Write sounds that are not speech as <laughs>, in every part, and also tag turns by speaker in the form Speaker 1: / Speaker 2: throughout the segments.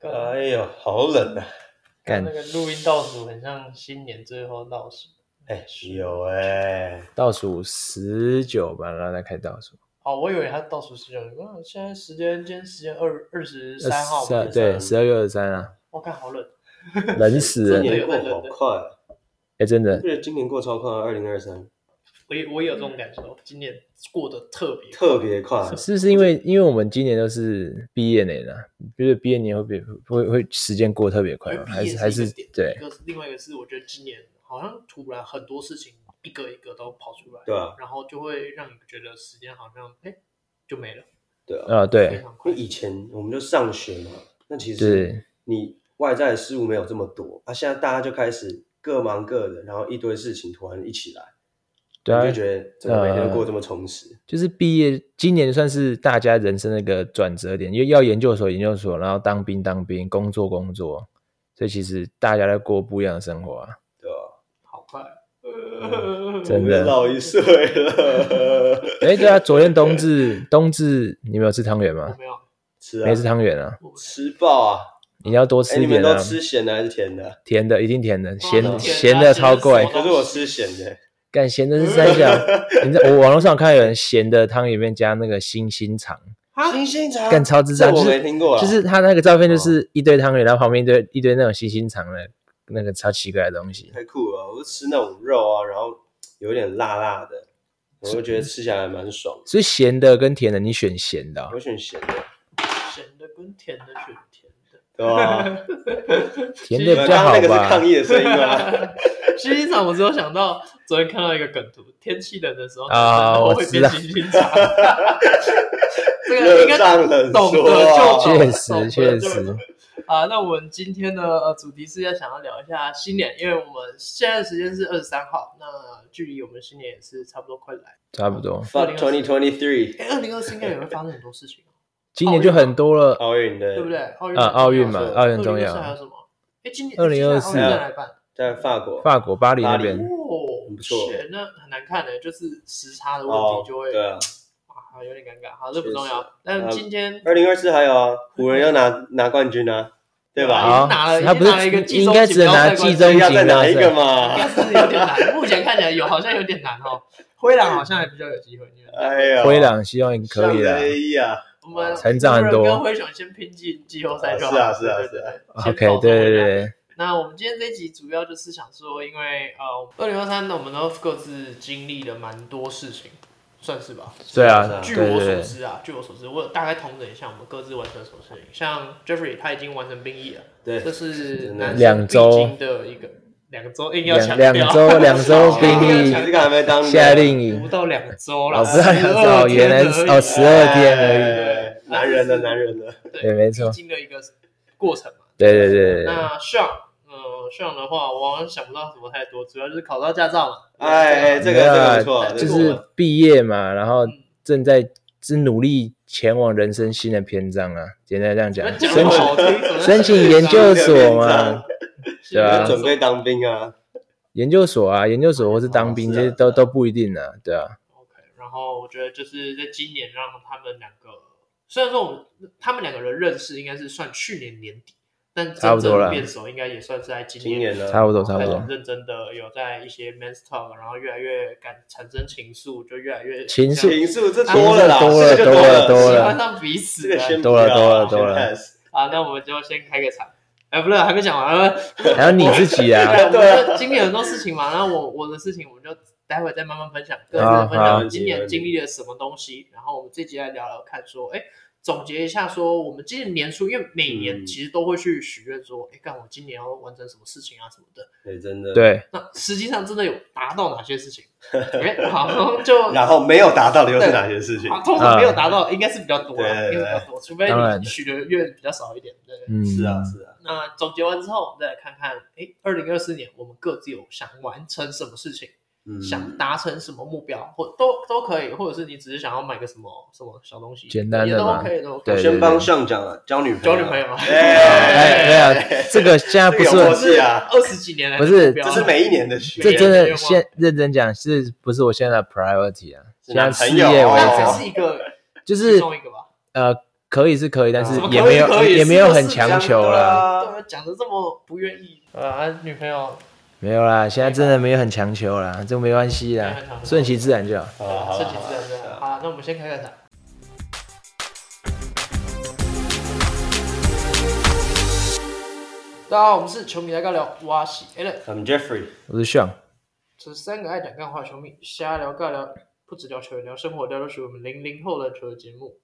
Speaker 1: 哎呦，好冷啊！
Speaker 2: 干
Speaker 3: 那个录音倒数很像新年最后倒数，
Speaker 1: 哎，有哎、
Speaker 2: 倒数十九吧，然后再开倒数。
Speaker 3: 哦，我以为他倒数十九，嗯，现在时间今天时间二二十三号，
Speaker 2: 22对，十二月二十三啊，
Speaker 3: 我看好冷，
Speaker 2: 冷死
Speaker 1: 今
Speaker 2: 人！哎、
Speaker 1: 年过好快、啊，
Speaker 2: 真
Speaker 1: 我
Speaker 2: 的，
Speaker 1: 觉得今年过超快、啊，二零二三
Speaker 3: 我也我也有这种感受，今年过得特
Speaker 2: 嗯
Speaker 3: 别
Speaker 1: 特别快，
Speaker 3: 啊
Speaker 2: 是不是因为因为我们今年都是毕业年啊？就是毕业年会比会会时间过得特别快吗？
Speaker 3: 而
Speaker 2: 还
Speaker 3: 毕业
Speaker 2: 是还
Speaker 3: 一
Speaker 2: 是
Speaker 3: 个点
Speaker 2: 对
Speaker 3: 一？个是另外一个是我觉得今年好像突然很多事情一个一个都跑出来，
Speaker 1: 对啊，
Speaker 3: 然后就会让你觉得时间好像哎就没了，
Speaker 1: 对啊。
Speaker 2: 啊，
Speaker 3: 非
Speaker 2: 对
Speaker 3: 常快
Speaker 1: 因为。以前我们就上学嘛，那其实
Speaker 2: 对
Speaker 1: 你外在的事物没有这么多，啊，现在大家就开始各忙各的，然后一堆事情突然一起来，
Speaker 2: 对
Speaker 1: 你就
Speaker 2: 啊，
Speaker 1: 觉得怎么每天都过这么充实？
Speaker 2: 就是毕业今年算是大家人生的一个转折点，因为要研究所研究所，然后当兵当兵，工作工作，所以其实大家在过不一样的生活啊。
Speaker 1: 对吧、
Speaker 3: 好快，
Speaker 2: 真
Speaker 1: 我
Speaker 2: 的
Speaker 1: 们 <laughs> 老一岁了，
Speaker 2: 哎、对啊，昨天冬至冬至，你们有吃汤圆
Speaker 3: 我
Speaker 2: 吗？
Speaker 3: <laughs> 没有，
Speaker 1: 吃啊
Speaker 2: 没，吃汤圆啊，
Speaker 1: 吃爆啊！
Speaker 2: 你要多
Speaker 1: 哎、
Speaker 2: 吃
Speaker 1: 你
Speaker 2: 一
Speaker 1: 们
Speaker 2: 点
Speaker 1: 都
Speaker 2: 啊。
Speaker 1: 吃咸的还是甜的？
Speaker 2: 甜的一定甜的，咸
Speaker 3: 甜的
Speaker 2: 咸的超贵
Speaker 3: 咸，的
Speaker 1: 可是我吃咸的，
Speaker 2: 干咸的是三角。你在我网络上有看到有人咸的汤里面加那个星星肠，
Speaker 3: 啊
Speaker 1: 星星肠
Speaker 2: 干超智
Speaker 1: 这
Speaker 2: 障，
Speaker 1: 我
Speaker 2: 就
Speaker 1: 没
Speaker 2: 是
Speaker 1: 听过啊，
Speaker 2: 就是他那个照片就是一堆汤圆，然后旁边一堆一堆那种星星肠的那个超奇怪的东西。
Speaker 1: 太酷了！我就吃那种肉啊，然后有一点辣辣的，我就觉得吃下来蛮爽的。
Speaker 2: 所以咸的跟甜的，你选咸的哦、
Speaker 1: 我选咸的，
Speaker 3: 咸的跟甜的选甜的，
Speaker 1: 对吧？
Speaker 2: <laughs> 啊甜的比
Speaker 1: 刚
Speaker 2: 较
Speaker 1: 刚
Speaker 2: 好
Speaker 1: 那个是
Speaker 2: 吧
Speaker 1: 抗？议的声音
Speaker 2: <laughs>
Speaker 1: 吗？
Speaker 2: 啊
Speaker 3: <laughs> 星星肠，我只有想到昨天看到一个梗图，天气冷的时候
Speaker 2: 啊
Speaker 3: 然后
Speaker 2: 我
Speaker 3: 会
Speaker 2: 知
Speaker 3: 变
Speaker 2: 道
Speaker 3: 星星肠。
Speaker 2: <laughs>
Speaker 3: 这个应
Speaker 1: 热
Speaker 3: 该
Speaker 1: 胀冷
Speaker 3: 懂得
Speaker 1: 缩
Speaker 3: 就
Speaker 1: 啊，
Speaker 3: 懂，
Speaker 2: 确实
Speaker 3: 懂得
Speaker 2: 确
Speaker 3: 就
Speaker 2: 实
Speaker 3: 懂。啊。那我们今天的呃主题是要想要聊一下新年，因为我们现在的时间是二十三号，那距离我们新年也是差不多快来。
Speaker 2: 差不多。
Speaker 1: Fuck Twenty Twenty Three
Speaker 3: 哎，二零二四应该也会发生很多事情哦，
Speaker 2: 今年就很多了，
Speaker 1: 奥运的，
Speaker 3: 对不对？？奥运
Speaker 2: 啊奥运
Speaker 1: 嘛
Speaker 2: 奥运重
Speaker 3: 重
Speaker 2: 要
Speaker 3: 还有什么？哎，今年
Speaker 2: 2024
Speaker 3: 接下来奥运再来办。
Speaker 1: 在法国，
Speaker 2: 法国巴黎那
Speaker 1: 巴
Speaker 2: 边
Speaker 1: 黎
Speaker 3: 哦，
Speaker 1: 很不错
Speaker 3: 是那很难看的，就是时差的问
Speaker 1: 哦
Speaker 3: 题，就会、
Speaker 1: 对啊，
Speaker 3: 啊有点尴尬。好，这不
Speaker 1: 确
Speaker 3: 重
Speaker 1: 实
Speaker 3: 要。但
Speaker 1: 嗯
Speaker 3: 今天
Speaker 1: 二零二四还有啊，湖人要拿拿冠军啊，对
Speaker 3: 啊
Speaker 1: 吧？
Speaker 3: 已
Speaker 2: 好
Speaker 3: 经拿了，已
Speaker 2: 他
Speaker 3: 经
Speaker 2: 不是
Speaker 3: 拿了一个季
Speaker 2: 应
Speaker 3: 中
Speaker 2: 该
Speaker 3: 锦
Speaker 2: 只能
Speaker 3: 标
Speaker 2: 拿
Speaker 3: 赛冠
Speaker 2: 季
Speaker 3: 军
Speaker 2: 中
Speaker 1: 要再拿一个
Speaker 3: 应
Speaker 1: 嘛？
Speaker 3: 该是有点
Speaker 1: <laughs>
Speaker 3: 难，目前看起来有好像有点难哦。 <laughs> 灰狼好像还比较有机会，因为
Speaker 1: 哎呀，
Speaker 2: 灰狼希望可以啦。
Speaker 1: 以啊，
Speaker 3: 我们
Speaker 2: 成长很多
Speaker 3: 湖人跟灰熊先拼进季后赛就好。
Speaker 1: 啊是啊
Speaker 3: 对
Speaker 1: 是啊是。
Speaker 2: OK，对对
Speaker 3: 对
Speaker 2: 对。
Speaker 3: 对先保送回来
Speaker 2: 对，
Speaker 3: 那我们今天这一集主要就是想说，因为呃，二零二三呢，我们都各自经历了蛮多事情，算是吧。
Speaker 1: 是
Speaker 2: 对啊
Speaker 1: 啊，
Speaker 3: 据
Speaker 2: 对
Speaker 3: 我
Speaker 2: 对
Speaker 3: 所
Speaker 2: 对。
Speaker 3: 知啊，据我所知，我有大概统整一下我们各自完成什么事情。像 Jeffrey 他已经完成兵役了，
Speaker 1: 对
Speaker 3: 这，是
Speaker 1: 真的
Speaker 3: 男生
Speaker 2: 两周
Speaker 3: 必经的一个两周，硬要强
Speaker 2: 两
Speaker 3: 调
Speaker 2: 两周两
Speaker 3: <laughs>
Speaker 2: 周
Speaker 1: 好啊
Speaker 2: 兵
Speaker 3: 一定要
Speaker 2: 力
Speaker 3: 强
Speaker 1: 这个还没当
Speaker 2: 夏令
Speaker 3: 不
Speaker 2: 营，
Speaker 3: 到两周啦，
Speaker 2: 老师还
Speaker 3: 12
Speaker 2: 哦，原来是
Speaker 3: 天而已啊
Speaker 2: 哦十二天而
Speaker 1: 哎男人的男人的，
Speaker 2: 已，对，
Speaker 3: 对，
Speaker 2: 没
Speaker 3: 必
Speaker 2: 错，
Speaker 3: 经的一个过程嘛。
Speaker 2: 对对对对对，
Speaker 3: 那上呃上的话，我好像想不到什么太多，主要就是考到驾照嘛。啊
Speaker 1: 哎，哎这个这个不错，
Speaker 2: 啊就
Speaker 1: 这个不
Speaker 2: 是
Speaker 1: 错
Speaker 2: 毕业嘛，然后
Speaker 3: 嗯
Speaker 2: 正在正努力前往人生新的篇章啊，简单这样讲，
Speaker 3: 讲
Speaker 2: 申
Speaker 3: 得
Speaker 2: 请
Speaker 3: 好听，怎么
Speaker 2: 申请研究
Speaker 1: 这个
Speaker 2: 所
Speaker 1: 篇章
Speaker 2: 嘛，对啊
Speaker 1: 准备当兵啊，
Speaker 2: 研究所啊，研究所或是当兵，
Speaker 1: 哦
Speaker 2: 这
Speaker 1: 是啊
Speaker 2: 些都都不一定啊，对啊，
Speaker 3: OK，然后我觉得就是在今年让他们两个，虽然说我们他们两个人认识应该是算去年年底，但
Speaker 2: 差
Speaker 3: 真
Speaker 2: 不多
Speaker 3: 正
Speaker 2: 啦
Speaker 3: 变熟应该也算是在哎今
Speaker 1: 今年呢，
Speaker 2: 差不多
Speaker 3: 开
Speaker 2: 差不
Speaker 3: 始
Speaker 2: 多，
Speaker 3: 认真的有在一些 men's talk，然后越来越感产生情愫，就越来越
Speaker 2: 情愫
Speaker 3: 这样
Speaker 1: 情愫这多了啦，
Speaker 2: 多了
Speaker 1: 这个就
Speaker 2: 多了多
Speaker 3: 喜
Speaker 2: 了
Speaker 3: 欢上彼
Speaker 1: 这
Speaker 3: 此
Speaker 1: 个
Speaker 3: 了。
Speaker 1: 先
Speaker 2: 多了多了多了
Speaker 3: 啊，那我们就先开个场。哎，不对，还没讲
Speaker 1: <laughs>
Speaker 3: 完。呃
Speaker 2: 还有你自己啊，
Speaker 3: 对，我们就经历很多事情嘛，然后我我的事情我们就待会再慢慢分享，各自
Speaker 2: 好
Speaker 3: 分享我
Speaker 1: 好
Speaker 3: 们今年经历了什么东西，然后我们这集来聊聊看说，哎，总结一下说我们今年年初，因为每年
Speaker 1: 嗯
Speaker 3: 其实都会去许愿说，哎，干我今年要完成什么事情啊什么的，
Speaker 1: 对，真的，
Speaker 2: 对，
Speaker 3: 那实际上真的有达到哪些事
Speaker 1: <laughs>
Speaker 3: 情？哎，好像就
Speaker 1: 然后没有达到的又是哪些事情？
Speaker 3: 啊，通常没有达到，应该是比较多啦，
Speaker 1: 对
Speaker 3: 应该
Speaker 1: 对对
Speaker 3: 是比较多，除非
Speaker 2: 当然
Speaker 3: 你许的愿比较少一点，对。
Speaker 2: 嗯，
Speaker 1: 是啊，是啊，
Speaker 3: 那总结完之后，我们再来看看，哎，二零二四年我们各自有想完成什么事情，
Speaker 1: 嗯，
Speaker 3: 想达成什么目标，或都都可以，或者是你只是想要买个什么什么小东西，
Speaker 2: 简单的
Speaker 3: 也都
Speaker 2: 嘛
Speaker 3: OK，都 OK。
Speaker 2: 对
Speaker 1: 先帮上讲啊，交女朋
Speaker 3: 交
Speaker 1: 友，
Speaker 3: 女朋友，啊
Speaker 2: 哎，没有，这个现在不
Speaker 1: 这个有
Speaker 2: 是
Speaker 1: 默契
Speaker 3: 是
Speaker 1: 啊
Speaker 3: 二十几年来的
Speaker 2: 不是
Speaker 3: 目标
Speaker 1: 这是每一年的许
Speaker 2: 这
Speaker 1: 愿，
Speaker 2: 真
Speaker 3: 没有
Speaker 2: 的
Speaker 3: 吗
Speaker 2: 现认真讲，是不是我现在的 priority 啊？
Speaker 1: 是
Speaker 2: 现在
Speaker 1: 男朋
Speaker 2: 事
Speaker 1: 友
Speaker 2: 业为
Speaker 1: 哦
Speaker 3: 那
Speaker 2: 重
Speaker 3: 只，是一个
Speaker 2: 就
Speaker 3: 其
Speaker 2: 是
Speaker 3: 中一个吧。
Speaker 2: 呃可以是可以，但是
Speaker 3: 怎么
Speaker 2: 也
Speaker 3: 啊可以
Speaker 2: 没有
Speaker 3: 可以
Speaker 2: 也没有
Speaker 3: 是
Speaker 2: 很
Speaker 3: 不是
Speaker 2: 强求
Speaker 1: 这样
Speaker 2: 啦，
Speaker 1: 的啊
Speaker 3: 对，讲的这么不愿意啊，女朋友
Speaker 2: 没有啦，现在真的没有很强求啦，这没关系啦
Speaker 3: 没有很强，求
Speaker 2: 顺其自然就好。
Speaker 1: 啊好啦好
Speaker 3: 设
Speaker 1: 啦
Speaker 3: 计
Speaker 1: 好
Speaker 3: 自
Speaker 1: 啦
Speaker 3: 然的。好，那我们先看看他。大家好，我们是球迷来尬聊，我是 a l n
Speaker 1: ，I'm Jeffrey，
Speaker 2: 我是 Sean，
Speaker 3: 这是三个爱讲干话的球迷瞎聊尬聊，不止聊球员，聊生活，聊都属于我们零零后的球的节目。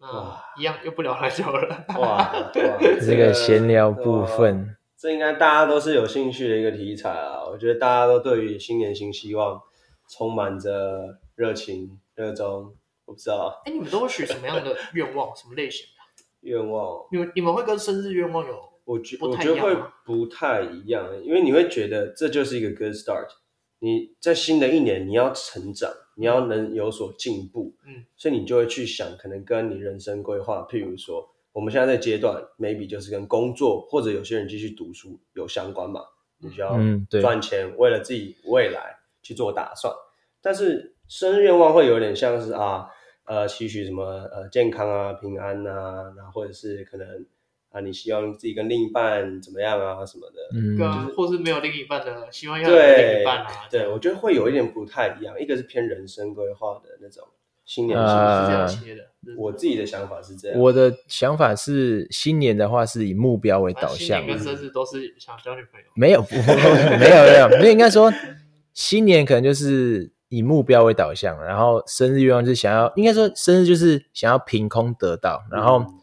Speaker 3: 那
Speaker 1: 哇
Speaker 3: 一样又不聊篮球了，
Speaker 1: 哇，哇
Speaker 2: <laughs> 这个闲聊
Speaker 1: 对
Speaker 2: 部，
Speaker 1: 啊
Speaker 2: 分，
Speaker 1: 这应该大家都是有兴趣的一个题材啊。我觉得大家都对于新年新希望充满着热情、热衷，我不知道
Speaker 3: 哎， <laughs> 你们都会许什么样的愿望？什么类型的？
Speaker 1: 愿望，
Speaker 3: 你们你们会跟生日愿望有？
Speaker 1: 我觉
Speaker 3: 不
Speaker 1: 我
Speaker 3: 太
Speaker 1: 觉
Speaker 3: 一
Speaker 1: 得
Speaker 3: 样啊
Speaker 1: 会
Speaker 3: 吗
Speaker 1: 不太一样，欸因为你会觉得这就是一个 good start。你在新的一年你要成长，你要能有所进步，
Speaker 3: 嗯，
Speaker 1: 所以你就会去想，可能跟你人生规划，譬如说我们现在这阶段，maybe 就是跟工作或者有些人继续读书有相关嘛，你就要
Speaker 2: 嗯，对，
Speaker 1: 赚钱，为了自己未来去做打算。但是生日愿望会有点像是啊，呃，期许什么呃健康啊、平安啊，然后或者是可能啊，你希望自己跟另一半怎么样啊什么的。
Speaker 2: 嗯，
Speaker 3: 跟或是没有另一半的，希望要有另一
Speaker 1: 对
Speaker 3: 半啊，，
Speaker 1: 对，我觉得会有一点不太一样，一个是偏人生规划的那种新年新
Speaker 3: 是
Speaker 1: 希
Speaker 2: 啊
Speaker 3: 这样
Speaker 1: 望。
Speaker 3: 切的。
Speaker 1: 我自己的想法是这样，
Speaker 2: 我的想法是，新年的话是以目标为导
Speaker 3: 啊新
Speaker 2: 向
Speaker 3: 年，跟生日都是想交女朋友。
Speaker 2: 没有，不 <laughs> 没有，没有，没有，应该说新年可能就是以目标为导向，然后生日愿望就是想要，应该说生日就是想要凭空得到，然后
Speaker 1: 嗯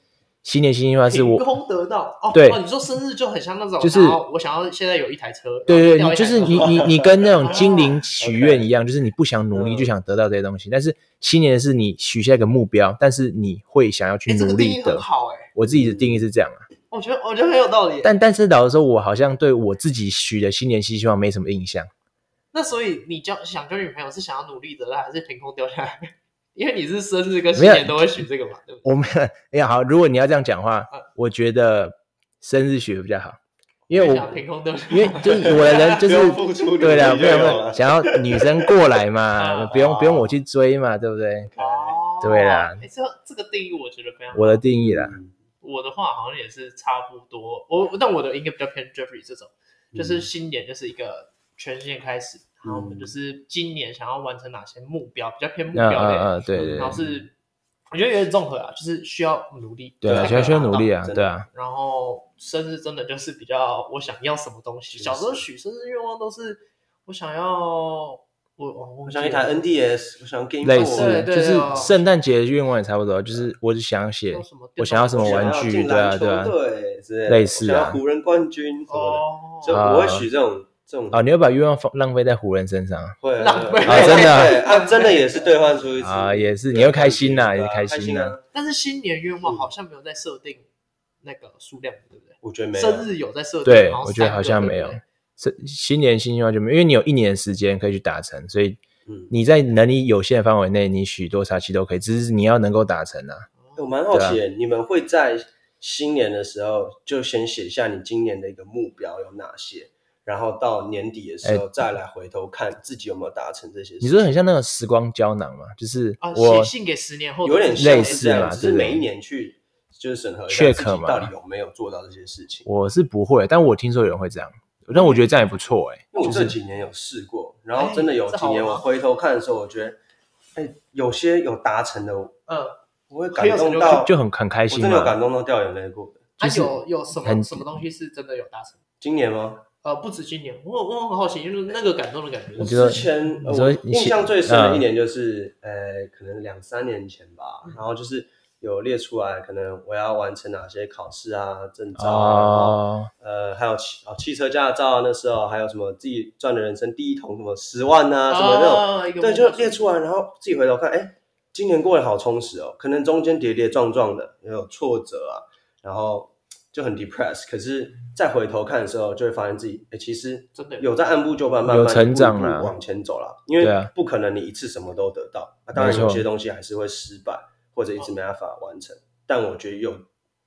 Speaker 2: 新年新希望是我
Speaker 3: 凭空得到哦，
Speaker 2: 对
Speaker 3: 哦，你说生日就很像那种，
Speaker 2: 就是
Speaker 3: 然后我想要现在有一台车，然
Speaker 2: 对对，
Speaker 3: 后掉
Speaker 2: 你
Speaker 3: 一台
Speaker 2: 就是
Speaker 3: 车哎 <laughs>
Speaker 2: 你你你跟那种精灵许愿
Speaker 1: OK
Speaker 2: 一样，就是你不想努力
Speaker 1: 嗯
Speaker 2: 就想得到这些东西，但是新年是你许下一个目标，但是你会想要去
Speaker 3: 哎，这个
Speaker 2: 努
Speaker 3: 定义
Speaker 2: 力
Speaker 3: 很
Speaker 2: 的。
Speaker 3: 好哎，
Speaker 2: 我自己的定义是这样啊，
Speaker 3: 我觉得我觉得很有道理。
Speaker 2: 但但是老实说，我好像对我自己许的新年新希望没什么印象。
Speaker 3: 那所以你交想交女朋友是想要努力得到，还是凭空掉下来？ <laughs> 因为你是生日跟新
Speaker 2: 没
Speaker 3: 年
Speaker 2: 有
Speaker 3: 都会许这个嘛，对不对？
Speaker 2: 我们哎呀好，如果你要这样讲
Speaker 3: 啊
Speaker 2: 话，我觉得生日许比较好，因为
Speaker 3: 就
Speaker 2: 我
Speaker 3: 想凭空掉下来，
Speaker 2: 因为就是我的人就是
Speaker 1: 不用付出努力
Speaker 2: 对的，
Speaker 1: 就
Speaker 2: 不用
Speaker 1: 有
Speaker 2: 不用
Speaker 1: 了
Speaker 2: 想要女生过来
Speaker 3: 啊 <laughs>
Speaker 2: 嘛，不用不用我去追嘛，对不对？
Speaker 3: 哦，
Speaker 2: 对啦
Speaker 3: 哎，这这个定义我觉得非常好。
Speaker 2: 我的定义啦。
Speaker 1: 嗯
Speaker 3: 我的话好像也是差不多，我但我的应该比较偏 Jeffrey 这种，就是
Speaker 1: 嗯
Speaker 3: 新年就是一个全新的开始，然后我们
Speaker 1: 嗯
Speaker 3: 就是今年想要完成哪些目标，比较偏目
Speaker 2: 嗯
Speaker 3: 标类的，
Speaker 2: 嗯嗯，对对
Speaker 3: 然后
Speaker 2: 对
Speaker 3: 是我觉得有点综合啊，就是需要努力，
Speaker 2: 对啊，
Speaker 3: 才
Speaker 2: 需
Speaker 3: 可以
Speaker 2: 要需要
Speaker 3: 达
Speaker 2: 努
Speaker 3: 到
Speaker 2: 力啊，
Speaker 1: 真的
Speaker 2: 对啊。
Speaker 3: 然后生日真的就是比较我想要什么东西，
Speaker 1: 确实
Speaker 3: 小时候许生日愿望都是我想要我我
Speaker 1: 我
Speaker 3: 我
Speaker 1: 想一台 NDS，我想 Game
Speaker 2: 类
Speaker 1: Boy
Speaker 2: 似，
Speaker 3: 对
Speaker 2: 就
Speaker 3: 对
Speaker 2: 是
Speaker 3: 哦
Speaker 2: 圣诞节的愿望也差不多，就是我只想写
Speaker 3: 有什么电
Speaker 2: 我想要
Speaker 3: 动
Speaker 2: 什么
Speaker 1: 我想
Speaker 2: 玩
Speaker 1: 要
Speaker 2: 具，
Speaker 1: 进
Speaker 2: 对啊
Speaker 1: 篮球
Speaker 2: 对啊，
Speaker 1: 队之类的，
Speaker 2: 类似啊
Speaker 1: 我想要湖人冠军什么的。
Speaker 3: 哦，
Speaker 1: 所以
Speaker 2: 啊
Speaker 1: 我会许这种这种
Speaker 2: 哦，你会把愿望放浪费在湖人身上啊
Speaker 1: 会啊
Speaker 3: 浪费
Speaker 1: 会啊
Speaker 2: 啊真的啊
Speaker 1: 对啊，真的也是兑换出一次
Speaker 2: 啊，也是你会开心呐，也
Speaker 1: 对
Speaker 2: 是
Speaker 1: 啊
Speaker 2: 开
Speaker 1: 心
Speaker 2: 心呐，
Speaker 1: 啊。
Speaker 3: 但是新年愿
Speaker 2: 嗯
Speaker 3: 望好像没有在设定那个数量，对不对？
Speaker 1: 我觉得没有
Speaker 3: 生日有在设定，
Speaker 2: 对
Speaker 3: 好像
Speaker 2: 我觉得
Speaker 3: 三
Speaker 2: 好
Speaker 3: 个
Speaker 2: 像
Speaker 3: 对
Speaker 2: 没
Speaker 3: 不
Speaker 2: 有
Speaker 3: 对
Speaker 2: 是新年新希望就没有，因为你有一年的时间可以去达成，所以
Speaker 1: 嗯，
Speaker 2: 你在能力有限的范围内，你许多少期都可以，只是你要能够达成啊。
Speaker 1: 哎我蛮好奇的，你们会在新年的时候就先写下你今年的一个目标有哪些，然后到年底的时候再来回头看自己有没有达成这些事。
Speaker 2: 哎你说很像那种时光胶囊嘛，就是
Speaker 3: 啊，
Speaker 2: 我
Speaker 3: 写信给十年后的
Speaker 1: 有点
Speaker 3: 自己
Speaker 1: 像
Speaker 2: 类
Speaker 1: 是
Speaker 2: 似
Speaker 1: 这样，
Speaker 2: 嘛
Speaker 1: 只
Speaker 2: 对
Speaker 1: 是
Speaker 2: 不对
Speaker 1: 每一年去就是审核一下自
Speaker 2: Check
Speaker 1: 己
Speaker 2: 嘛
Speaker 1: 到底有没有做到这些事情。
Speaker 2: 我是不会，但我听说有人会这样，但我觉得这样也不错哎、
Speaker 1: 因为我这几年有试过，然后真的有
Speaker 3: 哎这
Speaker 1: 几
Speaker 3: 好
Speaker 1: 年
Speaker 3: 玩
Speaker 1: 我
Speaker 3: 吗
Speaker 1: 回头看的时候，我觉得，哎，有些有达成的，我
Speaker 3: 嗯，
Speaker 1: 会
Speaker 3: 很
Speaker 1: 感
Speaker 3: 有成就
Speaker 1: 动
Speaker 3: 感
Speaker 1: 到，
Speaker 2: 就很很开
Speaker 1: 我
Speaker 2: 心
Speaker 1: 真的有感
Speaker 2: 嘛。
Speaker 1: 动到掉眼泪过的。
Speaker 3: 它
Speaker 2: 就是
Speaker 3: 啊有有什么
Speaker 2: 很
Speaker 3: 什么东西是真的有达成？
Speaker 1: 今年吗？
Speaker 3: 呃，不止今年，我我很好奇，就是那个感动的感觉
Speaker 2: 我
Speaker 1: 我
Speaker 2: 觉得
Speaker 1: 之前呃
Speaker 2: 你说
Speaker 1: 我
Speaker 2: 你
Speaker 1: 印
Speaker 2: 写
Speaker 1: 象最深的
Speaker 2: 嗯
Speaker 1: 一年就是，呃，可能两三年前吧，然后就是有列出来，可能我要完成哪些考试啊、证照啊，然后
Speaker 2: 哦，
Speaker 1: 呃，还有汽哦汽车驾照啊，那时候还有什么自己赚的人生第一桶什么十万啊，什么那种。
Speaker 3: 哦一个
Speaker 1: 对，
Speaker 3: 梦
Speaker 1: 就
Speaker 3: 想
Speaker 1: 列出来，然后自己回头看，哎，今年过得好充实哦。可能中间跌跌撞撞的，也有挫折啊，然后就很 depressed。可是再回头看的时候，就会发现自己，哎，其实
Speaker 3: 真的
Speaker 1: 有在按部就班，慢慢
Speaker 2: 有成长
Speaker 1: 一步一步
Speaker 2: 啦
Speaker 1: 往前走了。因为
Speaker 2: 对啊
Speaker 1: 不可能你一次什么都得到，啊、当然
Speaker 2: 没
Speaker 1: 有
Speaker 2: 错
Speaker 1: 些东西还是会失败，或者一直没办法完成。但我觉得有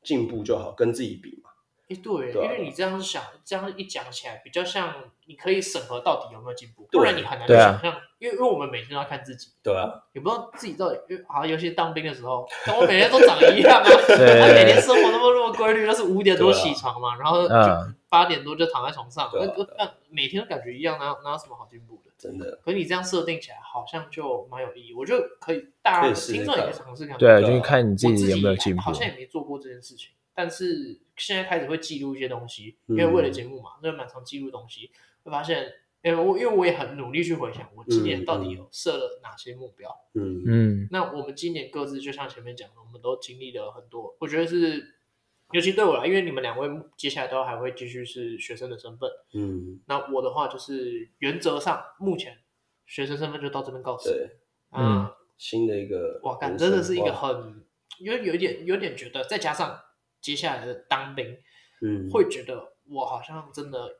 Speaker 1: 进步就好，跟自己比嘛。
Speaker 3: 诶对，
Speaker 1: 对啊
Speaker 3: 因为你这样想，这样一讲起来，比较像你可以审核到底有没有进步，
Speaker 1: 对
Speaker 3: 不然你很难去
Speaker 2: 对啊
Speaker 3: 想象，因为因为我们每天都要看自己，
Speaker 1: 对啊，
Speaker 3: 也不知道自己到底，因为好像尤其是当兵的时候，但我每天都长一样啊，他每天生活那么那么规律，就是五点多
Speaker 1: 对啊
Speaker 3: 起床嘛，然后就
Speaker 2: 嗯
Speaker 3: 八点多就躺在床上，
Speaker 1: 对
Speaker 3: 那
Speaker 1: 啊
Speaker 3: 那那每天都感觉一样，哪有哪有什么好进步的？
Speaker 1: 真的
Speaker 3: 可是你这样设定起来，好像就蛮有意义。我觉得可以，大
Speaker 1: 可
Speaker 3: 家
Speaker 1: 以试试
Speaker 3: 听众也可以
Speaker 1: 看
Speaker 3: 尝试看看。
Speaker 2: 对啊，
Speaker 1: 对啊
Speaker 2: 就看你自
Speaker 3: 我
Speaker 2: 己有没有
Speaker 3: 也
Speaker 2: 进步
Speaker 3: 好。像也没做过这件事情，但是现在开始会记录一些东西，因
Speaker 1: 嗯
Speaker 3: 为为了节目嘛，所以蛮常记录东西，会发现，因为我因为我也很努力去回想我今年到底有设了哪些目标。
Speaker 1: 嗯
Speaker 2: 嗯，
Speaker 3: 那我们今年各自就像前面讲的，我们都经历了很多，我觉得是，尤其对我来，因为你们两位接下来都还会继续是学生的身份，
Speaker 1: 嗯，
Speaker 3: 那我的话就是原则上目前学生身份就到这边告辞。
Speaker 1: 对，
Speaker 3: 啊
Speaker 2: 嗯
Speaker 1: 新的一个
Speaker 3: 哇，感
Speaker 1: 人
Speaker 3: 真的
Speaker 1: 生
Speaker 3: 是一个
Speaker 1: 哇
Speaker 3: 很有有一点有点觉得，再加上接下来的当兵，
Speaker 1: 嗯
Speaker 3: 会觉得我好像真的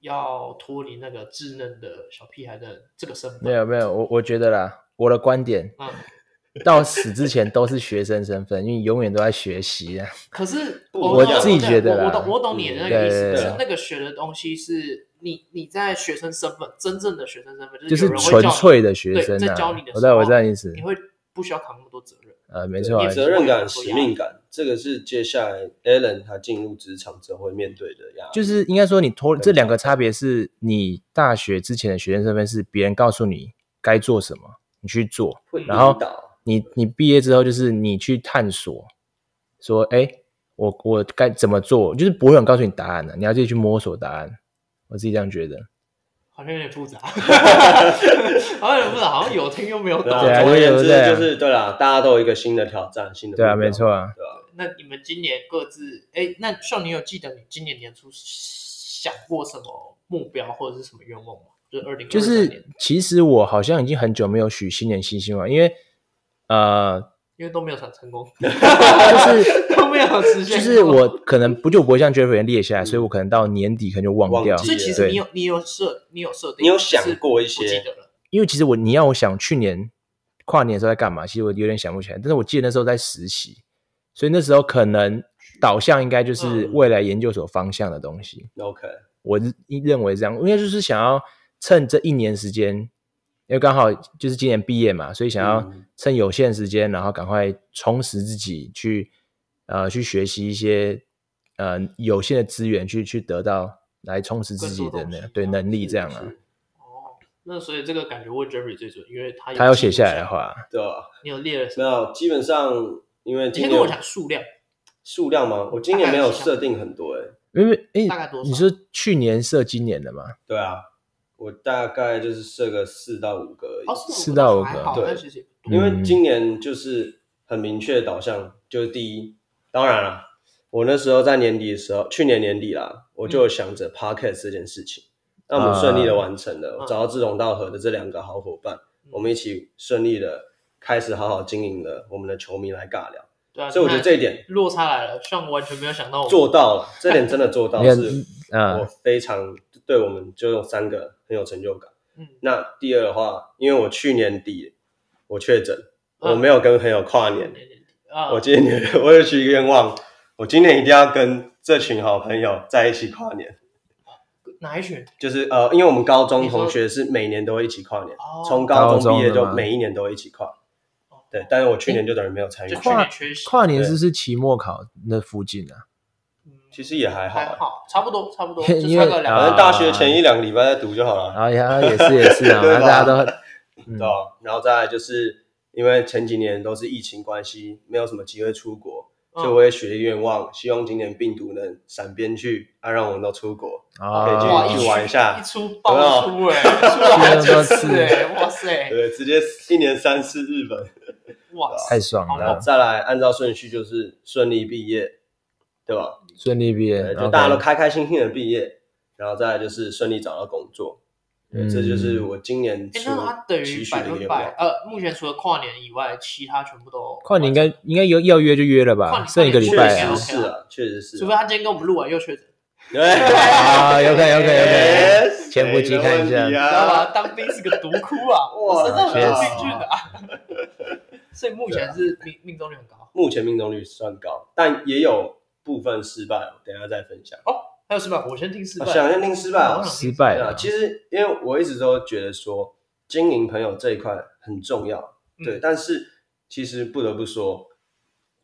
Speaker 3: 要脱离那个稚嫩的小屁孩的这个身份。
Speaker 2: 没有没有，我我觉得啦，我的观点
Speaker 3: 嗯，
Speaker 2: 到死之前都是学生身份，因为永远都在学习啊。
Speaker 3: 可是
Speaker 1: 不
Speaker 3: 我
Speaker 1: 我
Speaker 3: 懂
Speaker 1: 自己
Speaker 3: 懂
Speaker 2: 觉得
Speaker 3: 我我
Speaker 2: 啦嗯
Speaker 3: 懂我懂你的那个意思，
Speaker 2: 对
Speaker 3: 可
Speaker 2: 对
Speaker 3: 是
Speaker 1: 对
Speaker 3: 那个学的东西是你你在学生身份，真正的学生身份
Speaker 2: 就
Speaker 3: 就是有人会
Speaker 2: 纯
Speaker 3: 叫你
Speaker 2: 粹的学
Speaker 3: 对
Speaker 2: 生
Speaker 3: 在
Speaker 2: 啊
Speaker 3: 教你的时候，
Speaker 2: 我知道我知道你意思
Speaker 3: 你会不需要扛那么多责任。
Speaker 2: 呃，没
Speaker 1: 对
Speaker 2: 错啊
Speaker 1: 你，责任感、
Speaker 3: 所以
Speaker 1: 使命感，这个是接下来 Alan 他进入职场之后会面对的压力。
Speaker 2: 就是应该说你脱这两个差别是你大学之前的学生身份是别人告诉你该做什么，你去做，
Speaker 3: 嗯
Speaker 1: 会引
Speaker 2: 然后
Speaker 1: 导，
Speaker 2: 你你毕业之后就是你去探索，说哎，诶我我该怎么做，就是不会有人告诉你答案的、你要自己去摸索答案。我自己这样觉得，
Speaker 3: 好像有点复杂， <laughs> 好像有点复杂，好像有听又没有懂。
Speaker 1: 啊
Speaker 2: 对啊
Speaker 1: 总而言之
Speaker 2: 对啊
Speaker 1: 就是对啦，大家都有一个新的挑战，新的
Speaker 2: 对啊，
Speaker 1: 目标
Speaker 2: 没错，啊，
Speaker 1: 对吧？
Speaker 3: 那你们今年各自，哎，那像你有记得你今年年初想过什么目标或者是什么愿望吗？就是二零
Speaker 2: 就是其实我好像已经很久没有许新年新希望，因为呃，
Speaker 1: <laughs>
Speaker 3: 因为都没有成成功， <laughs>
Speaker 2: 就是
Speaker 3: 都没有实现。
Speaker 2: 就是我，可能不就不会像 Jeffrey 列下来，所以我可能到年底可能就忘掉
Speaker 1: 嗯忘记。
Speaker 3: 所以其实
Speaker 2: 对
Speaker 3: 你有你有设你有设定，
Speaker 1: 你有想过一
Speaker 3: 只是
Speaker 1: 些
Speaker 3: 不记得了，
Speaker 2: 因为其实我你要我想去年跨年的时候在干嘛，其实我有点想不起来。但是我记得那时候在实习，所以那时候可能导向应该就是
Speaker 1: 嗯
Speaker 2: 未来研究所方向的东西。
Speaker 1: OK，
Speaker 2: 我是认为这样，因为就是想要趁这一年时间，因为刚好就是今年毕业嘛，所以想要
Speaker 1: 嗯
Speaker 2: 趁有限时间，然后赶快充实自己去，呃去学习一些呃有限的资源，去去得到来充实自己
Speaker 3: 更多
Speaker 2: 的
Speaker 3: 东西
Speaker 2: 那对能力
Speaker 1: 是
Speaker 2: 这样啊。
Speaker 1: 是
Speaker 3: 哦，那所以这个感觉问 Jerry 最准，因为他
Speaker 2: 他有写下来
Speaker 3: 记
Speaker 2: 的
Speaker 3: 录，
Speaker 2: 话，
Speaker 1: 对吧？
Speaker 3: 你有列了什
Speaker 1: 没
Speaker 3: 么？
Speaker 1: 有，基本上因为
Speaker 3: 你
Speaker 1: 今
Speaker 3: 先
Speaker 1: 年
Speaker 3: 跟我讲数量，
Speaker 1: 数量吗？我今年没有设定很多哎、
Speaker 2: 因为哎
Speaker 3: 大概多，少
Speaker 2: 你是去年设今年的嘛？
Speaker 1: 对啊，我大概就是设个四到五个而已。
Speaker 3: 哦，
Speaker 2: 四
Speaker 3: 到
Speaker 2: 到五个
Speaker 3: 还好
Speaker 1: 对
Speaker 3: 那其实也不多
Speaker 1: 因
Speaker 2: 嗯
Speaker 1: 为今年就是很明确的导向，就是第一，当然了，我那时候在年底的时候，去年年底啦，我
Speaker 2: 嗯
Speaker 1: 就有想着 podcast 这件事情，那
Speaker 2: 啊
Speaker 1: 我们顺利的完成
Speaker 3: 嗯
Speaker 1: 了，我找到志同道合的这两个好伙伴，我们一起顺利的开始好好经营了我们的球迷来尬聊，
Speaker 3: 对啊，
Speaker 1: 所以我觉得
Speaker 3: 那
Speaker 1: 这一点
Speaker 3: 落差来了，像我完全没有想到我们
Speaker 1: 做到了，这点真的做到
Speaker 2: 你看
Speaker 1: 是，
Speaker 2: 嗯
Speaker 1: 我非常对我们就有三个很有成就感。
Speaker 3: 嗯
Speaker 1: 那第二的话，因为我去年底我确诊，
Speaker 3: 嗯
Speaker 1: 我没有跟朋友跨年。
Speaker 3: 啊，
Speaker 1: 我今年我有许一个愿望，我今年一定要跟这群好朋友在一起跨年。
Speaker 3: 哪一群？
Speaker 1: 就是呃，因为我们高中
Speaker 3: 你说
Speaker 1: 同学是每年都会一起跨年
Speaker 3: 哦，
Speaker 1: 从高中毕业
Speaker 2: 高中
Speaker 1: 就
Speaker 2: 的吗
Speaker 1: 每一年都一起跨
Speaker 3: 哦。
Speaker 1: 对，但是我去年就等于没有参与
Speaker 3: 就
Speaker 1: 跨
Speaker 3: 去
Speaker 1: 年，
Speaker 3: 年缺席，
Speaker 2: 跨年是不是期末考那附近啊？ <laughs>
Speaker 3: 嗯
Speaker 1: 其实也还好
Speaker 3: 还
Speaker 1: 啊，
Speaker 3: 好，差不多差不多，就
Speaker 2: 因为
Speaker 3: 差个两
Speaker 1: 反
Speaker 3: 个
Speaker 1: 正大学前一两个礼拜在读就好了，
Speaker 2: 啊，然后也是也是啊，
Speaker 1: 对吧
Speaker 2: 然后大家都嗯
Speaker 3: 嗯
Speaker 1: 对吧？然后再来就是因为前几年都是疫情关系，没有什么机会出国，
Speaker 3: 嗯
Speaker 1: 所以我也许了一个愿望，希望今年病毒能闪边去，啊，让我们都出国。可以
Speaker 2: 啊，
Speaker 3: 哇，
Speaker 1: 去
Speaker 3: 出
Speaker 1: 玩一下
Speaker 3: 一出爆出哎，出
Speaker 2: <laughs>
Speaker 3: 了好几次哎，哇塞，
Speaker 1: 对，直接一年三次日本。
Speaker 3: 哇塞
Speaker 1: <laughs>
Speaker 2: 太，爽
Speaker 3: 好
Speaker 1: 然
Speaker 2: 了
Speaker 1: 后，再来啊按照顺序就是顺利毕业，对吧？
Speaker 2: 顺利毕业，
Speaker 1: 对，就
Speaker 2: OK
Speaker 1: 大家都开开心心的毕业，然后再来就是顺利找到工作。对，
Speaker 2: 嗯
Speaker 1: 这就是我今年
Speaker 3: 哎，
Speaker 1: 所
Speaker 3: 那他等
Speaker 1: 期
Speaker 3: 于
Speaker 1: 许
Speaker 3: 百
Speaker 1: 的一个
Speaker 3: 分
Speaker 1: 愿
Speaker 3: 百
Speaker 1: 望。
Speaker 3: 呃，目前除了跨年以外，其他全部都
Speaker 2: 跨年应该应该有要约就约了
Speaker 3: 跨
Speaker 2: 吧，
Speaker 3: 年
Speaker 2: 剩一个礼
Speaker 1: 确
Speaker 2: 拜啊
Speaker 1: 实，是啊，确实是
Speaker 3: 除非
Speaker 1: 啊。
Speaker 3: 他今天跟我们录完又确诊，
Speaker 1: <laughs> 对，
Speaker 2: 啊，有可能有可能有可能，
Speaker 1: Yes，
Speaker 2: 前夫妻看一下
Speaker 3: 你
Speaker 1: 谁的问题
Speaker 3: 知道吗？
Speaker 1: 啊。
Speaker 3: 当兵是个毒窟啊，
Speaker 1: <laughs> 哇
Speaker 3: 我身上很多
Speaker 1: 确实啊
Speaker 3: 病菌的啊， <laughs> 所以目前是命命中率很高。
Speaker 1: 目前命中率算高，但也有部分失败，我等一下再分享。
Speaker 3: 还有失败，我先听失败，
Speaker 1: 啊想先听失败啊
Speaker 3: 我想
Speaker 2: 失
Speaker 3: 听
Speaker 2: 败
Speaker 1: 对啊，
Speaker 2: 了。
Speaker 1: 其实因为我一直都觉得说经营朋友这一块很重要，对，
Speaker 3: 嗯
Speaker 1: 但是其实不得不说，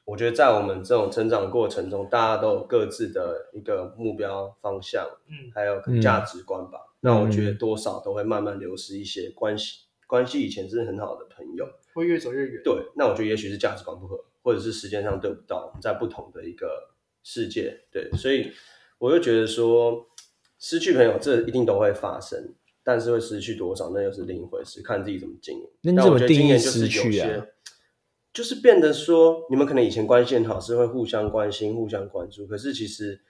Speaker 1: 我觉得在我们这种成长过程中，大家都有各自的一个目标方向，
Speaker 3: 嗯
Speaker 1: 还有
Speaker 2: 嗯
Speaker 1: 价值观吧。那我觉得
Speaker 2: 嗯
Speaker 1: 多少都会慢慢流失一些关系，关系以前是很好的朋友，
Speaker 3: 会越走越远。
Speaker 1: 对，那我觉得也许是价值观不合，或者是时间上对不到，我们在不同的一个世界，对，所以我就觉得说，失去朋友这一定都会发生，但是会失去多少，那又是另一回事，看自己怎么经营。
Speaker 2: 那你
Speaker 1: 但
Speaker 2: 怎
Speaker 1: 我
Speaker 2: 么
Speaker 1: 觉得经
Speaker 2: 定义
Speaker 1: 营就是
Speaker 2: 失去
Speaker 1: 有
Speaker 2: 啊
Speaker 1: 些就是变得说，你们可能以前关系很好，是会互相关心、互相关注，可是其实，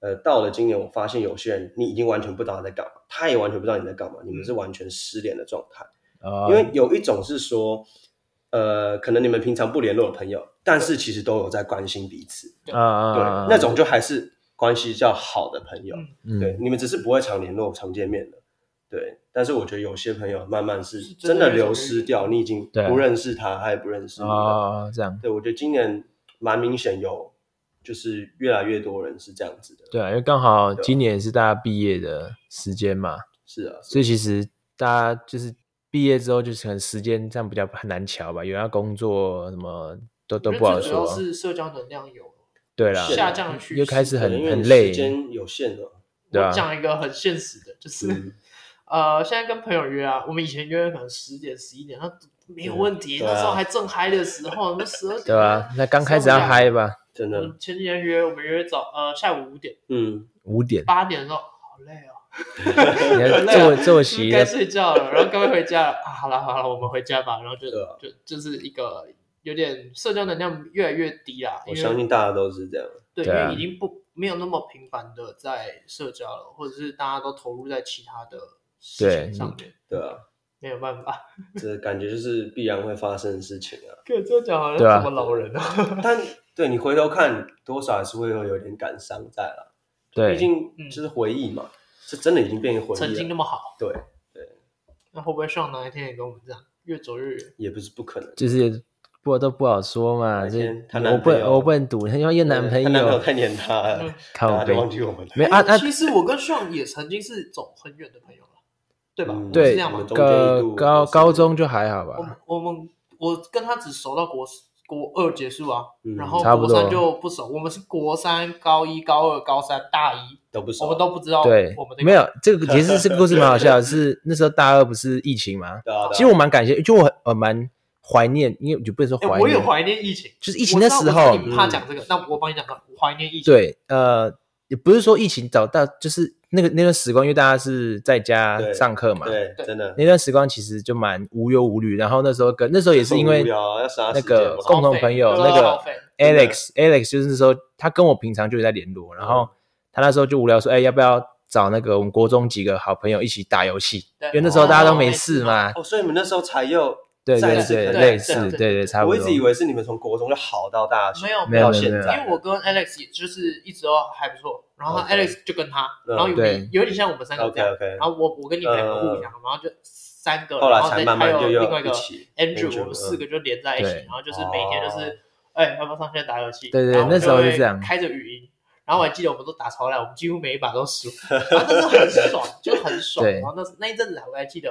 Speaker 1: 呃，到了今年，我发现有些人你已经完全不知道他在干嘛，他也完全不知道你在干嘛，你们是完全失联的状态。
Speaker 2: 啊
Speaker 1: 因为有一种是说，呃，可能你们平常不联络的朋友，但是其实都有在关心彼此，
Speaker 2: 啊啊
Speaker 1: 对，
Speaker 2: 啊，
Speaker 1: 那种就还是关系较好的朋友，
Speaker 3: 嗯
Speaker 1: 对
Speaker 2: 嗯，，
Speaker 1: 你们只是不会常联络、常见面的，对。但是我觉得有些朋友慢慢是
Speaker 3: 是
Speaker 1: 真
Speaker 3: 真的
Speaker 1: 的
Speaker 3: 越走
Speaker 1: 流
Speaker 3: 越
Speaker 1: 失
Speaker 3: 远
Speaker 1: 掉，你已经
Speaker 2: 对
Speaker 1: 不认识他，他也不认识你了
Speaker 2: 啊这样，
Speaker 1: 对，我觉得今年蛮明显有，就是越来越多人是这样子的，
Speaker 2: 对啊，因为刚好
Speaker 1: 对啊
Speaker 2: 今年是大家毕业的时间嘛，
Speaker 1: 是啊，是
Speaker 2: 所以其实大家就是毕业之后，就是可能时间上比较很难瞧吧，有人要工作什么都都
Speaker 3: 我觉得
Speaker 2: 不好
Speaker 3: 最主要
Speaker 2: 说，
Speaker 3: 是社交能量有
Speaker 2: 对啦，
Speaker 3: 下降的趋势，
Speaker 2: 又开始
Speaker 1: 啊
Speaker 2: 很
Speaker 1: 对因为
Speaker 2: 很
Speaker 1: 你
Speaker 2: 累
Speaker 1: 时间有限了，
Speaker 2: 对啊
Speaker 3: 我讲一个很现实的，就是、
Speaker 1: 嗯
Speaker 3: <laughs> 呃，现在跟朋友约啊，我们以前约可能十点、十一点，那没有问题，
Speaker 1: 对啊
Speaker 3: 那时候还正嗨的时候，那十二点
Speaker 2: 对啊吧、那刚开始要嗨吧，
Speaker 1: 真
Speaker 3: 我
Speaker 1: 的
Speaker 3: 们，前几天约，我们约早呃下午五点、
Speaker 1: 嗯，
Speaker 2: 五
Speaker 1: <laughs>
Speaker 2: 点，
Speaker 3: 八点的时候，好累哦，很累啊
Speaker 2: 你看这么这么
Speaker 3: 是不是
Speaker 2: 洗
Speaker 3: 该
Speaker 2: 的，
Speaker 3: 睡觉了，然后该不该回家了啊，好了好了，我们回家吧，然后就、
Speaker 1: 对啊
Speaker 3: 就就是一个有点社交能量越来越低啦，
Speaker 1: 我
Speaker 3: 因为
Speaker 1: 相信大家都是这样，
Speaker 3: 对，
Speaker 2: 对
Speaker 3: 因
Speaker 2: 啊
Speaker 3: 为已经不没有那么频繁的在社交了，或者是大家都投入在其他的事
Speaker 2: 对嗯
Speaker 3: 情上面，
Speaker 1: 对啊，
Speaker 3: 没有办法。 <laughs>
Speaker 1: 这感觉就是必然会发生的事情啊。
Speaker 3: 可这样讲好像
Speaker 2: 对啊
Speaker 3: 什么老人啊，
Speaker 1: 但对你回头看，多少还是会有有点感伤在啦。毕
Speaker 2: 对，
Speaker 1: 竟就是回忆嘛，是真的已经变成回
Speaker 3: 嗯曾
Speaker 1: 忆
Speaker 3: 经
Speaker 1: 了。
Speaker 3: 那么好，
Speaker 1: 对，
Speaker 3: 那会不会上哪一天也跟我们这样越走越远？
Speaker 1: 也不是不可能。
Speaker 2: 就是不都不好说嘛，
Speaker 1: 哪
Speaker 2: 这
Speaker 1: 天她
Speaker 2: 我
Speaker 1: 男
Speaker 2: 不
Speaker 1: 朋友
Speaker 2: 我不能赌，因为有男朋
Speaker 1: 她男朋友
Speaker 2: 友
Speaker 1: 太黏他了
Speaker 3: 嗯，
Speaker 1: 大
Speaker 2: 靠
Speaker 1: 家都
Speaker 2: 背，
Speaker 1: 忘记我们了。
Speaker 2: 没有啊啊
Speaker 3: 哎，其实我跟上也曾经是走很远的朋友了，对吧？
Speaker 1: 嗯
Speaker 3: 我们
Speaker 2: 对
Speaker 3: 是这样
Speaker 1: 我
Speaker 3: 嘛
Speaker 1: 们？中间一
Speaker 2: 呃
Speaker 1: 度
Speaker 2: 高
Speaker 1: 都是
Speaker 2: 高中就还好
Speaker 3: 我
Speaker 2: 吧
Speaker 3: 们，我们我跟他只熟到国国二结束啊，
Speaker 1: 嗯
Speaker 3: 然后
Speaker 2: 差不
Speaker 3: 国
Speaker 2: 多
Speaker 3: 三就不熟。我们是国三、高一、高二、高三、大一，
Speaker 1: 都不熟，
Speaker 3: 我们都不知道
Speaker 2: 对
Speaker 3: 哦我们，哎的
Speaker 2: 没有这个其实这个故事蛮好
Speaker 1: <laughs>
Speaker 2: 笑的，是那时候大二不是疫情嘛，
Speaker 1: 对啊。对啊
Speaker 2: 其实我蛮感谢，就我很呃蛮怀念，因为就不能说
Speaker 3: 哎、
Speaker 2: 怀
Speaker 3: 我也
Speaker 2: 念，
Speaker 3: 怀念疫情，
Speaker 2: 就是疫情的时
Speaker 3: 我知道我
Speaker 2: 候
Speaker 3: 知
Speaker 2: 嗯
Speaker 3: 道，你怕讲这个，那我帮你讲个，我怀念疫情。，
Speaker 2: 对，呃，也不是说疫情找到，就是那个那段时光，因为大家是在家
Speaker 1: 对
Speaker 2: 上课嘛，
Speaker 1: 对，
Speaker 3: 对
Speaker 1: 真的
Speaker 2: 那段时光其实就蛮无忧无虑。然后那时候跟那时候也是因为
Speaker 1: 很无聊啊要杀
Speaker 2: 那
Speaker 1: 时间
Speaker 2: 个
Speaker 1: 嘛
Speaker 2: 共同朋友
Speaker 3: 超费
Speaker 2: 那
Speaker 3: 超
Speaker 2: 个
Speaker 3: 费
Speaker 2: Alex Alex，就是说他跟我平常就有在联络，然后
Speaker 1: 嗯
Speaker 2: 他那时候就无聊说，哎，要不要找那个我们国中几个好朋友一起打游戏？
Speaker 3: 对
Speaker 2: 因为那时候大家都没事嘛，
Speaker 1: 哦，所以你们那时候才又
Speaker 2: 对
Speaker 1: 再
Speaker 2: 对
Speaker 1: 次
Speaker 2: 对，
Speaker 1: 可能
Speaker 2: 类
Speaker 3: 对
Speaker 2: 似
Speaker 3: 对
Speaker 2: 对
Speaker 3: 对
Speaker 2: 对，差不
Speaker 1: 我一
Speaker 2: 多
Speaker 1: 直。以为是你们从国中就好到大学，
Speaker 3: 没有
Speaker 2: 没有
Speaker 1: 到
Speaker 2: 没有
Speaker 1: 现
Speaker 2: 没有
Speaker 3: 因
Speaker 1: 在
Speaker 3: 为我跟 Alex 也就是一直都还不错，然后
Speaker 1: OK
Speaker 3: Alex 就跟他，
Speaker 1: 嗯
Speaker 3: 然后有
Speaker 2: 对
Speaker 3: 你有点像我们三个这
Speaker 1: ，OK
Speaker 3: 样，
Speaker 1: OK，
Speaker 3: 然后啊我我跟你们两个互相，然后就三个，
Speaker 1: 后
Speaker 3: 然
Speaker 1: 来
Speaker 3: 后
Speaker 1: 才
Speaker 3: 再
Speaker 1: 慢
Speaker 3: 还
Speaker 1: 慢
Speaker 3: 有
Speaker 1: 就
Speaker 3: 另外
Speaker 1: 又
Speaker 3: 一
Speaker 1: 一
Speaker 3: 个
Speaker 1: 起。Andrew，
Speaker 3: Andrew，我们四个就连在一起
Speaker 2: 对，
Speaker 3: 然后就是每天就是，哎，要不要上线打游戏？
Speaker 2: 对对
Speaker 3: 然后我
Speaker 2: 那时候
Speaker 3: 就是
Speaker 2: 这样
Speaker 3: 会开着语音。然后我还记得我们都打超烂，我们几乎每一把都输，然后但是很爽，就很爽。
Speaker 2: 对
Speaker 3: 然后那那一阵子我还记得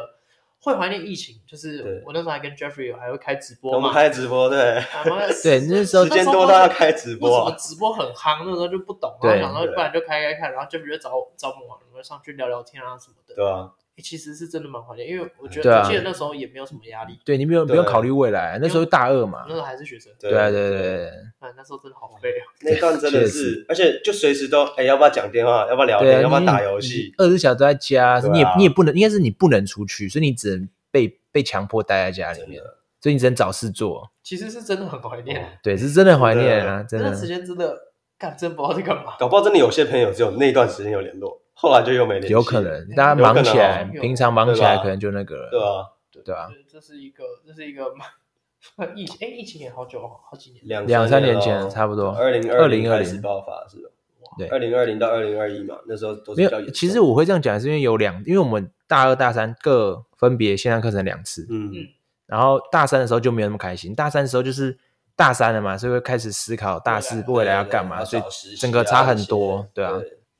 Speaker 3: 会怀念疫情，就是
Speaker 1: 对
Speaker 3: 我那时候还跟 Jeffrey 还会开直播嘛，
Speaker 1: 我们开直播对，
Speaker 3: 啊妈的
Speaker 2: 对那时候
Speaker 1: 时间多到要开直
Speaker 3: 为什
Speaker 1: 播
Speaker 3: 么
Speaker 1: 啊，
Speaker 3: 直播很夯，那时候就不懂，
Speaker 2: 对
Speaker 3: 然后想到不然就开开看，然后就比如找我找我们玩，我们上去聊聊天啊什么的。
Speaker 1: 对吧？
Speaker 3: 诶其实是真的蛮怀念，因为我觉
Speaker 2: 对
Speaker 3: 得
Speaker 2: 啊
Speaker 3: 我记得那时候也没有什么压力，
Speaker 2: 对你不用不用
Speaker 1: 对
Speaker 2: 考虑未来，那时候大二嘛
Speaker 1: 啊
Speaker 3: 那，时候还是学生，
Speaker 2: 对啊对对对。
Speaker 3: 啊那时候真的好
Speaker 1: 嗯
Speaker 3: 废啊。
Speaker 1: 那段真的
Speaker 2: 确
Speaker 1: 是
Speaker 2: 实，
Speaker 1: 而且就随时都哎、要不要讲电话，要不要聊
Speaker 2: 对啊，
Speaker 1: 天，要不要
Speaker 2: 你
Speaker 1: 打游戏？，
Speaker 2: 二十小时都在家，
Speaker 1: 对啊
Speaker 2: 你也你也不能，应该是你不能出去，所以你只能被被强迫待在家里
Speaker 1: 真
Speaker 2: 面，
Speaker 1: 的，
Speaker 2: 所以你只能找事做。
Speaker 3: 其实是真的很
Speaker 2: 嗯
Speaker 3: 怀
Speaker 1: 哦
Speaker 3: 念，
Speaker 2: 对，是真的怀念啊，
Speaker 3: 那
Speaker 2: 真
Speaker 3: 段时
Speaker 2: 的
Speaker 3: 间真的干真不知道在干嘛。
Speaker 1: 搞不好真的有些朋友只有那段时间有联络，后来就又没联系，
Speaker 2: 有可，能
Speaker 3: 哎
Speaker 2: 大家忙起来
Speaker 3: 有可，能哦
Speaker 2: 平常忙起来
Speaker 1: 对吧
Speaker 2: 可能就那个了。
Speaker 1: 对啊，
Speaker 2: 对啊，
Speaker 3: 这是一个这是一个蛮 <laughs> 疫情，哎，疫情也好久哦，好几年。
Speaker 1: 两
Speaker 2: 两
Speaker 1: 三
Speaker 2: 三年
Speaker 1: 咯
Speaker 2: 前差不多
Speaker 1: 二零零
Speaker 2: 2020
Speaker 1: 开始爆发是吧？
Speaker 2: 对
Speaker 1: 二零二零到二零二一嘛，那时候都是
Speaker 2: 没
Speaker 1: 比较严
Speaker 2: 有，
Speaker 1: 重
Speaker 2: 其实我会这样讲，是因为有两，因为我们大二大三各分别线上课程两次，
Speaker 1: 嗯
Speaker 3: 嗯
Speaker 2: 然后大三的时候就没有那么开心，大三的时候就是大三了嘛，所以会开始思考大四未来要干嘛，
Speaker 1: 对
Speaker 2: 所
Speaker 1: 对
Speaker 2: 以
Speaker 1: 对对
Speaker 2: 整个差很多，对啊。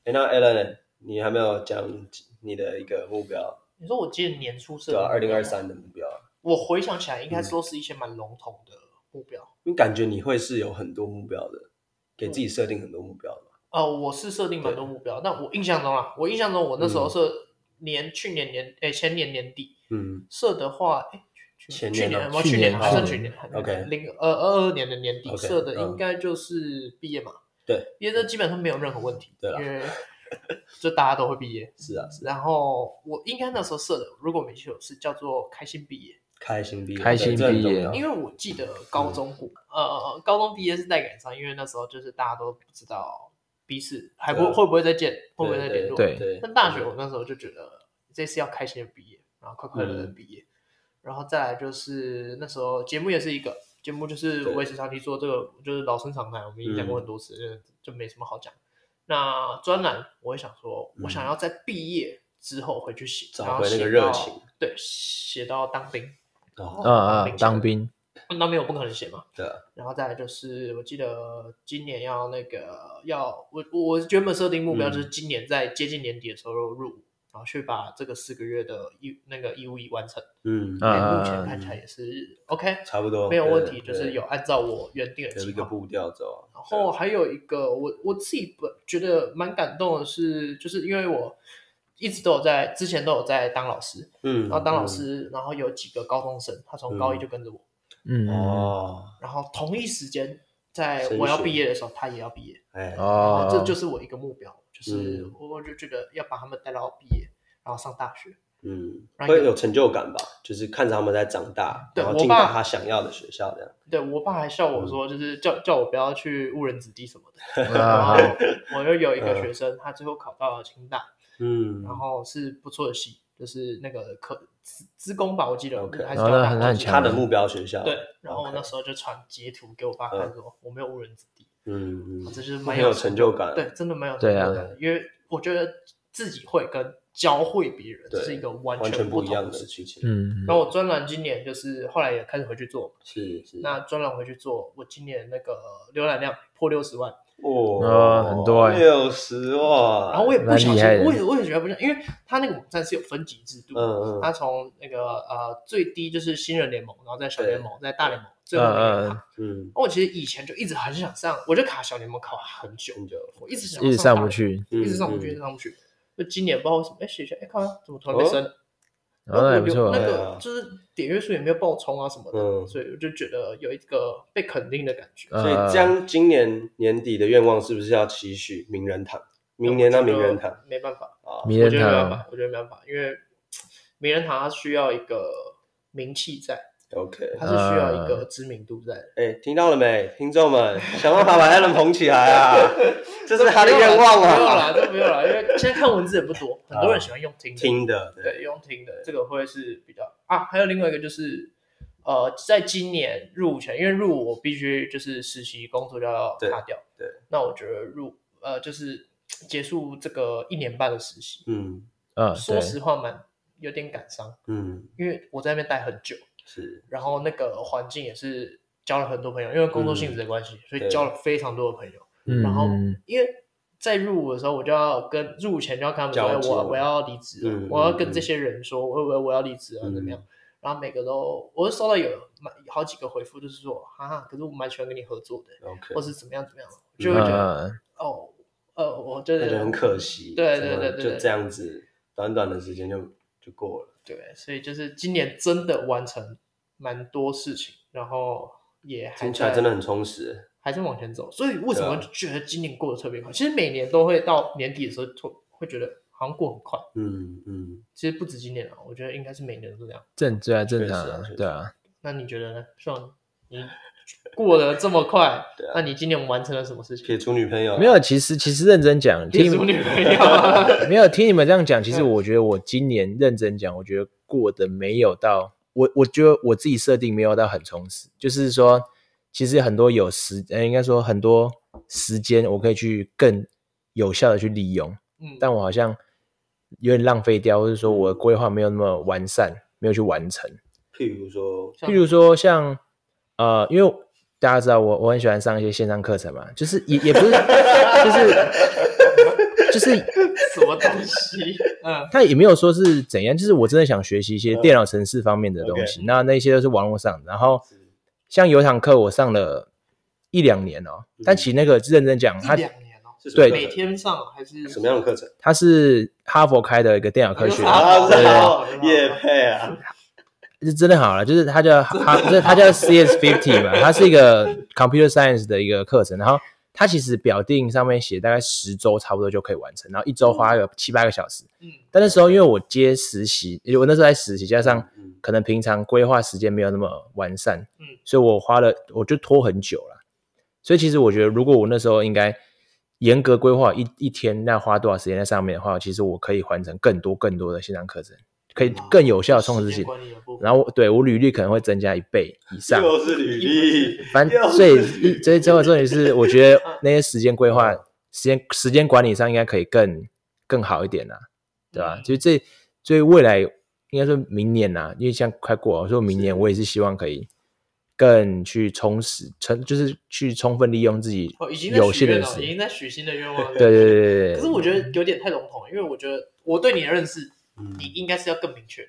Speaker 1: 哎，那 Alan，你还没有讲你的一个目标，
Speaker 3: 你说我今年年初设
Speaker 1: 对
Speaker 3: 的
Speaker 1: 吧？
Speaker 3: 目标
Speaker 1: 二零二，三嗯的目标，啊
Speaker 3: 我回想起来，应该都是一些蛮笼统的目标。
Speaker 1: 你感觉你会是有很多目标的，给自己设定很多目标的吗？
Speaker 3: 呃，我是设定蛮多目标，但我印象中啊，我印象中我那时候设年、去年年诶、前年年底
Speaker 1: 嗯
Speaker 3: 设的话，诶，去
Speaker 1: 前
Speaker 3: 去
Speaker 1: 年啊
Speaker 3: 年有
Speaker 2: 去
Speaker 3: 去
Speaker 2: 年
Speaker 3: 好像
Speaker 1: 去
Speaker 3: 去
Speaker 1: 年
Speaker 3: 年
Speaker 1: OK
Speaker 3: 零呃二二年的年底
Speaker 1: OK，
Speaker 3: 设的应
Speaker 1: 嗯
Speaker 3: 该就是毕业嘛，
Speaker 1: 对，
Speaker 3: 毕业这基本上没有任何问题，
Speaker 1: 对啦
Speaker 3: 因为就大家都会毕业。
Speaker 1: 是啊，是啊
Speaker 3: 然后我应该那时候设的，如果没记错是叫做开心毕业，
Speaker 1: 开心毕业，
Speaker 2: 开
Speaker 1: 对
Speaker 2: 心
Speaker 1: 这很
Speaker 2: 毕业
Speaker 1: 重要
Speaker 3: 因为我记得
Speaker 1: 嗯
Speaker 3: 高中过，呃呃，呃高中毕业是带感伤，因为那时候就是大家都不知道彼此还不
Speaker 1: 对啊
Speaker 3: 会不会再见，会不会再联络。
Speaker 2: 对
Speaker 1: 对
Speaker 3: 但大学我那时候就觉得这次要开心的毕业，然后快快乐乐的
Speaker 1: 嗯
Speaker 3: 毕业，然后再来就是那时候节目也是一个节目，就是
Speaker 1: 对嗯
Speaker 3: 我也时常去做这个，就是老生常谈，我们已经讲过很多次，就就没什么好讲。那专栏我也想说，我想要在毕业之后回去写，
Speaker 1: 嗯找
Speaker 3: 然后
Speaker 1: 回那个
Speaker 3: 写
Speaker 1: 热
Speaker 3: 到
Speaker 1: 情，
Speaker 3: 对，写到当兵，
Speaker 1: 哦，
Speaker 2: 嗯嗯，
Speaker 3: 明显
Speaker 2: 当兵，
Speaker 3: 当兵我不可能写嘛，
Speaker 1: 对啊，
Speaker 3: 然后再来就是，我记得今年要那个要我我我原本设定目标
Speaker 1: 嗯
Speaker 3: 就是今年在接近年底的时候入伍，然后去把这个四个月的义那个义务役完成。
Speaker 1: 嗯，
Speaker 2: 嗯
Speaker 3: 哎目前
Speaker 2: 嗯
Speaker 3: 看起来也是 OK，
Speaker 1: 差不多，
Speaker 3: 没有问
Speaker 1: 对
Speaker 3: 题，就是有
Speaker 1: 对
Speaker 3: 按照我原定的
Speaker 1: 有
Speaker 3: 计
Speaker 1: 一个
Speaker 3: 划。
Speaker 1: 步调走啊，
Speaker 3: 然后还有一个我我自己本觉得蛮感动的是，就是因为我一直都有在之前都有在当老师，
Speaker 1: 嗯，
Speaker 3: 然后当老
Speaker 1: 嗯
Speaker 3: 师，然后有几个高中生，他从高一就跟着我，
Speaker 2: 嗯，嗯
Speaker 1: 哦，
Speaker 3: 然后同一时间，在
Speaker 1: 升
Speaker 3: 我要
Speaker 1: 学
Speaker 3: 毕业的时候，他也要毕业，
Speaker 1: 哎
Speaker 2: 嗯，
Speaker 3: 然后
Speaker 2: 哦，
Speaker 3: 这就是我一个目标，就是
Speaker 1: 嗯
Speaker 3: 我我就觉得要把他们带到毕业，然后上大学。
Speaker 1: 嗯，
Speaker 3: 然后
Speaker 1: 会
Speaker 3: 有
Speaker 1: 有成就感吧？就是看着他们在长大，
Speaker 3: 对
Speaker 1: 然后
Speaker 3: 我
Speaker 1: 进到
Speaker 3: 爸
Speaker 1: 他想要的学校这样。
Speaker 3: 对我爸还笑
Speaker 1: 嗯
Speaker 3: 我说，就是叫叫我不要去误人子弟什么的。
Speaker 1: <laughs>
Speaker 3: 然后
Speaker 2: 啊
Speaker 3: 我又有一个学生，他最后考到了清大，
Speaker 1: 嗯，
Speaker 3: 然后是不错的系，就是那个科资资工吧，我记得嗯
Speaker 1: OK
Speaker 3: 还是
Speaker 2: 哦
Speaker 3: 交
Speaker 2: 那
Speaker 3: 大
Speaker 2: 很
Speaker 3: 我
Speaker 2: 很
Speaker 3: 记得
Speaker 2: 强
Speaker 1: 他的目标学校，
Speaker 3: 对，然后我
Speaker 1: OK 嗯
Speaker 3: 那时候就传截图给我爸看，说我没有误人子弟，
Speaker 1: 嗯，嗯
Speaker 3: 这就是
Speaker 1: 很
Speaker 3: 蛮
Speaker 1: 有成就感，
Speaker 3: 对，，真的蛮有
Speaker 2: 对
Speaker 3: 成
Speaker 2: 啊
Speaker 3: 就感的，因为我觉得自己会跟教会别人
Speaker 1: 对
Speaker 3: 是一个完
Speaker 1: 完全
Speaker 3: 不
Speaker 1: 不一
Speaker 3: 同
Speaker 1: 样
Speaker 3: 的
Speaker 1: 的
Speaker 3: 事情。
Speaker 1: 事情，，
Speaker 2: 嗯，
Speaker 3: 然后我专栏今年就是后来也开始回去做，
Speaker 1: 是是，
Speaker 3: 那专栏回去做，我今年那个浏览量破六十
Speaker 2: 啊
Speaker 3: 万，
Speaker 1: 哦
Speaker 2: 呃，很多哎
Speaker 1: 六十哇，
Speaker 3: 然后我也不
Speaker 2: 蛮
Speaker 3: 小
Speaker 2: 厉
Speaker 3: 心
Speaker 2: 害的，
Speaker 3: 我也我也觉得不像，因为他那个网站是有分级制度的，
Speaker 1: 嗯嗯
Speaker 3: 他从那个呃最低就是新人联盟，然后在小联盟，在大联盟，最后那
Speaker 2: 嗯
Speaker 3: 个
Speaker 2: 嗯
Speaker 3: 卡。
Speaker 2: 嗯
Speaker 1: 嗯，
Speaker 3: 我其实以前就一直很想上，我就卡小联盟卡很久，
Speaker 1: 很久
Speaker 3: 我一直想
Speaker 2: 一直
Speaker 3: 上
Speaker 2: 上
Speaker 3: 大
Speaker 2: 不
Speaker 3: 联
Speaker 2: 去，
Speaker 3: 盟，一直上不
Speaker 1: 嗯
Speaker 3: 去，一直
Speaker 1: 嗯
Speaker 3: 上不去。就今年不知道为什么，哎，写一写，哎，看啊怎么突然被
Speaker 1: 哦
Speaker 3: 升了？
Speaker 2: 然哦后那也不错
Speaker 3: 那
Speaker 1: 对
Speaker 3: 个
Speaker 1: 啊
Speaker 3: 就是点阅数也没有爆冲啊什么的，
Speaker 1: 嗯
Speaker 3: 所以我就觉得有一个被肯定的感觉。
Speaker 2: 嗯
Speaker 1: 所以将今年年底的愿望是不是要期许名人堂？明年到
Speaker 3: 那
Speaker 1: 名人堂
Speaker 3: 没办法，
Speaker 1: 啊，
Speaker 2: 名
Speaker 3: 哦我
Speaker 2: 人
Speaker 3: 觉得没办
Speaker 2: 堂
Speaker 3: 法，我觉得没办法，因为名人堂它需要一个名气在，
Speaker 1: 啊 OK，
Speaker 3: 它是需要一
Speaker 1: 嗯
Speaker 3: 个知名度在的。
Speaker 1: 哎，听到了没，听众们，想办法把 Allen 捧起来
Speaker 3: <laughs>
Speaker 1: 啊！这是他的愿望
Speaker 3: 不用啦，
Speaker 1: 啊，
Speaker 3: 这不用啦，因为现在看文字也不多，很多人喜欢用听的。
Speaker 1: 听的，
Speaker 3: 对，
Speaker 1: 对，
Speaker 3: 用听的这个会是比较啊，还有另外一个就是，呃，在今年入伍前，因为入伍我必须就是实习工作就要
Speaker 1: 对
Speaker 3: 卡掉，
Speaker 1: 对
Speaker 3: 那我觉得入呃就是结束这个一年半的实习，
Speaker 1: 嗯
Speaker 2: 嗯，
Speaker 3: 说
Speaker 2: 对，
Speaker 3: 实话蛮有点感伤，
Speaker 1: 嗯，
Speaker 3: 因为我在那边待很久，
Speaker 1: 是，
Speaker 3: 然后那个环境也是交了很多朋友，因为工作性质的关系，所以
Speaker 1: 对
Speaker 3: 交了非常多的朋友，
Speaker 2: 嗯
Speaker 3: 然后
Speaker 2: 嗯
Speaker 3: 因为。在入伍的时候，我就要跟入伍前就要跟他们说，
Speaker 1: 交
Speaker 3: 哎
Speaker 1: 接
Speaker 3: 我我要离职了，
Speaker 1: 嗯
Speaker 3: 我要
Speaker 1: 嗯
Speaker 3: 跟
Speaker 1: 嗯
Speaker 3: 这些人说，我我我要离职了，怎么样？然后每个都，我是收到有蛮好几个回复，就是说，哈哈，可是我蛮喜欢跟你合作的，
Speaker 1: ？OK，
Speaker 3: 或是怎么样怎么样，就会觉得，
Speaker 2: 嗯，
Speaker 3: 哦，呃，我就
Speaker 1: 那
Speaker 3: 是
Speaker 1: 就很可惜，
Speaker 3: 对
Speaker 1: 真的
Speaker 3: 对对对
Speaker 1: 就这样子，短短的时间就就过了，
Speaker 3: 对，所以就是今年真的完成蛮多事情，然后也还
Speaker 1: 听起来
Speaker 3: 在
Speaker 1: 真的很充实，
Speaker 3: 还在往前走。所以为什么
Speaker 1: 对啊
Speaker 3: 觉得今年过得特别快？其实每年都会到年底的时候，突会觉得好像过很快。
Speaker 1: 嗯嗯，
Speaker 3: 其实不止今年啊，我觉得应该是每年都这样。
Speaker 2: 正对啊，正
Speaker 1: 确
Speaker 2: 常
Speaker 1: 实啊
Speaker 2: 啊
Speaker 1: 确实，
Speaker 2: 对啊，
Speaker 3: 那你觉得呢？算你过得这么快，
Speaker 1: <laughs> 对啊
Speaker 3: 那你今年完成了什么事
Speaker 1: 撇
Speaker 3: 情？
Speaker 1: 除女朋友啊
Speaker 2: 没有，其实其实认真讲，
Speaker 3: 撇
Speaker 2: 听
Speaker 3: 除女朋
Speaker 1: <laughs>
Speaker 3: 友，啊
Speaker 2: 没有听你们这样讲，其实
Speaker 3: 嗯
Speaker 2: 我觉得我今年认真讲，我觉得过得没有到我，我觉得我自己设定没有到很充实，就是说，其实很多有时，呃，应该说很多时间我可以去更有效的去利用，
Speaker 3: 嗯，
Speaker 2: 但我好像有点浪费掉，或者说我的规划没有那么完善，没有去完成。
Speaker 1: 譬如说，
Speaker 3: 像
Speaker 2: 譬如说像呃，因为大家知道我我很喜欢上一些线上课程嘛，就是也也不是，就是就是
Speaker 3: 什么东西？
Speaker 2: <laughs>
Speaker 3: 嗯，
Speaker 2: 他也没有说是怎样，就是我真的想学习一些电脑程式方面的东西，
Speaker 1: OK
Speaker 2: 那那些都是网络上的，然后像有一堂课我上了一两年哦，但其实那个认真讲，它
Speaker 3: 一两年哦，
Speaker 1: 是什么
Speaker 2: 对
Speaker 1: 课程
Speaker 3: 每天上啊还是
Speaker 1: 什么样的课程？
Speaker 2: 它是哈佛开的一个电脑科学，
Speaker 3: 啊
Speaker 1: 啊，
Speaker 3: 对
Speaker 1: 然叶配啊，
Speaker 2: 是真的好了， <laughs> 就是它叫哈，就是它叫 CS Fifty 嘛，它是一个 Computer Science 的一个课程，然后它其实表定上面写大概十周差不多就可以完成，然后一周花个七八个小时。
Speaker 3: 嗯
Speaker 2: 但那时候因为我接实习，我那时候在实习，加上
Speaker 1: 嗯
Speaker 2: 可能平常规划时间没有那么完善，
Speaker 3: 嗯
Speaker 2: 所以我花了我就拖很久了。所以其实我觉得，如果我那时候应该严格规划一一天，那花多少时间在上面的话，其实我可以完成更多更多的线上课程，可以更有效的充实
Speaker 3: 时
Speaker 2: 性
Speaker 3: 间。管理的部分，
Speaker 2: 然后我对我履历可能会增加一倍以上。
Speaker 1: 又是履历，
Speaker 2: 反正
Speaker 1: 又是
Speaker 2: 最
Speaker 1: 履历
Speaker 2: 最最后重点是，我觉得那些时间规划、时间时间管理上应该可以更更好一点啦、对吧？
Speaker 3: 嗯
Speaker 2: 就这所以未来应该说明年呐、因为现在快过了，我说明年我也是希望可以更去充实，充就是去充分利用自己
Speaker 3: 哦，已经在
Speaker 2: 有
Speaker 3: 许
Speaker 2: 限
Speaker 3: 愿
Speaker 2: 的
Speaker 3: 了，
Speaker 2: 时
Speaker 3: 已
Speaker 2: 间。
Speaker 3: 经在许新的愿望了。
Speaker 2: 对对对对对。
Speaker 3: 可是我觉得有点太笼统，因为我觉得我对你的认识，
Speaker 1: 嗯
Speaker 3: 你应该是要更明确，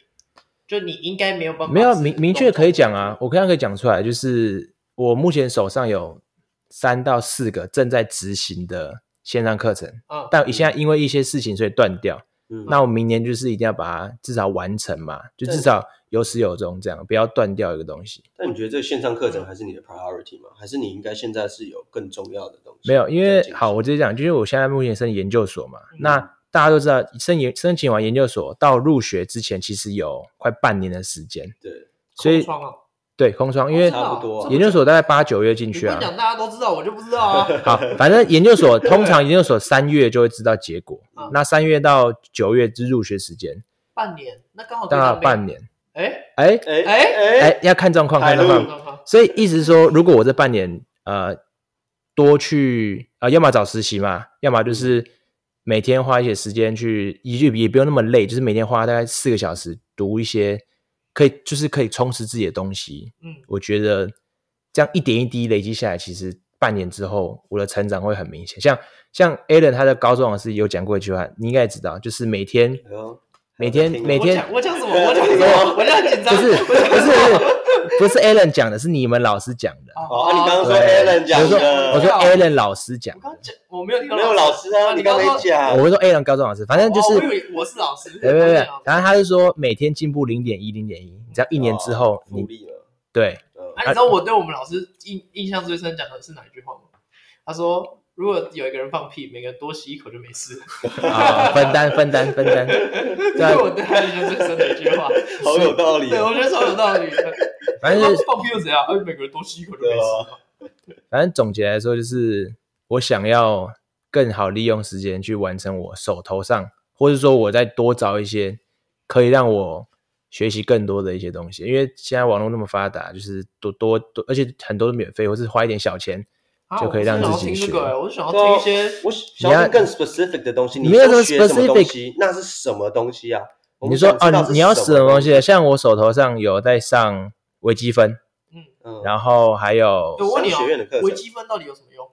Speaker 3: 就你应该没有办法
Speaker 2: 没有啊
Speaker 3: 是
Speaker 2: 明明确可以讲啊，我刚刚可以讲出来，就是我目前手上有三到四个正在执行的线上课程，
Speaker 3: 笼统。嗯，
Speaker 2: 但现在因为一些事情所以断掉。
Speaker 1: 嗯
Speaker 2: 那我明年就是一定要把它至少完成嘛，就
Speaker 3: 对
Speaker 2: 至少有始有终这样，不要断掉一个东西。
Speaker 1: 但你觉得这个线上课程还是你的 priority 吗？还是你应该现在是有更重要的东西？
Speaker 2: 没有，因
Speaker 1: 在
Speaker 2: 为
Speaker 1: 进行
Speaker 2: 好，我直接讲，就是我现在目前升研究所嘛，
Speaker 3: 嗯
Speaker 2: 那大家都知道，申研申请完研究所到入学之前，其实有快半年的时间，
Speaker 1: 对，
Speaker 2: 所以
Speaker 3: 空窗啊
Speaker 2: 对空窗，因为
Speaker 1: 差不多
Speaker 3: 哦
Speaker 1: 啊
Speaker 2: 研究所大概八九月进
Speaker 3: 你不
Speaker 2: 去啊，
Speaker 3: 讲大家都知道，我就不知道啊。
Speaker 2: <laughs> 好，反正研究所通常研究所三月就会知道结果，
Speaker 3: 嗯
Speaker 2: 那三月到九月是入学时间，
Speaker 3: 半年，那刚好对
Speaker 2: 大
Speaker 3: 上
Speaker 2: 概半年。
Speaker 3: 哎，
Speaker 2: 哎
Speaker 1: 哎
Speaker 3: 哎
Speaker 2: 哎，要看状况，
Speaker 1: 海
Speaker 2: 看
Speaker 1: 陆
Speaker 2: 状
Speaker 1: 嗯
Speaker 2: 况。所以意思是说，如果我这半年呃多去呃，要么找实习嘛，要么就是每天花一些时间去，也就也不用那么累，就是每天花大概四个小时读一些可以就是可以充实自己的东西。
Speaker 3: 嗯，
Speaker 2: 我觉得这样一点一滴累积下来，其实半年之后我的成长会很明显。像像 Alan 他在高中老师有讲过一句话，你应该也知道，就是每天
Speaker 1: 哎呦
Speaker 2: 每天
Speaker 1: 还有在听吗啊
Speaker 2: 每
Speaker 3: 我
Speaker 2: 天
Speaker 3: 讲我讲什么？我讲什么？我讲紧
Speaker 2: 不
Speaker 3: 张。
Speaker 2: 是不是
Speaker 3: 我
Speaker 2: 不是不是 Alan 讲的，是你们老师讲的。
Speaker 1: 哦，啊你刚刚说
Speaker 2: 对
Speaker 1: Alan 讲
Speaker 2: 我说
Speaker 1: 的，
Speaker 2: 我说
Speaker 3: 对啊
Speaker 2: Alan 老师讲
Speaker 3: 我，刚讲我没有听到
Speaker 1: 没有老师啊，你刚没
Speaker 3: 说
Speaker 1: 讲，
Speaker 2: 我会说 Alan 高中老师，反正就
Speaker 3: 哦我
Speaker 2: 是
Speaker 3: 以为我是老师，
Speaker 2: 没有没有没有，
Speaker 3: 啊，
Speaker 2: 然后他是说每天进步零点一零点一，只要一年之后
Speaker 1: 哦
Speaker 2: 你
Speaker 1: 福利了，
Speaker 2: 对
Speaker 1: 嗯
Speaker 3: 啊你知道我对我们老师印印象最深讲的是哪一句话吗？他说：“如果有一个人放屁，每个人多吸一口就没事。”
Speaker 2: 啊分担分担分担，
Speaker 3: 这是我 <laughs> 对他印象最深的一句话。
Speaker 1: 好有道理
Speaker 3: 对，
Speaker 1: 哦，
Speaker 3: 我觉得超有道理的。
Speaker 2: <laughs> 反正就是
Speaker 3: 放屁又怎样？哎，每个人都吸一口就没事了。
Speaker 1: 啊
Speaker 2: 反正总结来说就是我想要更好利用时间去完成我手头上，或者说我再多找一些可以让我学习更多的一些东西，因为现在网络那么发达，就是多多多，而且很多都免费，或是花一点小钱
Speaker 3: 啊
Speaker 2: 就可以让自己
Speaker 3: 我不是想要听这
Speaker 2: 学
Speaker 3: 个哎，我是想要
Speaker 1: 啊
Speaker 3: 听一些。
Speaker 1: 我想要听更 specific 的东西，
Speaker 2: 你
Speaker 1: 你
Speaker 2: 没有
Speaker 1: 都
Speaker 2: 说
Speaker 1: 学什么东
Speaker 2: specific
Speaker 1: 西？那是什么东西啊？我们
Speaker 2: 你说
Speaker 1: 想知道
Speaker 2: 哦，
Speaker 1: 是
Speaker 2: 你你要什么东
Speaker 1: 东
Speaker 2: 西？像我手头上有在上微积分，
Speaker 3: 嗯，
Speaker 1: 嗯
Speaker 2: 然后还有
Speaker 3: 对我问你哦
Speaker 1: 商学院的课，程
Speaker 3: 微积分到底有什么用？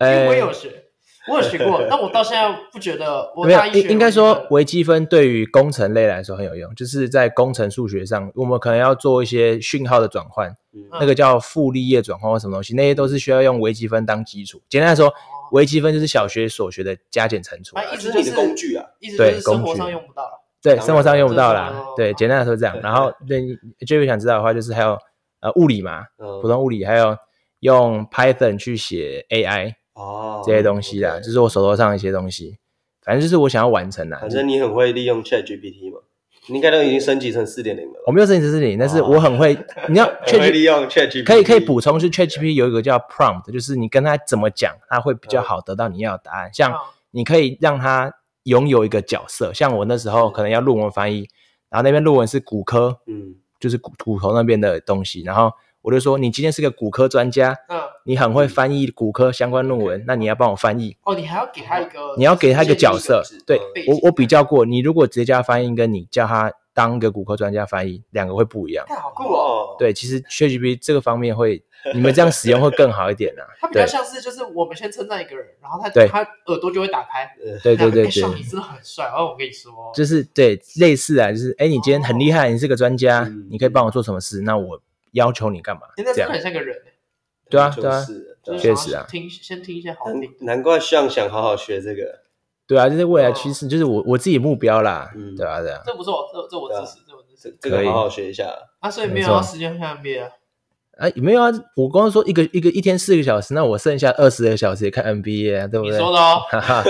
Speaker 3: 因为
Speaker 2: 呃
Speaker 3: 我也有学，我有学
Speaker 1: <laughs>
Speaker 3: 过，但我到现在不觉得我
Speaker 2: 没有
Speaker 3: 大一学
Speaker 2: 应应该
Speaker 3: 我
Speaker 2: 说
Speaker 3: 觉得
Speaker 2: 微积分对于工程类来说很有用，就是在工程数学上，我们可能要做一些讯号的转换，
Speaker 1: 嗯
Speaker 2: 那个叫傅立叶转换或什么东西，那些都是需要用微积分当基础。简单来说，
Speaker 3: 哦
Speaker 2: 微积分就是小学所学的加减乘除啊，
Speaker 3: 哎一直
Speaker 1: 这是
Speaker 3: 就
Speaker 1: 你的工
Speaker 3: 是
Speaker 1: 具啊，
Speaker 3: 一直就是
Speaker 2: 对
Speaker 3: 生
Speaker 2: 工
Speaker 3: 活
Speaker 2: 具
Speaker 3: 上用不到了。
Speaker 2: 对，
Speaker 1: 当然
Speaker 2: 生活上用不到
Speaker 3: 这是
Speaker 2: 啦
Speaker 3: 我。
Speaker 2: 对，简单来说这样。然后那你就有想知道的话，就是还有呃物理嘛，
Speaker 1: 嗯
Speaker 2: 普通物理，还有用 Python 去写 AI。
Speaker 1: 哦
Speaker 2: 这些东西啊啦，
Speaker 1: OK
Speaker 2: 就是我手头上的一些东西，反正就是我想要完成啦。
Speaker 1: 反正你很会利用 Chat GPT 嘛，你应该都已经升级成四点零了
Speaker 2: 我
Speaker 1: 吧。
Speaker 2: 没有申请这是你，但是
Speaker 1: 哦
Speaker 2: 我很会， <laughs>
Speaker 1: <laughs>
Speaker 2: 你要
Speaker 1: 很会
Speaker 2: Chat
Speaker 1: 利用 Chat GPT，
Speaker 2: 可以可以补充，是 Chat GPT 有一个叫 prompt，就是你跟他怎么讲，他会比较
Speaker 1: 嗯
Speaker 2: 好得到你要的答案。像
Speaker 3: 嗯
Speaker 2: 你可以让他拥有一个角色，像我那时候可能要论文翻译，然后那篇论文是骨科，
Speaker 1: 嗯，
Speaker 2: 就是骨骨头那边的东西，然后我就说你今天是个骨科专家，
Speaker 3: 嗯，
Speaker 2: 你很会翻译骨科相关论文，那你要帮我翻译。
Speaker 3: 哦，你还要给他一个，
Speaker 2: 你要给他一个角
Speaker 3: 建立
Speaker 2: 色
Speaker 1: 建立一个，
Speaker 2: 对
Speaker 1: 嗯
Speaker 3: 呃背景
Speaker 2: 我我比较过，你如果直接叫他翻译，跟你叫他当个骨科专家翻译，两个会不一样。
Speaker 3: 看好酷哦！。
Speaker 1: 哦，
Speaker 2: 对，其实 ChatGPT 这个方面会，你们这样使用会更好一点啊啦
Speaker 3: 它比较
Speaker 2: 对
Speaker 3: 像是就是我们先称赞一个人，然后他
Speaker 2: 对
Speaker 3: 他耳朵就会打开，
Speaker 1: 呃
Speaker 2: 对对对
Speaker 3: 哎
Speaker 2: 对
Speaker 3: 像，你真的很帅，哦，我跟你说，
Speaker 2: 就是对类似啊，就是哎，你今天很厉害，你是个专家
Speaker 1: 嗯，
Speaker 2: 你可以帮我做什么事？那我要求你干嘛？
Speaker 3: 哎那
Speaker 2: 这
Speaker 3: 真
Speaker 2: 样
Speaker 3: 的很像个人，
Speaker 2: 对啊
Speaker 1: 就
Speaker 2: 对啊
Speaker 1: 是
Speaker 3: 就是想
Speaker 2: 确
Speaker 3: 要
Speaker 2: 实啊
Speaker 3: 听先听一些好
Speaker 1: 难
Speaker 3: 听的，
Speaker 1: 难怪像想好好学这个，
Speaker 2: 对啊，就是未来趋势，就是我我自己目标啦
Speaker 1: 嗯。
Speaker 2: 对啊对啊，
Speaker 3: 这不错，这这我支持，这我支
Speaker 1: 这
Speaker 3: 持。
Speaker 1: 这个
Speaker 2: 可以
Speaker 1: 好好学一下。
Speaker 3: 啊，所以没有
Speaker 2: 没错
Speaker 3: 要时间看 NBA 啊，
Speaker 2: 哎没有啊，我刚刚说一个一个一天四个小时，那我剩下二十个小时也看 NBA 啊，对不
Speaker 3: 你
Speaker 2: 对？
Speaker 3: 说的哦，
Speaker 2: 哈哈，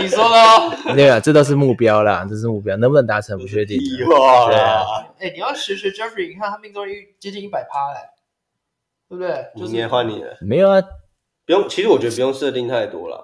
Speaker 3: 你说的哦。 <laughs>
Speaker 2: 对啊，这都是目标啦，这是目标，能不能达成不确定啊。
Speaker 1: 屁话
Speaker 2: 啊
Speaker 1: 啦，
Speaker 3: 哎，你要学学 Jeffrey，你看他命中率接近一百趴嘞，对不对？就
Speaker 1: 明
Speaker 3: 是
Speaker 1: 年换你了，
Speaker 2: 没有啊，
Speaker 1: 不用，其实我觉得不用设定太多了，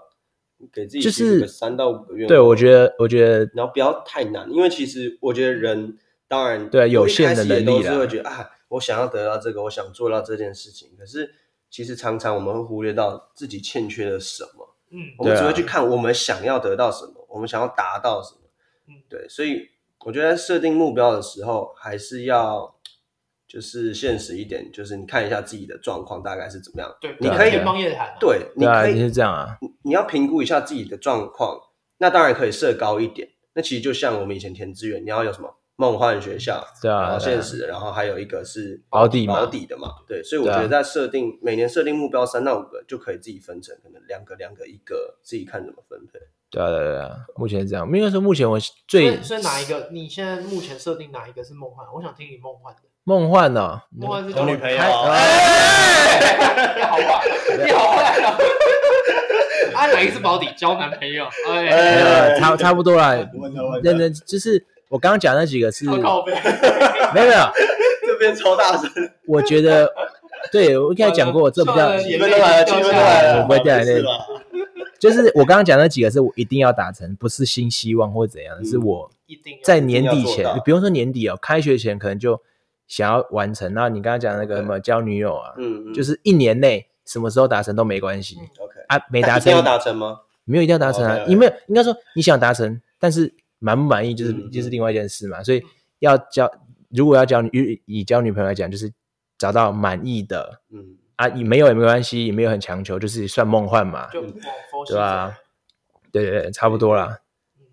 Speaker 1: 给自己
Speaker 2: 就
Speaker 1: 其实
Speaker 2: 是
Speaker 1: 个三到五个愿望。
Speaker 2: 对我觉得，我觉得
Speaker 1: 然后不要太难，因为其实我觉得人当然
Speaker 2: 对啊有
Speaker 1: 我一开
Speaker 2: 限的
Speaker 1: 始也
Speaker 2: 能
Speaker 1: 都
Speaker 2: 力
Speaker 1: 是
Speaker 2: 啦
Speaker 1: 会觉得啊，我想要得到这个，我想做到这件事情。可是其实常常我们会忽略到自己欠缺了什么，
Speaker 3: 嗯，
Speaker 1: 我们
Speaker 2: 对
Speaker 1: 只
Speaker 2: 啊
Speaker 1: 会去看我们想要得到什么，我们想要达到什么
Speaker 3: 嗯。
Speaker 1: 对，所以我觉得在设定目标的时候，还是要就是现实一点，就是你看一下自己的状况大概是怎么样。
Speaker 3: 对，
Speaker 1: 你
Speaker 3: 对
Speaker 1: 可以
Speaker 3: 天方夜谭啊。
Speaker 1: 对，你
Speaker 2: 对啊，
Speaker 1: 可
Speaker 2: 就
Speaker 1: 以
Speaker 2: 是这样啊，
Speaker 1: 你你要评估一下自己的状况，那当然可以设高一点。那其实就像我们以前填志愿，你要有什么梦幻学校，
Speaker 2: 对啊
Speaker 1: 然后
Speaker 2: 对啊
Speaker 1: 现实的，然后还有一个是
Speaker 2: 保底嘛
Speaker 1: 保底的嘛，对。所以我
Speaker 2: 对啊
Speaker 1: 觉得在设定、每年设定目标三到五个，就可以自己分成可能两个两个一个，自己看怎么分配。 <laughs>
Speaker 2: 对啊，对啊对啊，目前是这样。因为说目前我
Speaker 3: 所
Speaker 2: 最
Speaker 3: 以所以哪一个？你现在目前设定哪一个是梦幻？我想听你梦幻的，
Speaker 2: 梦幻呢，
Speaker 3: 梦幻是
Speaker 1: 有女朋友
Speaker 2: 开
Speaker 1: 哎
Speaker 3: 你好坏，你好坏
Speaker 2: <laughs>
Speaker 3: 啊！啊，哪一次保底交男朋友？哎，
Speaker 2: 没有
Speaker 1: 哎
Speaker 2: 啦差差不多啦。
Speaker 1: 问他问
Speaker 2: 认真就是我刚刚讲那几个是
Speaker 3: 好
Speaker 2: 没有
Speaker 3: 靠背。
Speaker 2: 没有，
Speaker 1: 这边超大声，
Speaker 2: 我觉得对我刚才讲过，这不叫
Speaker 3: 算了
Speaker 1: 气氛都来了，气氛都来了，
Speaker 2: 我不会掉眼泪
Speaker 1: 没事吧
Speaker 2: 就是我刚刚讲那几个是我一定要达成，不是新希望或怎
Speaker 3: 嗯
Speaker 2: 样，是我
Speaker 3: 一定要
Speaker 2: 在年底
Speaker 1: 一定
Speaker 2: 前
Speaker 1: 要做到，
Speaker 2: 不用说年底哦，开学前可能就想要完成。那你刚刚讲那个什么交女友啊，
Speaker 1: 嗯，嗯
Speaker 2: 就是一年内什么时候达成都没关系
Speaker 3: 嗯
Speaker 1: OK，
Speaker 2: 啊，没
Speaker 1: 没
Speaker 2: 达成
Speaker 1: 要达成吗？
Speaker 2: 没有一定要达成啊，
Speaker 1: OK，OK
Speaker 2: 你没有应该说你想达成，但是满不满意就是
Speaker 1: 嗯嗯
Speaker 2: 就是另外一件事嘛。所
Speaker 3: 嗯
Speaker 2: 以要交，如果要交女以以交女朋友来讲，就是找到满意的
Speaker 1: 嗯，
Speaker 2: 啊，也没有也没关系，也没有很强求，就是算梦幻嘛，
Speaker 3: 就往佛系
Speaker 2: 嗯对吧、
Speaker 3: 走
Speaker 2: 对对对，差不多啦。
Speaker 3: 嗯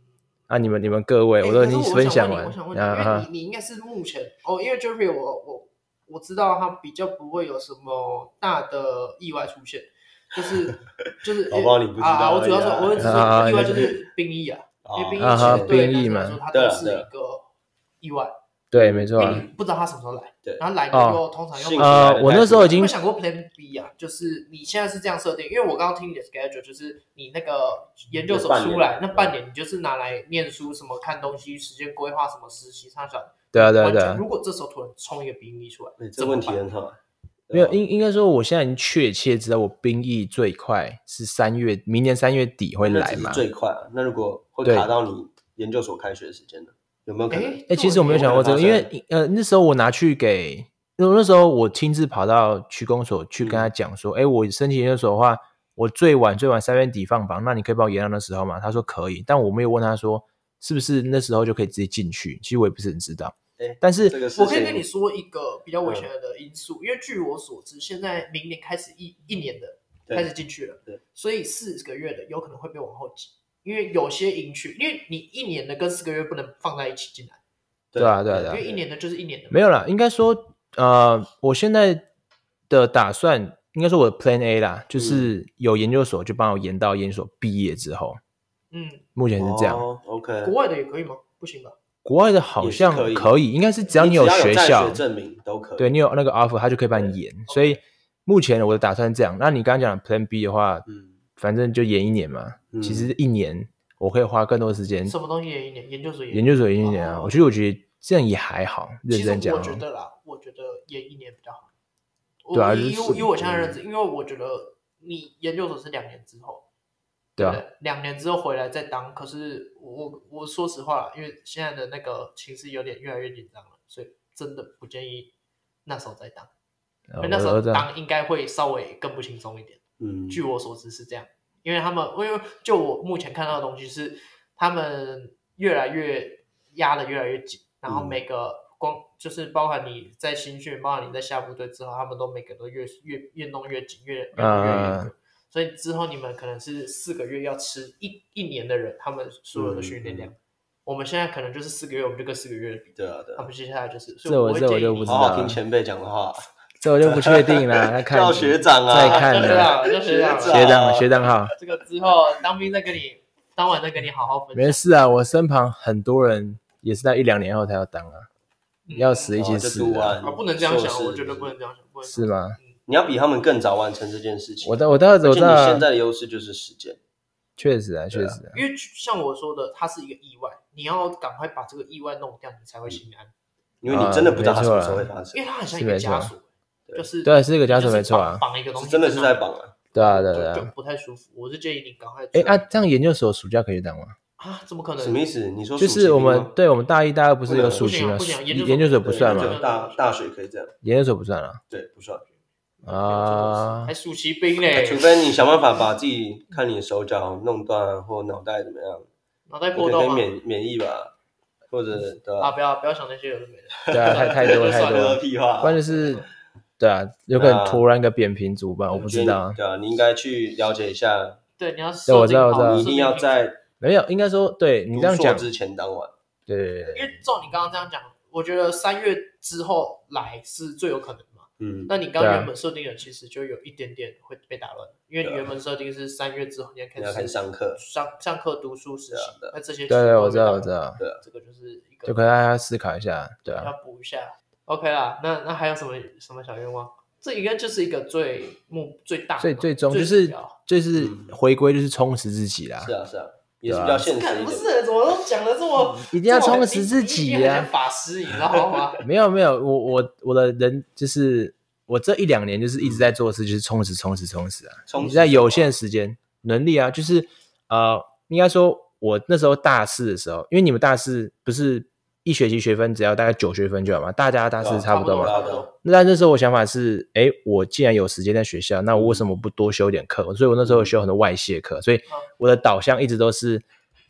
Speaker 2: 啊，你们你们各位，
Speaker 3: 欸
Speaker 2: 我都已
Speaker 3: 可是
Speaker 2: 经
Speaker 3: 我
Speaker 2: 分
Speaker 3: 想
Speaker 2: 享
Speaker 3: 问
Speaker 2: 完
Speaker 3: 你我想问你，
Speaker 2: 啊
Speaker 3: 因为
Speaker 2: 哈，
Speaker 3: 你你应该是目前哦，因为 Jeffrey 我我我知道他比较不会有什么大的意外出现，就是
Speaker 2: <laughs>
Speaker 3: 就是
Speaker 1: 宝宝你不知道
Speaker 3: 啊啊，我主要
Speaker 1: 而已啊
Speaker 3: 说，我只是
Speaker 2: 啊
Speaker 3: 说
Speaker 2: 啊
Speaker 3: 意外就
Speaker 2: 你
Speaker 3: 是兵役啊，因
Speaker 1: 哦
Speaker 3: 为兵役
Speaker 2: 啊哈
Speaker 3: 其实对
Speaker 2: 兵役
Speaker 3: 男生来
Speaker 2: 嘛
Speaker 3: 说，它
Speaker 1: 对
Speaker 3: 都
Speaker 1: 啊
Speaker 3: 是
Speaker 1: 对啊
Speaker 3: 一个意外，
Speaker 2: 对，没错啊、
Speaker 1: 嗯
Speaker 3: 不知道他什么时候来，
Speaker 1: 对
Speaker 3: 然后来
Speaker 2: 哦
Speaker 3: 了又通常又
Speaker 1: 幸
Speaker 3: 不
Speaker 1: 运
Speaker 2: 呃，我那时候
Speaker 3: 你有
Speaker 2: 已经
Speaker 3: 没有想过 Plan B 啊？就是你现在是这样设定，因为我刚刚听你的 schedule，就是你那个研究所出来那
Speaker 1: 那
Speaker 3: 半
Speaker 1: 半年
Speaker 3: 年，你就是拿来念书、什么看东西、时间规划、什么实习、上小。
Speaker 2: 对啊对啊
Speaker 3: 完全
Speaker 2: 对啊，
Speaker 3: 如果这时候突然冲一个 B 一出来，
Speaker 1: 哎这
Speaker 3: 怎么
Speaker 1: 问题
Speaker 3: 办
Speaker 1: 很好，
Speaker 2: 没有应应该说，我现在已经确切知道我兵役最快是三月，明年三月底会
Speaker 1: 那
Speaker 2: 来
Speaker 1: 只是
Speaker 2: 嘛？
Speaker 1: 最快啊。那如果会
Speaker 2: 对
Speaker 1: 卡到你研究所开学时间呢？有没有可能？
Speaker 3: 哎
Speaker 2: 哎、其实我没有想过这个，
Speaker 1: 有
Speaker 2: 因
Speaker 1: 可能发
Speaker 2: 为呃那时候我拿去给，因为那时候我亲自跑到区公所去跟他讲说，哎、我申请研究所的话，我最晚最晚三月底放榜，那你可以帮我延到那时候吗？他说可以，但我没有问他说是不是那时候就可以直接进去，其实我也不是很知道。
Speaker 1: 哎
Speaker 2: 但是
Speaker 1: 这个事情
Speaker 3: 我可以跟你说一个比较危险的因素，因为据我所知，现在明年开始一一年的
Speaker 1: 对
Speaker 3: 开始进去了
Speaker 1: 对，
Speaker 3: 所以四个月的有可能会被往后挤，因为有些营区，因为你一年的跟四个月不能放在一起进来，
Speaker 2: 对啊对啊对
Speaker 3: 因
Speaker 2: 啊
Speaker 3: 为一年的就是一年的嘛，
Speaker 2: 没有啦，应该说，呃，我现在的打算，应该说我的 Plan A 啦，就是有研究所就帮我延到研究所毕业之后，
Speaker 3: 嗯，
Speaker 2: 目前是这样。
Speaker 1: 哦 OK，
Speaker 3: 国外的也可以吗？不行吧？
Speaker 2: 国外的好像
Speaker 1: 也是可以
Speaker 2: 应该是只要你
Speaker 1: 有
Speaker 2: 学
Speaker 1: 战
Speaker 2: 校，
Speaker 1: 证明都可以。
Speaker 2: 对你有那个 offer，他就可以帮你延。所以目前我的打算是这样。那你刚刚讲的 Plan B 的话，
Speaker 1: 嗯，
Speaker 2: 反正就延一年嘛。
Speaker 1: 嗯
Speaker 2: 其实一年我可以花更多时间
Speaker 3: 什么东西也一年，研究所也
Speaker 2: 嗯研究所延一年啊。
Speaker 3: 哦
Speaker 2: 我觉得我觉得这样也还好，认
Speaker 3: 其实
Speaker 2: 真讲
Speaker 3: 我
Speaker 2: 哦，
Speaker 3: 觉得啦，我觉得延一年比较好。
Speaker 2: 对啊
Speaker 3: 我
Speaker 2: 就是
Speaker 3: 以我以我现在的认知，因为我觉得你研究所是两年之后，
Speaker 2: 对
Speaker 3: 对
Speaker 2: 啊
Speaker 3: 不，对？两年之后回来再当。可是我我我说实话啦，因为现在的那个情势有点越来越紧张了，所以真的不建议那时候再当，因
Speaker 2: 呃
Speaker 3: 为
Speaker 2: 我
Speaker 3: 那时
Speaker 2: 我
Speaker 3: 候
Speaker 2: 知道
Speaker 3: 当应该会稍微更不轻松一点。
Speaker 1: 嗯，
Speaker 3: 据我所知是这样，因为他们，因为就我目前看到的东西是，他们越来越压的越来越紧，然后
Speaker 1: 嗯
Speaker 3: 每个光就是包含你在新训，包含你在下部队之后，他们都每个都越越越弄越紧，越
Speaker 2: 啊
Speaker 3: 越弄越严格。所以之后你们可能是四个月要吃一一年的人，他们所有的训
Speaker 2: 嗯
Speaker 3: 练量。我们现在可能就是四个月，我们就跟四个月的比，
Speaker 1: 对啊，对
Speaker 3: 他
Speaker 1: 啊，
Speaker 3: 们接下来就是。所以
Speaker 2: 这我
Speaker 3: 会
Speaker 2: 这我
Speaker 3: 建议
Speaker 2: 就
Speaker 3: 你
Speaker 2: 不知
Speaker 1: 好
Speaker 2: 道
Speaker 1: 好听前辈讲的话，
Speaker 2: 这我就不确定了，要看
Speaker 1: 叫学长啊，
Speaker 2: 再看
Speaker 3: 就学
Speaker 2: 了
Speaker 3: 长，就学长，啊
Speaker 1: 学啊
Speaker 2: 学长啊学长好，
Speaker 3: 这个之后当兵再跟你，当晚再跟你好好分
Speaker 2: 没
Speaker 3: 享。
Speaker 2: 事啊，我身旁很多人也是在一两年后才要当啊，
Speaker 3: 嗯
Speaker 2: 要死一
Speaker 1: 哦
Speaker 2: 起
Speaker 1: 就
Speaker 2: 死
Speaker 1: 读
Speaker 2: 啊、
Speaker 1: 完
Speaker 3: 啊，不能这样
Speaker 1: 硕
Speaker 3: 想，
Speaker 1: 士
Speaker 3: 我觉得不能这样想，嗯不能这
Speaker 2: 是
Speaker 3: 样
Speaker 2: 吗？
Speaker 1: 你要比他们更早完成这件事情。
Speaker 2: 我到我到我
Speaker 1: 而且你
Speaker 2: 到
Speaker 1: 现在的优势就是时间，
Speaker 2: 确实啊，确
Speaker 1: 对啊
Speaker 2: 实啊，
Speaker 3: 想，因为像我说的，它是一个意外，你要赶快把这个意外弄掉，你才会心安，
Speaker 1: 因为你真的不知道它
Speaker 2: 啊
Speaker 1: 什么时候会
Speaker 2: 没
Speaker 1: 发
Speaker 3: 因
Speaker 1: 生，
Speaker 3: 为它很像一个
Speaker 2: 嗯是没
Speaker 3: 枷
Speaker 2: 错
Speaker 3: 锁，就是
Speaker 2: 对啊，是一个枷锁
Speaker 3: 就是
Speaker 2: 没错啊，
Speaker 3: 绑绑一个东西，
Speaker 1: 真的是在绑啊。
Speaker 2: 对啊，对啊
Speaker 3: 就，
Speaker 2: 对啊
Speaker 3: 就。不太舒服。我是建议你赶快
Speaker 2: 哎
Speaker 3: 做，
Speaker 2: 啊，这样研究所暑假可以当吗？
Speaker 3: 啊，怎么可能？
Speaker 1: 什么意思？你说
Speaker 2: 就
Speaker 1: 暑期
Speaker 2: 是我
Speaker 1: 兵
Speaker 2: 们
Speaker 1: 吗
Speaker 2: 对我们大一、大二不是
Speaker 1: 不能
Speaker 2: 有暑期吗
Speaker 3: 不行啊不行啊？研究所
Speaker 2: 研究所不
Speaker 1: 对
Speaker 2: 算
Speaker 1: 就
Speaker 2: 嘛
Speaker 3: 对？
Speaker 1: 大大学可以这样，
Speaker 2: 研究所不算啊。
Speaker 1: 对，不算。
Speaker 2: 啊
Speaker 3: 还暑期兵嘞
Speaker 1: 啊除，非你想办法把自己看你的手脚弄断啊或脑袋怎么样，
Speaker 3: 脑袋
Speaker 1: 我
Speaker 3: 破
Speaker 1: 可
Speaker 3: 洞
Speaker 1: 以
Speaker 3: 吗？
Speaker 1: 免免疫吧，或者对
Speaker 3: 啊，
Speaker 1: 吧？
Speaker 3: 不要不要想那些有的没的，
Speaker 2: 对啊，太太多
Speaker 3: 不
Speaker 2: 太
Speaker 3: 算
Speaker 2: 多
Speaker 1: 这
Speaker 2: 了
Speaker 1: 个。屁话，
Speaker 2: 关键是，对啊，有可能
Speaker 1: 那
Speaker 2: 突然一个扁平足吧，我不
Speaker 1: 觉得
Speaker 2: 知
Speaker 1: 你
Speaker 2: 道啊。
Speaker 1: 对啊，你应该去了解一下，
Speaker 3: 对，你要
Speaker 2: 对
Speaker 3: 设
Speaker 2: 我知
Speaker 3: 定
Speaker 2: 道我知道
Speaker 3: 好，
Speaker 1: 你
Speaker 2: 啊
Speaker 3: 设
Speaker 1: 一定
Speaker 3: 定
Speaker 1: 要
Speaker 3: 好
Speaker 1: 在
Speaker 2: 没有，应该说对你
Speaker 1: 读
Speaker 2: 这样
Speaker 1: 硕
Speaker 2: 讲，
Speaker 1: 之前当晚，
Speaker 2: 对对对
Speaker 3: 因
Speaker 2: 对，
Speaker 3: 为照你刚刚这样讲，我觉得三月之后来是最有可能嘛。
Speaker 1: 嗯，
Speaker 3: 那你刚刚
Speaker 2: 对啊
Speaker 3: 原本设定的其实就有一点点会被打乱，因为你
Speaker 1: 对啊
Speaker 3: 原本设定是三月之后你要开
Speaker 1: 你要开
Speaker 3: 始
Speaker 1: 始上课，
Speaker 3: 上上课读书实习
Speaker 1: 对啊对啊，
Speaker 3: 那这些
Speaker 2: 对对，我知道我
Speaker 3: 我
Speaker 2: 知，道，
Speaker 3: 这个就是一
Speaker 2: 就
Speaker 3: 个
Speaker 2: 可能大家思考一下，对啊
Speaker 3: 要，补一下。OK 啦，那那还有什么什么小愿望？这应该就是一个最目最大的嘛，
Speaker 2: 所以最终就
Speaker 3: 主
Speaker 2: 是
Speaker 3: 要
Speaker 2: 就是
Speaker 1: 嗯
Speaker 2: 回归就是充实自己啦，
Speaker 1: 是啊是啊，也是
Speaker 2: 对啊
Speaker 1: 比较现实
Speaker 3: 看
Speaker 1: 一
Speaker 3: 不
Speaker 1: 点。
Speaker 3: 是，怎么都讲的这么
Speaker 2: 一定要充实自己
Speaker 3: 这么你你你很
Speaker 2: 呀
Speaker 3: 像。法师你知道吗？
Speaker 2: 没有没有，我我我的人就是我这一两年就是一直在做的事，就是充实充实充实啊。
Speaker 1: 嗯充实
Speaker 2: 你在
Speaker 1: 什
Speaker 2: 有
Speaker 1: 么
Speaker 2: 限时间能力啊，就是呃，应该说我那时候大四的时候，因为你们大四不是一学期学分只要大概九学分就好嘛，大家大
Speaker 1: 对
Speaker 2: 四
Speaker 1: 啊
Speaker 2: 差不多嘛。
Speaker 3: 差不多。
Speaker 2: 那但那时候我想法是，哎，我既然有时间在学校，那我为什么不多修点课？所以我那时候有修很多外卸课，所以我的导向一直都是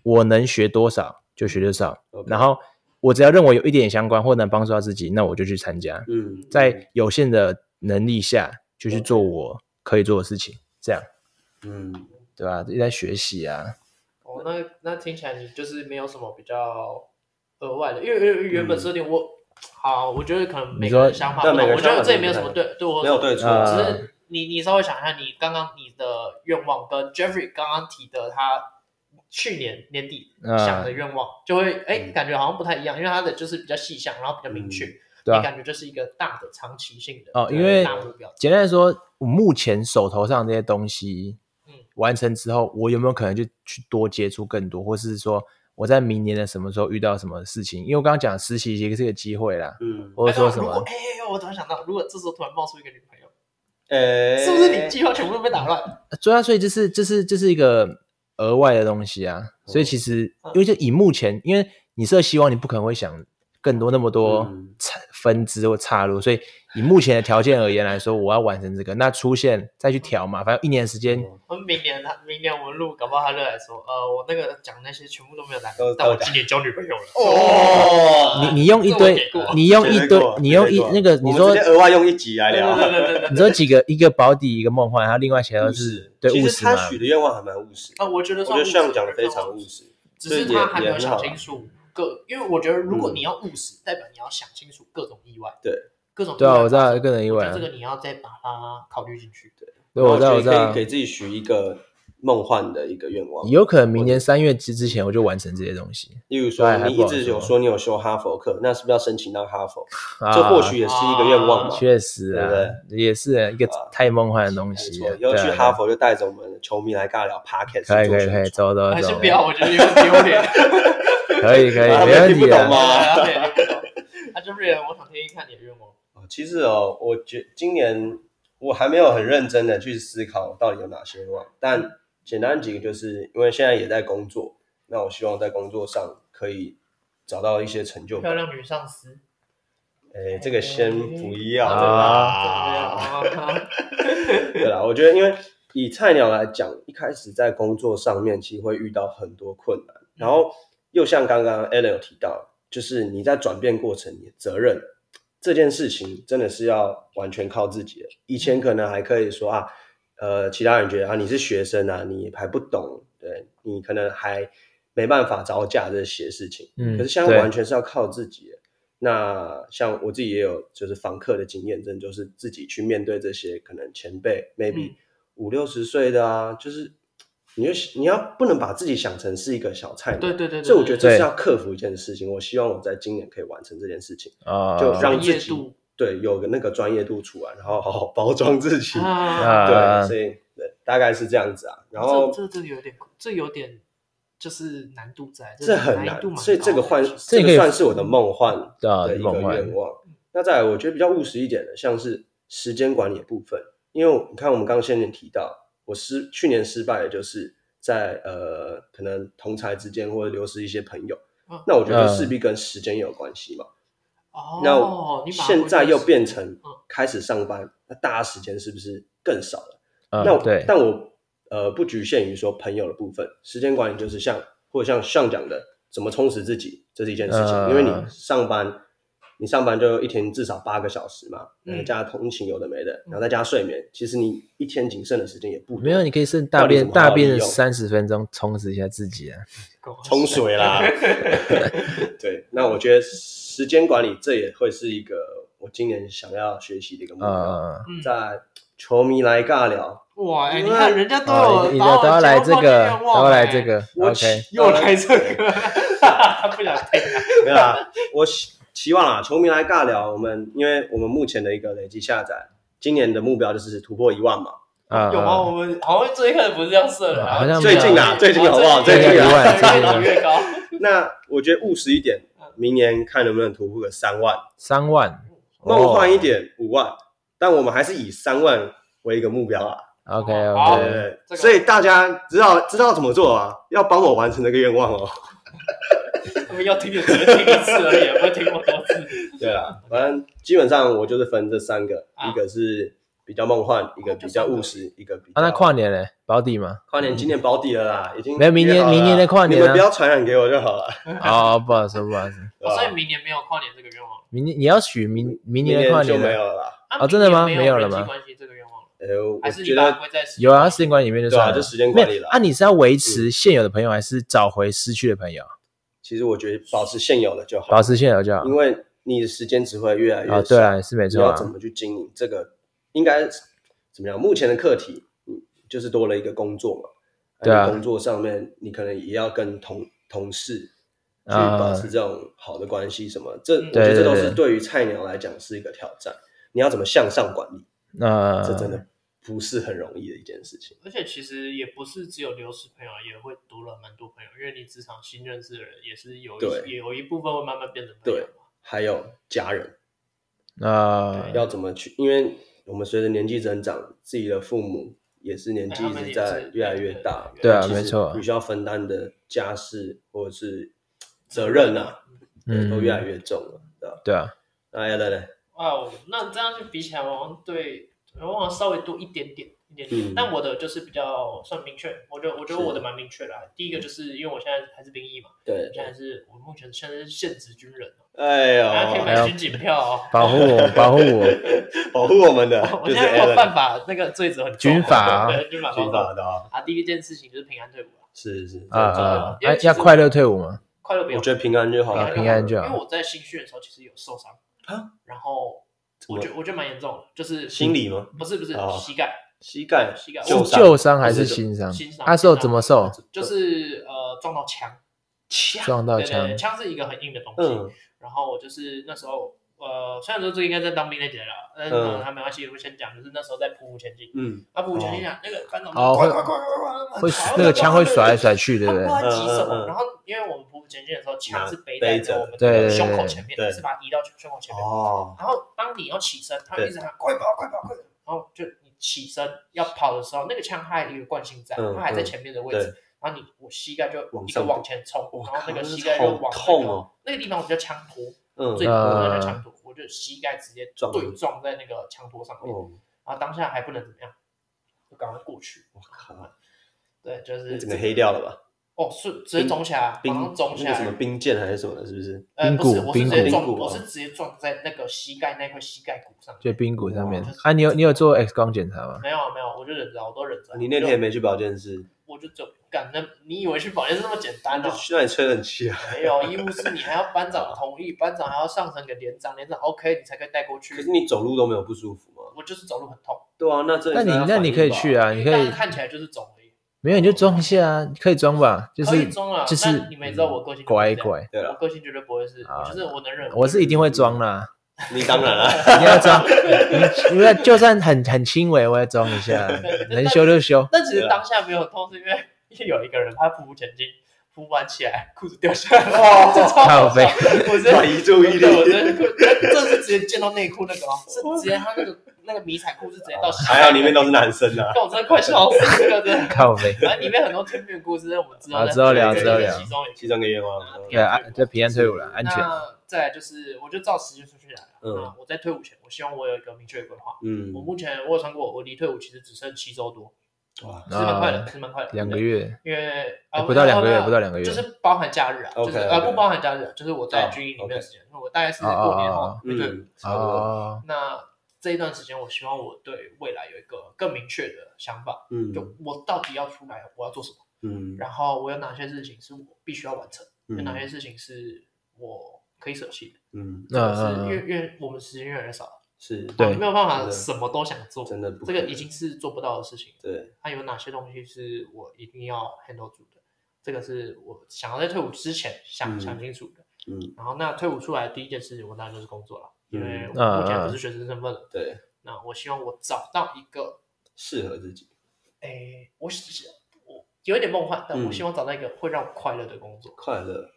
Speaker 2: 我能学多少就学多少
Speaker 1: OK
Speaker 2: 然后我只要认为有一点相关或能帮助到自己，那我就去参加，
Speaker 1: 嗯，
Speaker 2: 在有限的能力下就去做我可以做的事情，这样
Speaker 1: 嗯，
Speaker 2: 对吧？一直在学习啊，
Speaker 3: 哦，那那听起来你就是没有什么比较额外的，因为因为因为
Speaker 1: 嗯
Speaker 3: 原本设定我、好，我觉得可能每个人
Speaker 2: 说
Speaker 3: 想法
Speaker 1: 对
Speaker 3: 不
Speaker 1: 每
Speaker 3: 同，
Speaker 1: 个
Speaker 3: 我觉
Speaker 1: 人想
Speaker 3: 得
Speaker 1: 法
Speaker 3: 这也
Speaker 1: 不
Speaker 3: 没有什
Speaker 1: 太
Speaker 3: 么
Speaker 1: 一
Speaker 3: 对对我
Speaker 1: 没有对错，
Speaker 2: 呃
Speaker 3: 只是你你稍微想一下，你刚刚你的愿望跟 Jeffrey 刚刚提的他去年年底
Speaker 2: 嗯
Speaker 3: 想的愿望，就会哎
Speaker 1: 嗯
Speaker 3: 感觉好像不太一样，因为他的就是比较细项，然后比较明确，
Speaker 2: 对吧、
Speaker 3: 你感觉就是一个大的长期性的
Speaker 2: 哦因为
Speaker 3: 大目标，
Speaker 2: 简单的说，我目前手头上这些东西
Speaker 3: 嗯
Speaker 2: 完成之后，我有没有可能就去多接触更多，或是说我在明年的什么时候遇到什么事情？因为我刚刚讲实习也是个机会啦，
Speaker 1: 嗯，
Speaker 2: 或者说
Speaker 3: 哎
Speaker 2: 什
Speaker 3: 如果
Speaker 2: 么
Speaker 3: 哎哎哎，我突然想到，如果这时候突然冒出一个女朋友，
Speaker 1: 嗯诶，
Speaker 3: 是不是你计划全部都被打乱？
Speaker 2: 主啊要所以这是这是这是一个额外的东西啊。所以其实
Speaker 3: 嗯
Speaker 2: 因为就以目前，因为你设希望，你不可能会想更多那么多
Speaker 1: 嗯
Speaker 2: 岔分支或岔路，所以以目前的条件而言来说，我要完成这个，那出现再去调嘛，反正一年时
Speaker 3: 哦
Speaker 2: 间。
Speaker 1: 嗯
Speaker 3: 我们明年他明年我们录，搞不好他就来说，呃，我那个讲那些全部都没有来
Speaker 1: 都，
Speaker 3: 但我
Speaker 1: 都讲
Speaker 3: 今年交女朋友了。
Speaker 1: 哦
Speaker 2: 你你用一
Speaker 3: 这我
Speaker 2: 堆
Speaker 3: 给过，
Speaker 2: 你用
Speaker 1: 绝
Speaker 2: 一
Speaker 1: 对
Speaker 2: 堆
Speaker 1: 过，
Speaker 2: 你
Speaker 1: 绝
Speaker 2: 用
Speaker 1: 对
Speaker 2: 一
Speaker 1: 过
Speaker 2: 那个，你
Speaker 1: 我们
Speaker 2: 说
Speaker 1: 直接额外用一集来
Speaker 3: 对
Speaker 1: 聊
Speaker 3: 对。对对对
Speaker 2: 你
Speaker 3: 对。
Speaker 2: 说几个，一个保底，一个梦幻，然后另外其他都是对
Speaker 1: 其
Speaker 2: 务
Speaker 1: 实
Speaker 2: 实嘛
Speaker 1: 他。许的愿望还蛮务实，
Speaker 3: 啊，我觉得
Speaker 1: 我
Speaker 3: 算
Speaker 1: 觉得
Speaker 3: 务
Speaker 1: 像
Speaker 3: 实
Speaker 1: 讲的非常务，实。
Speaker 3: 只是
Speaker 1: 对也
Speaker 3: 他还没有
Speaker 1: 也很好
Speaker 3: 想清楚各，因为我觉得如果你要务实，代表你要想清楚各种意外，
Speaker 1: 对
Speaker 3: 各种意外
Speaker 2: 对啊，我知
Speaker 3: 发
Speaker 2: 道
Speaker 3: 生
Speaker 2: 个人意
Speaker 3: 我
Speaker 2: 外
Speaker 3: 觉
Speaker 2: 啊
Speaker 3: 得这，个你要再把它考虑进去。
Speaker 2: 对，我知
Speaker 1: 然
Speaker 2: 道，
Speaker 1: 后
Speaker 2: 我
Speaker 1: 我
Speaker 2: 知
Speaker 1: 觉得
Speaker 2: 道
Speaker 1: 哦可以，给自己许一个梦幻的一个愿望，
Speaker 2: 有可能明年三月之之前我就完成这些东西
Speaker 1: 例如说
Speaker 2: 对还
Speaker 1: 你
Speaker 2: 不
Speaker 1: 一
Speaker 2: 好
Speaker 1: 直有
Speaker 2: 说
Speaker 1: 说你有修哈佛课，那是不是要申请到哈佛？
Speaker 2: 啊。
Speaker 1: 这或许也是一个愿望嘛。
Speaker 2: 确实啊
Speaker 1: 对，
Speaker 2: 也是一个
Speaker 1: 啊
Speaker 2: 太梦幻的东
Speaker 1: 没
Speaker 2: 西
Speaker 1: 错
Speaker 2: 啊。，
Speaker 1: 以后
Speaker 2: 对啊
Speaker 1: 去哈，佛就带着我们球迷来尬聊 p o c k e t
Speaker 2: 对啊可以可以可以，走走
Speaker 3: 啊，
Speaker 2: 走
Speaker 3: 先不，要，我觉得有点丢脸。
Speaker 2: 可以
Speaker 1: <laughs>
Speaker 2: 可以，
Speaker 1: 啊他
Speaker 2: 没
Speaker 1: 们
Speaker 2: 问
Speaker 1: 听不
Speaker 2: 题
Speaker 1: 懂
Speaker 2: 啊。
Speaker 1: 吗
Speaker 3: 啊，对，对对啊，Jeffrey，我想听听看你的愿望。
Speaker 1: 哦其实哦，我觉今年我还没有很认真的去思考到底有哪些愿望，但简单几个就是因为现在也在工作，那我希望在工作上可以找到一些成就
Speaker 3: 漂
Speaker 1: 感。
Speaker 3: 亮女上司。
Speaker 1: 哎，这个先不要
Speaker 2: 啊
Speaker 1: 啦。
Speaker 3: 啊，真的啊
Speaker 1: <laughs> 对啦，我觉得因为以菜鸟来讲，一开始在工作上面其实会遇到很多困难，然后又像刚刚 Alan 有提到，就是你在转变过程，你的责任这件事情真的是要完全靠自己的。以前可能还可以说啊，呃，其他人觉得啊你是学生啊，你还不懂，对你可能还没办法招架这些事情。
Speaker 2: 嗯
Speaker 1: 可是现在
Speaker 2: 对
Speaker 1: 完全是要靠自己的。那像我自己也有就是访客的经验，真的就是自己去面对这些可能前辈，maybe
Speaker 3: 嗯
Speaker 1: 五六十岁的啊，就是你就你要不能把自己想成是一个小菜鸟，
Speaker 3: 对对对对，
Speaker 1: 所以我觉得这
Speaker 2: 对
Speaker 1: 是要克服一件事情。我希望我在今年可以完成这件事情，
Speaker 2: 啊，
Speaker 1: 就让
Speaker 3: 专
Speaker 1: 自
Speaker 3: 业
Speaker 1: 己
Speaker 3: 度
Speaker 1: 对有个那个专业度出来，然后好好包装自己。
Speaker 3: 啊，
Speaker 2: 啊
Speaker 1: 对，，所以对大概是这样子啊。然后
Speaker 3: 这这这有点这有点就是难度在，
Speaker 1: 这很
Speaker 3: 难
Speaker 1: 难
Speaker 3: 度，蛮
Speaker 1: 所以这个
Speaker 3: 高
Speaker 1: 幻
Speaker 3: 的
Speaker 1: 这
Speaker 2: 可
Speaker 1: 个
Speaker 2: 以
Speaker 1: 算是我的梦幻
Speaker 2: 对啊
Speaker 1: 的一个
Speaker 2: 梦幻
Speaker 1: 愿望。那再来，我觉得比较务实一点的，像是时间管理的部分，因为我你看我们刚刚先前提到，我失去年失败的就是在呃可能同才之间或者流失一些朋友，
Speaker 3: 嗯
Speaker 1: 那我觉得
Speaker 2: 嗯
Speaker 1: 势必跟时间有关系嘛。
Speaker 3: 哦，
Speaker 1: 那
Speaker 3: 你把它
Speaker 1: 现在
Speaker 3: 归类
Speaker 1: 又
Speaker 3: 是
Speaker 1: 变成
Speaker 3: 嗯
Speaker 1: 开始上班，那大家时间是不是更少了？
Speaker 2: 嗯
Speaker 1: 那我
Speaker 2: 对，
Speaker 1: 但我呃不局限于说朋友的部分，时间管理就是像或者像上讲的，怎么充实自己，这是一件事情，
Speaker 2: 嗯
Speaker 1: 因为你上班，你上班就一天至少八个小时嘛，
Speaker 3: 嗯
Speaker 1: 然后加通勤有的没的，然后再加睡眠，其实你一天仅剩的时间也不多
Speaker 2: 嗯没有，你可以剩
Speaker 1: 到
Speaker 2: 大
Speaker 1: 底
Speaker 2: 便
Speaker 1: 怎么好
Speaker 2: 大
Speaker 1: 好
Speaker 2: 便
Speaker 1: 利用
Speaker 2: 三十分钟充实一下自己啊。
Speaker 3: 狗屎
Speaker 1: 冲水
Speaker 2: <laughs>
Speaker 1: 啦。对，那我觉得时间管理这也会是一个我今年想要学习的一个目标。
Speaker 2: 嗯，
Speaker 3: 嗯
Speaker 1: 在球迷来尬聊，
Speaker 3: 哇，哎，
Speaker 1: 因
Speaker 3: 你
Speaker 1: 为
Speaker 3: 看人家都
Speaker 2: 哦，
Speaker 3: 有，
Speaker 2: 你的都要来这个，
Speaker 3: 都
Speaker 2: 都要来这，个
Speaker 1: 哎我
Speaker 2: ，OK，
Speaker 3: 哎又来这个， <laughs> 不想听了。
Speaker 1: <laughs> 没有啦，我希希望啊，球迷来尬聊。我们因为我们目前的一个累积下载，今年的目标就是突破一万
Speaker 3: <laughs>
Speaker 1: 嘛。
Speaker 2: 啊，
Speaker 3: 有吗？我们 <laughs> 好像最一开始不是这样设的，
Speaker 2: 嗯
Speaker 3: 然后
Speaker 2: 好像
Speaker 1: 最近啊
Speaker 3: 哦
Speaker 1: 最近啊好不好
Speaker 3: 最
Speaker 2: 最近一万
Speaker 3: 越走越高。
Speaker 1: 那我觉得务实一点，明年看能不能突破个三万，
Speaker 3: 哦
Speaker 2: 三万，哦
Speaker 1: 梦幻一点五万，但我们还是以三万为一个目标啊。
Speaker 2: ，OK
Speaker 3: 好
Speaker 1: 对对
Speaker 2: OK，
Speaker 1: 对，
Speaker 3: 哦这个
Speaker 1: 所以大家知道知道怎么做啊，要帮我完成这个愿
Speaker 3: <laughs>
Speaker 1: 望哦。
Speaker 3: 他们要听的只是听一次而已，不会听过多次。
Speaker 1: 对啊，反正基本上我就是分这三个，
Speaker 3: 啊
Speaker 1: 一个是比较梦幻，一个比较务实，一个比较。
Speaker 2: 啊那那跨年嘞，保
Speaker 1: <laughs>
Speaker 2: 底吗？
Speaker 1: 跨年今年保底了啦，已经
Speaker 2: 嗯没有明年
Speaker 1: 约好了啦
Speaker 2: 明年的跨年啊
Speaker 1: 你们不要传染给我就好了。
Speaker 2: 哦，不好意思，不好意思，
Speaker 1: 对吧
Speaker 3: 哦所以明年没有跨年这个愿望
Speaker 2: 明年你要许明明
Speaker 1: 明
Speaker 2: 年的跨
Speaker 1: 就
Speaker 2: 年
Speaker 1: 没
Speaker 2: 了
Speaker 1: 有了啦。
Speaker 3: 啊
Speaker 2: 哦真的吗
Speaker 3: 明
Speaker 2: 没
Speaker 3: 年
Speaker 2: 有
Speaker 3: 有
Speaker 2: 了
Speaker 3: 人际
Speaker 2: 吗
Speaker 3: 关系这个愿望了，
Speaker 1: 呃，我
Speaker 3: 还是你
Speaker 1: 觉
Speaker 3: 把它
Speaker 1: 得
Speaker 3: 归在时
Speaker 2: 有啊，时间管理里面就
Speaker 1: 对啊，
Speaker 2: 算
Speaker 1: 就
Speaker 2: 了。
Speaker 1: 时间
Speaker 2: 没
Speaker 1: 管理嗯
Speaker 2: 有
Speaker 1: 啦。
Speaker 2: 啊，你是要维持现有的朋友，还是找回失去的朋友？
Speaker 1: 其实我觉得保持现有的就好
Speaker 2: 保，持现有就好。
Speaker 1: 因为你的时间只会越来越
Speaker 2: 啊，
Speaker 1: 少。
Speaker 2: 对啊，是没
Speaker 1: 你
Speaker 2: 错
Speaker 1: 要
Speaker 2: 啊
Speaker 1: 怎。么去经营这个？应该怎么样？目前的课题，嗯，就是多了一个工作嘛。
Speaker 2: 对啊
Speaker 1: 那你工作上面你可能也要跟同同事去
Speaker 2: 啊
Speaker 1: 保持这种好的关系，什么？这我
Speaker 3: 嗯
Speaker 1: 觉得这都
Speaker 2: 对对
Speaker 1: 是
Speaker 2: 对
Speaker 1: 对于菜鸟来讲是一个挑战。你要怎么向上管理？
Speaker 2: 那
Speaker 1: 这真的不是很容易的一件事情。
Speaker 3: 而且其实也不是只有流失朋友，也会多了蛮多朋友，因为你职场新认识的人也是有
Speaker 1: 对
Speaker 3: 一有一部分会慢慢变成朋友
Speaker 1: 对
Speaker 3: 嘛。
Speaker 1: 还有家人
Speaker 2: 那
Speaker 1: 要怎么去？因为我们随着年纪增长，自己的父母也是年纪
Speaker 3: 哎
Speaker 1: 一
Speaker 3: 他们
Speaker 1: 直
Speaker 3: 也
Speaker 1: 在
Speaker 3: 是
Speaker 1: 越来越大，
Speaker 3: 对
Speaker 2: 啊
Speaker 1: 其实
Speaker 2: 没错
Speaker 1: 你需要分担的家事或者是责任啊，
Speaker 2: 嗯
Speaker 1: 都越来越重了，对吧？哎
Speaker 2: 对啊，
Speaker 1: 那 a l 呢？
Speaker 3: 哦，那这样就比起来，我好像对我好像稍微多一点点，一点点。
Speaker 1: 嗯
Speaker 3: 但我的就是比较算明确，我觉得我觉得
Speaker 1: 是
Speaker 3: 我的蛮明确的啊、第一个就是因为我现在还是兵役嘛，
Speaker 1: 对
Speaker 3: 我，现在是我目前现在是现职军人哦，
Speaker 1: 哎
Speaker 3: 大家可以
Speaker 1: 呦，
Speaker 3: 买军警票哦。
Speaker 2: 保护我，保护
Speaker 1: <laughs>
Speaker 2: 我，
Speaker 1: 保护我们的
Speaker 3: 我
Speaker 1: 就是
Speaker 3: 现在如
Speaker 1: a
Speaker 3: 果
Speaker 1: l
Speaker 3: 犯法，那个罪责很重。
Speaker 2: 军法啊
Speaker 3: 对军法
Speaker 1: 知
Speaker 3: 包
Speaker 1: 道
Speaker 3: 括
Speaker 1: 的啊，
Speaker 3: 啊。第一件事情就是平安退伍了，
Speaker 1: 是是
Speaker 2: 啊
Speaker 1: 这个
Speaker 2: 啊！
Speaker 3: 因为
Speaker 2: 哎
Speaker 3: 其实
Speaker 2: 要快乐退伍吗？
Speaker 3: 快乐不
Speaker 1: 我
Speaker 3: 用
Speaker 1: 觉得平安就好了，
Speaker 2: 啊平安就好
Speaker 3: 因为我在新训的时候其实有受伤
Speaker 1: 啊，
Speaker 3: 然后我觉
Speaker 1: 怎
Speaker 3: 得我觉得蛮严重的，就是
Speaker 1: 心理吗？
Speaker 3: 不是不是
Speaker 1: 哦
Speaker 3: 膝盖
Speaker 1: 膝盖
Speaker 3: 膝盖
Speaker 2: 是
Speaker 1: 旧伤
Speaker 2: 旧伤还是新伤
Speaker 3: 新？伤
Speaker 2: 阿寿怎么受？
Speaker 3: 就是呃撞到墙，
Speaker 1: 强，
Speaker 2: 撞到
Speaker 3: 对对对，
Speaker 2: 墙
Speaker 3: 枪是一个很硬的东
Speaker 1: 嗯
Speaker 3: 西。然后我就是那时候呃，虽然说这应该在当兵那节了，但是
Speaker 1: 嗯
Speaker 3: 还没关系，我先讲，就是那时候在匍匐前进，
Speaker 1: 嗯，
Speaker 3: 啊匍匐前进啊，那个班长
Speaker 2: 哦
Speaker 3: 快
Speaker 2: 会
Speaker 3: 快快快快，
Speaker 2: 会
Speaker 3: 快
Speaker 2: 那个枪会甩来，甩去，对
Speaker 3: 快
Speaker 2: 不
Speaker 3: 快快？快他不
Speaker 2: 对
Speaker 3: 知道急什
Speaker 1: 嗯嗯
Speaker 3: 么。
Speaker 1: 嗯
Speaker 3: 然后因为我们匍匐前进的时候，枪是背在
Speaker 1: 背着
Speaker 3: 着我们
Speaker 2: 对对
Speaker 3: 的
Speaker 2: 对
Speaker 3: 胸口前面
Speaker 1: 对，
Speaker 3: 是把它移到胸口前面。
Speaker 1: 哦，
Speaker 3: 然后当你要起身，他们
Speaker 1: 对
Speaker 3: 一直喊快跑快跑快跑，然后就你起身要跑的时候，那个枪它还有一个惯性在，
Speaker 1: 嗯
Speaker 3: 它还在前面的位
Speaker 1: 嗯
Speaker 3: 置，然后你我膝盖就
Speaker 1: 往
Speaker 3: 一个
Speaker 1: 上
Speaker 3: 往前冲
Speaker 1: 我，
Speaker 3: 然后那
Speaker 1: 靠
Speaker 3: 个
Speaker 1: 那
Speaker 3: 膝盖
Speaker 1: 好
Speaker 3: 就往那
Speaker 1: 痛
Speaker 3: 个
Speaker 1: 哦
Speaker 3: 那个地方我们叫枪托，
Speaker 1: 嗯
Speaker 3: 最
Speaker 2: 嗯
Speaker 3: 痛的叫枪托，我就膝盖直接
Speaker 1: 撞
Speaker 3: 对撞在那个枪托上面，
Speaker 1: 哦，
Speaker 3: 然后当下还不能怎么样，就赶快过去，
Speaker 1: 我靠，
Speaker 3: 对，就是
Speaker 1: 你整个黑掉了吧？
Speaker 3: 哦，是直接肿起来，啊马
Speaker 1: 冰
Speaker 3: 上肿起
Speaker 1: 那个什么
Speaker 3: 来。
Speaker 1: 冰腱还是什么的，是不是？
Speaker 3: 呃，
Speaker 2: 髌
Speaker 3: 不是，
Speaker 2: 骨
Speaker 3: 我是直接
Speaker 1: 髌
Speaker 3: 撞，
Speaker 1: 骨
Speaker 3: 我是直接撞在那个膝盖那块膝盖骨上面。
Speaker 2: 就髌骨上面
Speaker 3: 哇就是
Speaker 2: 啊？你有你有做 X 光检查吗？
Speaker 3: 没有没有，我就忍着，我都忍着。
Speaker 1: 你那天也没去保健室，
Speaker 3: 我就走，干那你以为去保健是那么简单的、
Speaker 1: <laughs> 就去那里吹冷气
Speaker 3: <laughs>
Speaker 1: 啊？
Speaker 3: 没有，医务室你还要班长同意，班长还要上层给连长，连长 OK 你才可以带过去
Speaker 1: 可。是你走路都没有不舒服吗？
Speaker 3: 我就是走路很痛，
Speaker 1: 对啊，那这
Speaker 2: 那你那你可以去
Speaker 1: 啊。
Speaker 2: 啊，
Speaker 3: 因
Speaker 2: 你
Speaker 3: 为
Speaker 2: 可
Speaker 3: 大家
Speaker 2: 以
Speaker 3: 看起来就是肿而已，
Speaker 2: 没有你就装一下啊，可以装吧，就
Speaker 3: 可以
Speaker 2: 是
Speaker 3: 装啊。
Speaker 2: 就是嗯
Speaker 3: 但你们也知道我个性就是这
Speaker 2: 乖
Speaker 3: 样，
Speaker 2: 乖，
Speaker 1: 对
Speaker 3: 我
Speaker 1: 了，
Speaker 3: 个性绝对不会是，
Speaker 2: 啊
Speaker 3: 我就是我能忍，
Speaker 2: 我是一定会装啦，
Speaker 1: 你当然啊了，
Speaker 3: <laughs>
Speaker 2: 一定要装，你你就算很很轻微，我也装一下，能修就修。
Speaker 3: 但其实
Speaker 1: 对啊
Speaker 3: 当下没有痛，是因为 <laughs> 因为有一个人他匍匐前进，匍完起来，裤子掉下来，哇，这超
Speaker 2: 哦靠
Speaker 3: 好
Speaker 2: 背
Speaker 3: 笑。我真
Speaker 1: 转移注意
Speaker 3: <laughs> 对，我
Speaker 1: 力。
Speaker 3: 真的，这是直接见到内裤那个哦，是直接他那个那个迷彩裤是直接到膝盖
Speaker 1: 还好里面都是男生啊。
Speaker 3: 但我真的快笑死了，真的。
Speaker 2: 靠背，
Speaker 3: 反正里面很多天边故事，那我们之后
Speaker 2: 啊
Speaker 3: 再
Speaker 2: 之后聊
Speaker 3: 对
Speaker 1: 之后
Speaker 2: 聊
Speaker 3: 其中一
Speaker 1: 其中一个愿望，
Speaker 2: 对啊，这平安退伍了，安全。
Speaker 3: 那再来就是，我就照时间顺序来了。
Speaker 1: 嗯
Speaker 3: 啊那我在退伍前，我希望我有一个明确的规划。
Speaker 1: 嗯
Speaker 3: 我，目前我有算过，我离退伍其实只剩七周多，
Speaker 1: 哇，
Speaker 3: 是蛮快的，是蛮快的。
Speaker 2: 啊两个月，哎
Speaker 3: 因为啊
Speaker 2: 不到两个月
Speaker 3: 没有
Speaker 2: 不到两个月
Speaker 3: 就是包含假日啊，就是
Speaker 1: OK，OK
Speaker 3: 呃不包含假日啊，就是我在
Speaker 1: 哦
Speaker 3: 军营里面
Speaker 1: OK
Speaker 3: 的时间，我大概是过年后会退伍。
Speaker 1: 嗯，差不多，
Speaker 2: 哦，
Speaker 3: 那这一段时间，我希望我对未来有一个更明确的想法，
Speaker 1: 嗯
Speaker 3: 就我到底要出来，我要做什么，
Speaker 1: 嗯
Speaker 3: 然后我有哪些事情是我必须要完成，有哪些
Speaker 1: 嗯
Speaker 3: 事情是我可以舍弃的。
Speaker 1: 嗯，
Speaker 3: 这个是
Speaker 2: 那
Speaker 3: 因为因为我们时间越来越少了，
Speaker 1: 是
Speaker 2: 对
Speaker 3: 没有办
Speaker 1: 真
Speaker 3: 法
Speaker 1: 的
Speaker 3: 什么都想做，
Speaker 1: 真的不
Speaker 3: 这
Speaker 1: 可
Speaker 3: 个
Speaker 1: 能
Speaker 3: 已经是做不到的事情。
Speaker 1: 对，
Speaker 3: 那有哪些东西是我一定要 handle 住的？这个是我想要在退伍之前想、
Speaker 1: 嗯
Speaker 3: 想清楚的。
Speaker 1: 嗯
Speaker 3: 然后，那退伍出来的第一件事情，我当然就是工作了，因为
Speaker 1: 嗯
Speaker 3: 我目前
Speaker 2: 啊
Speaker 3: 不是学生身份了。
Speaker 1: 对，
Speaker 3: 那我希望我找到一个，
Speaker 1: 适合自己，
Speaker 3: 诶，我是我有一点梦幻，但我
Speaker 1: 嗯
Speaker 3: 希望找到一个会让我快乐的工作。
Speaker 1: 快乐。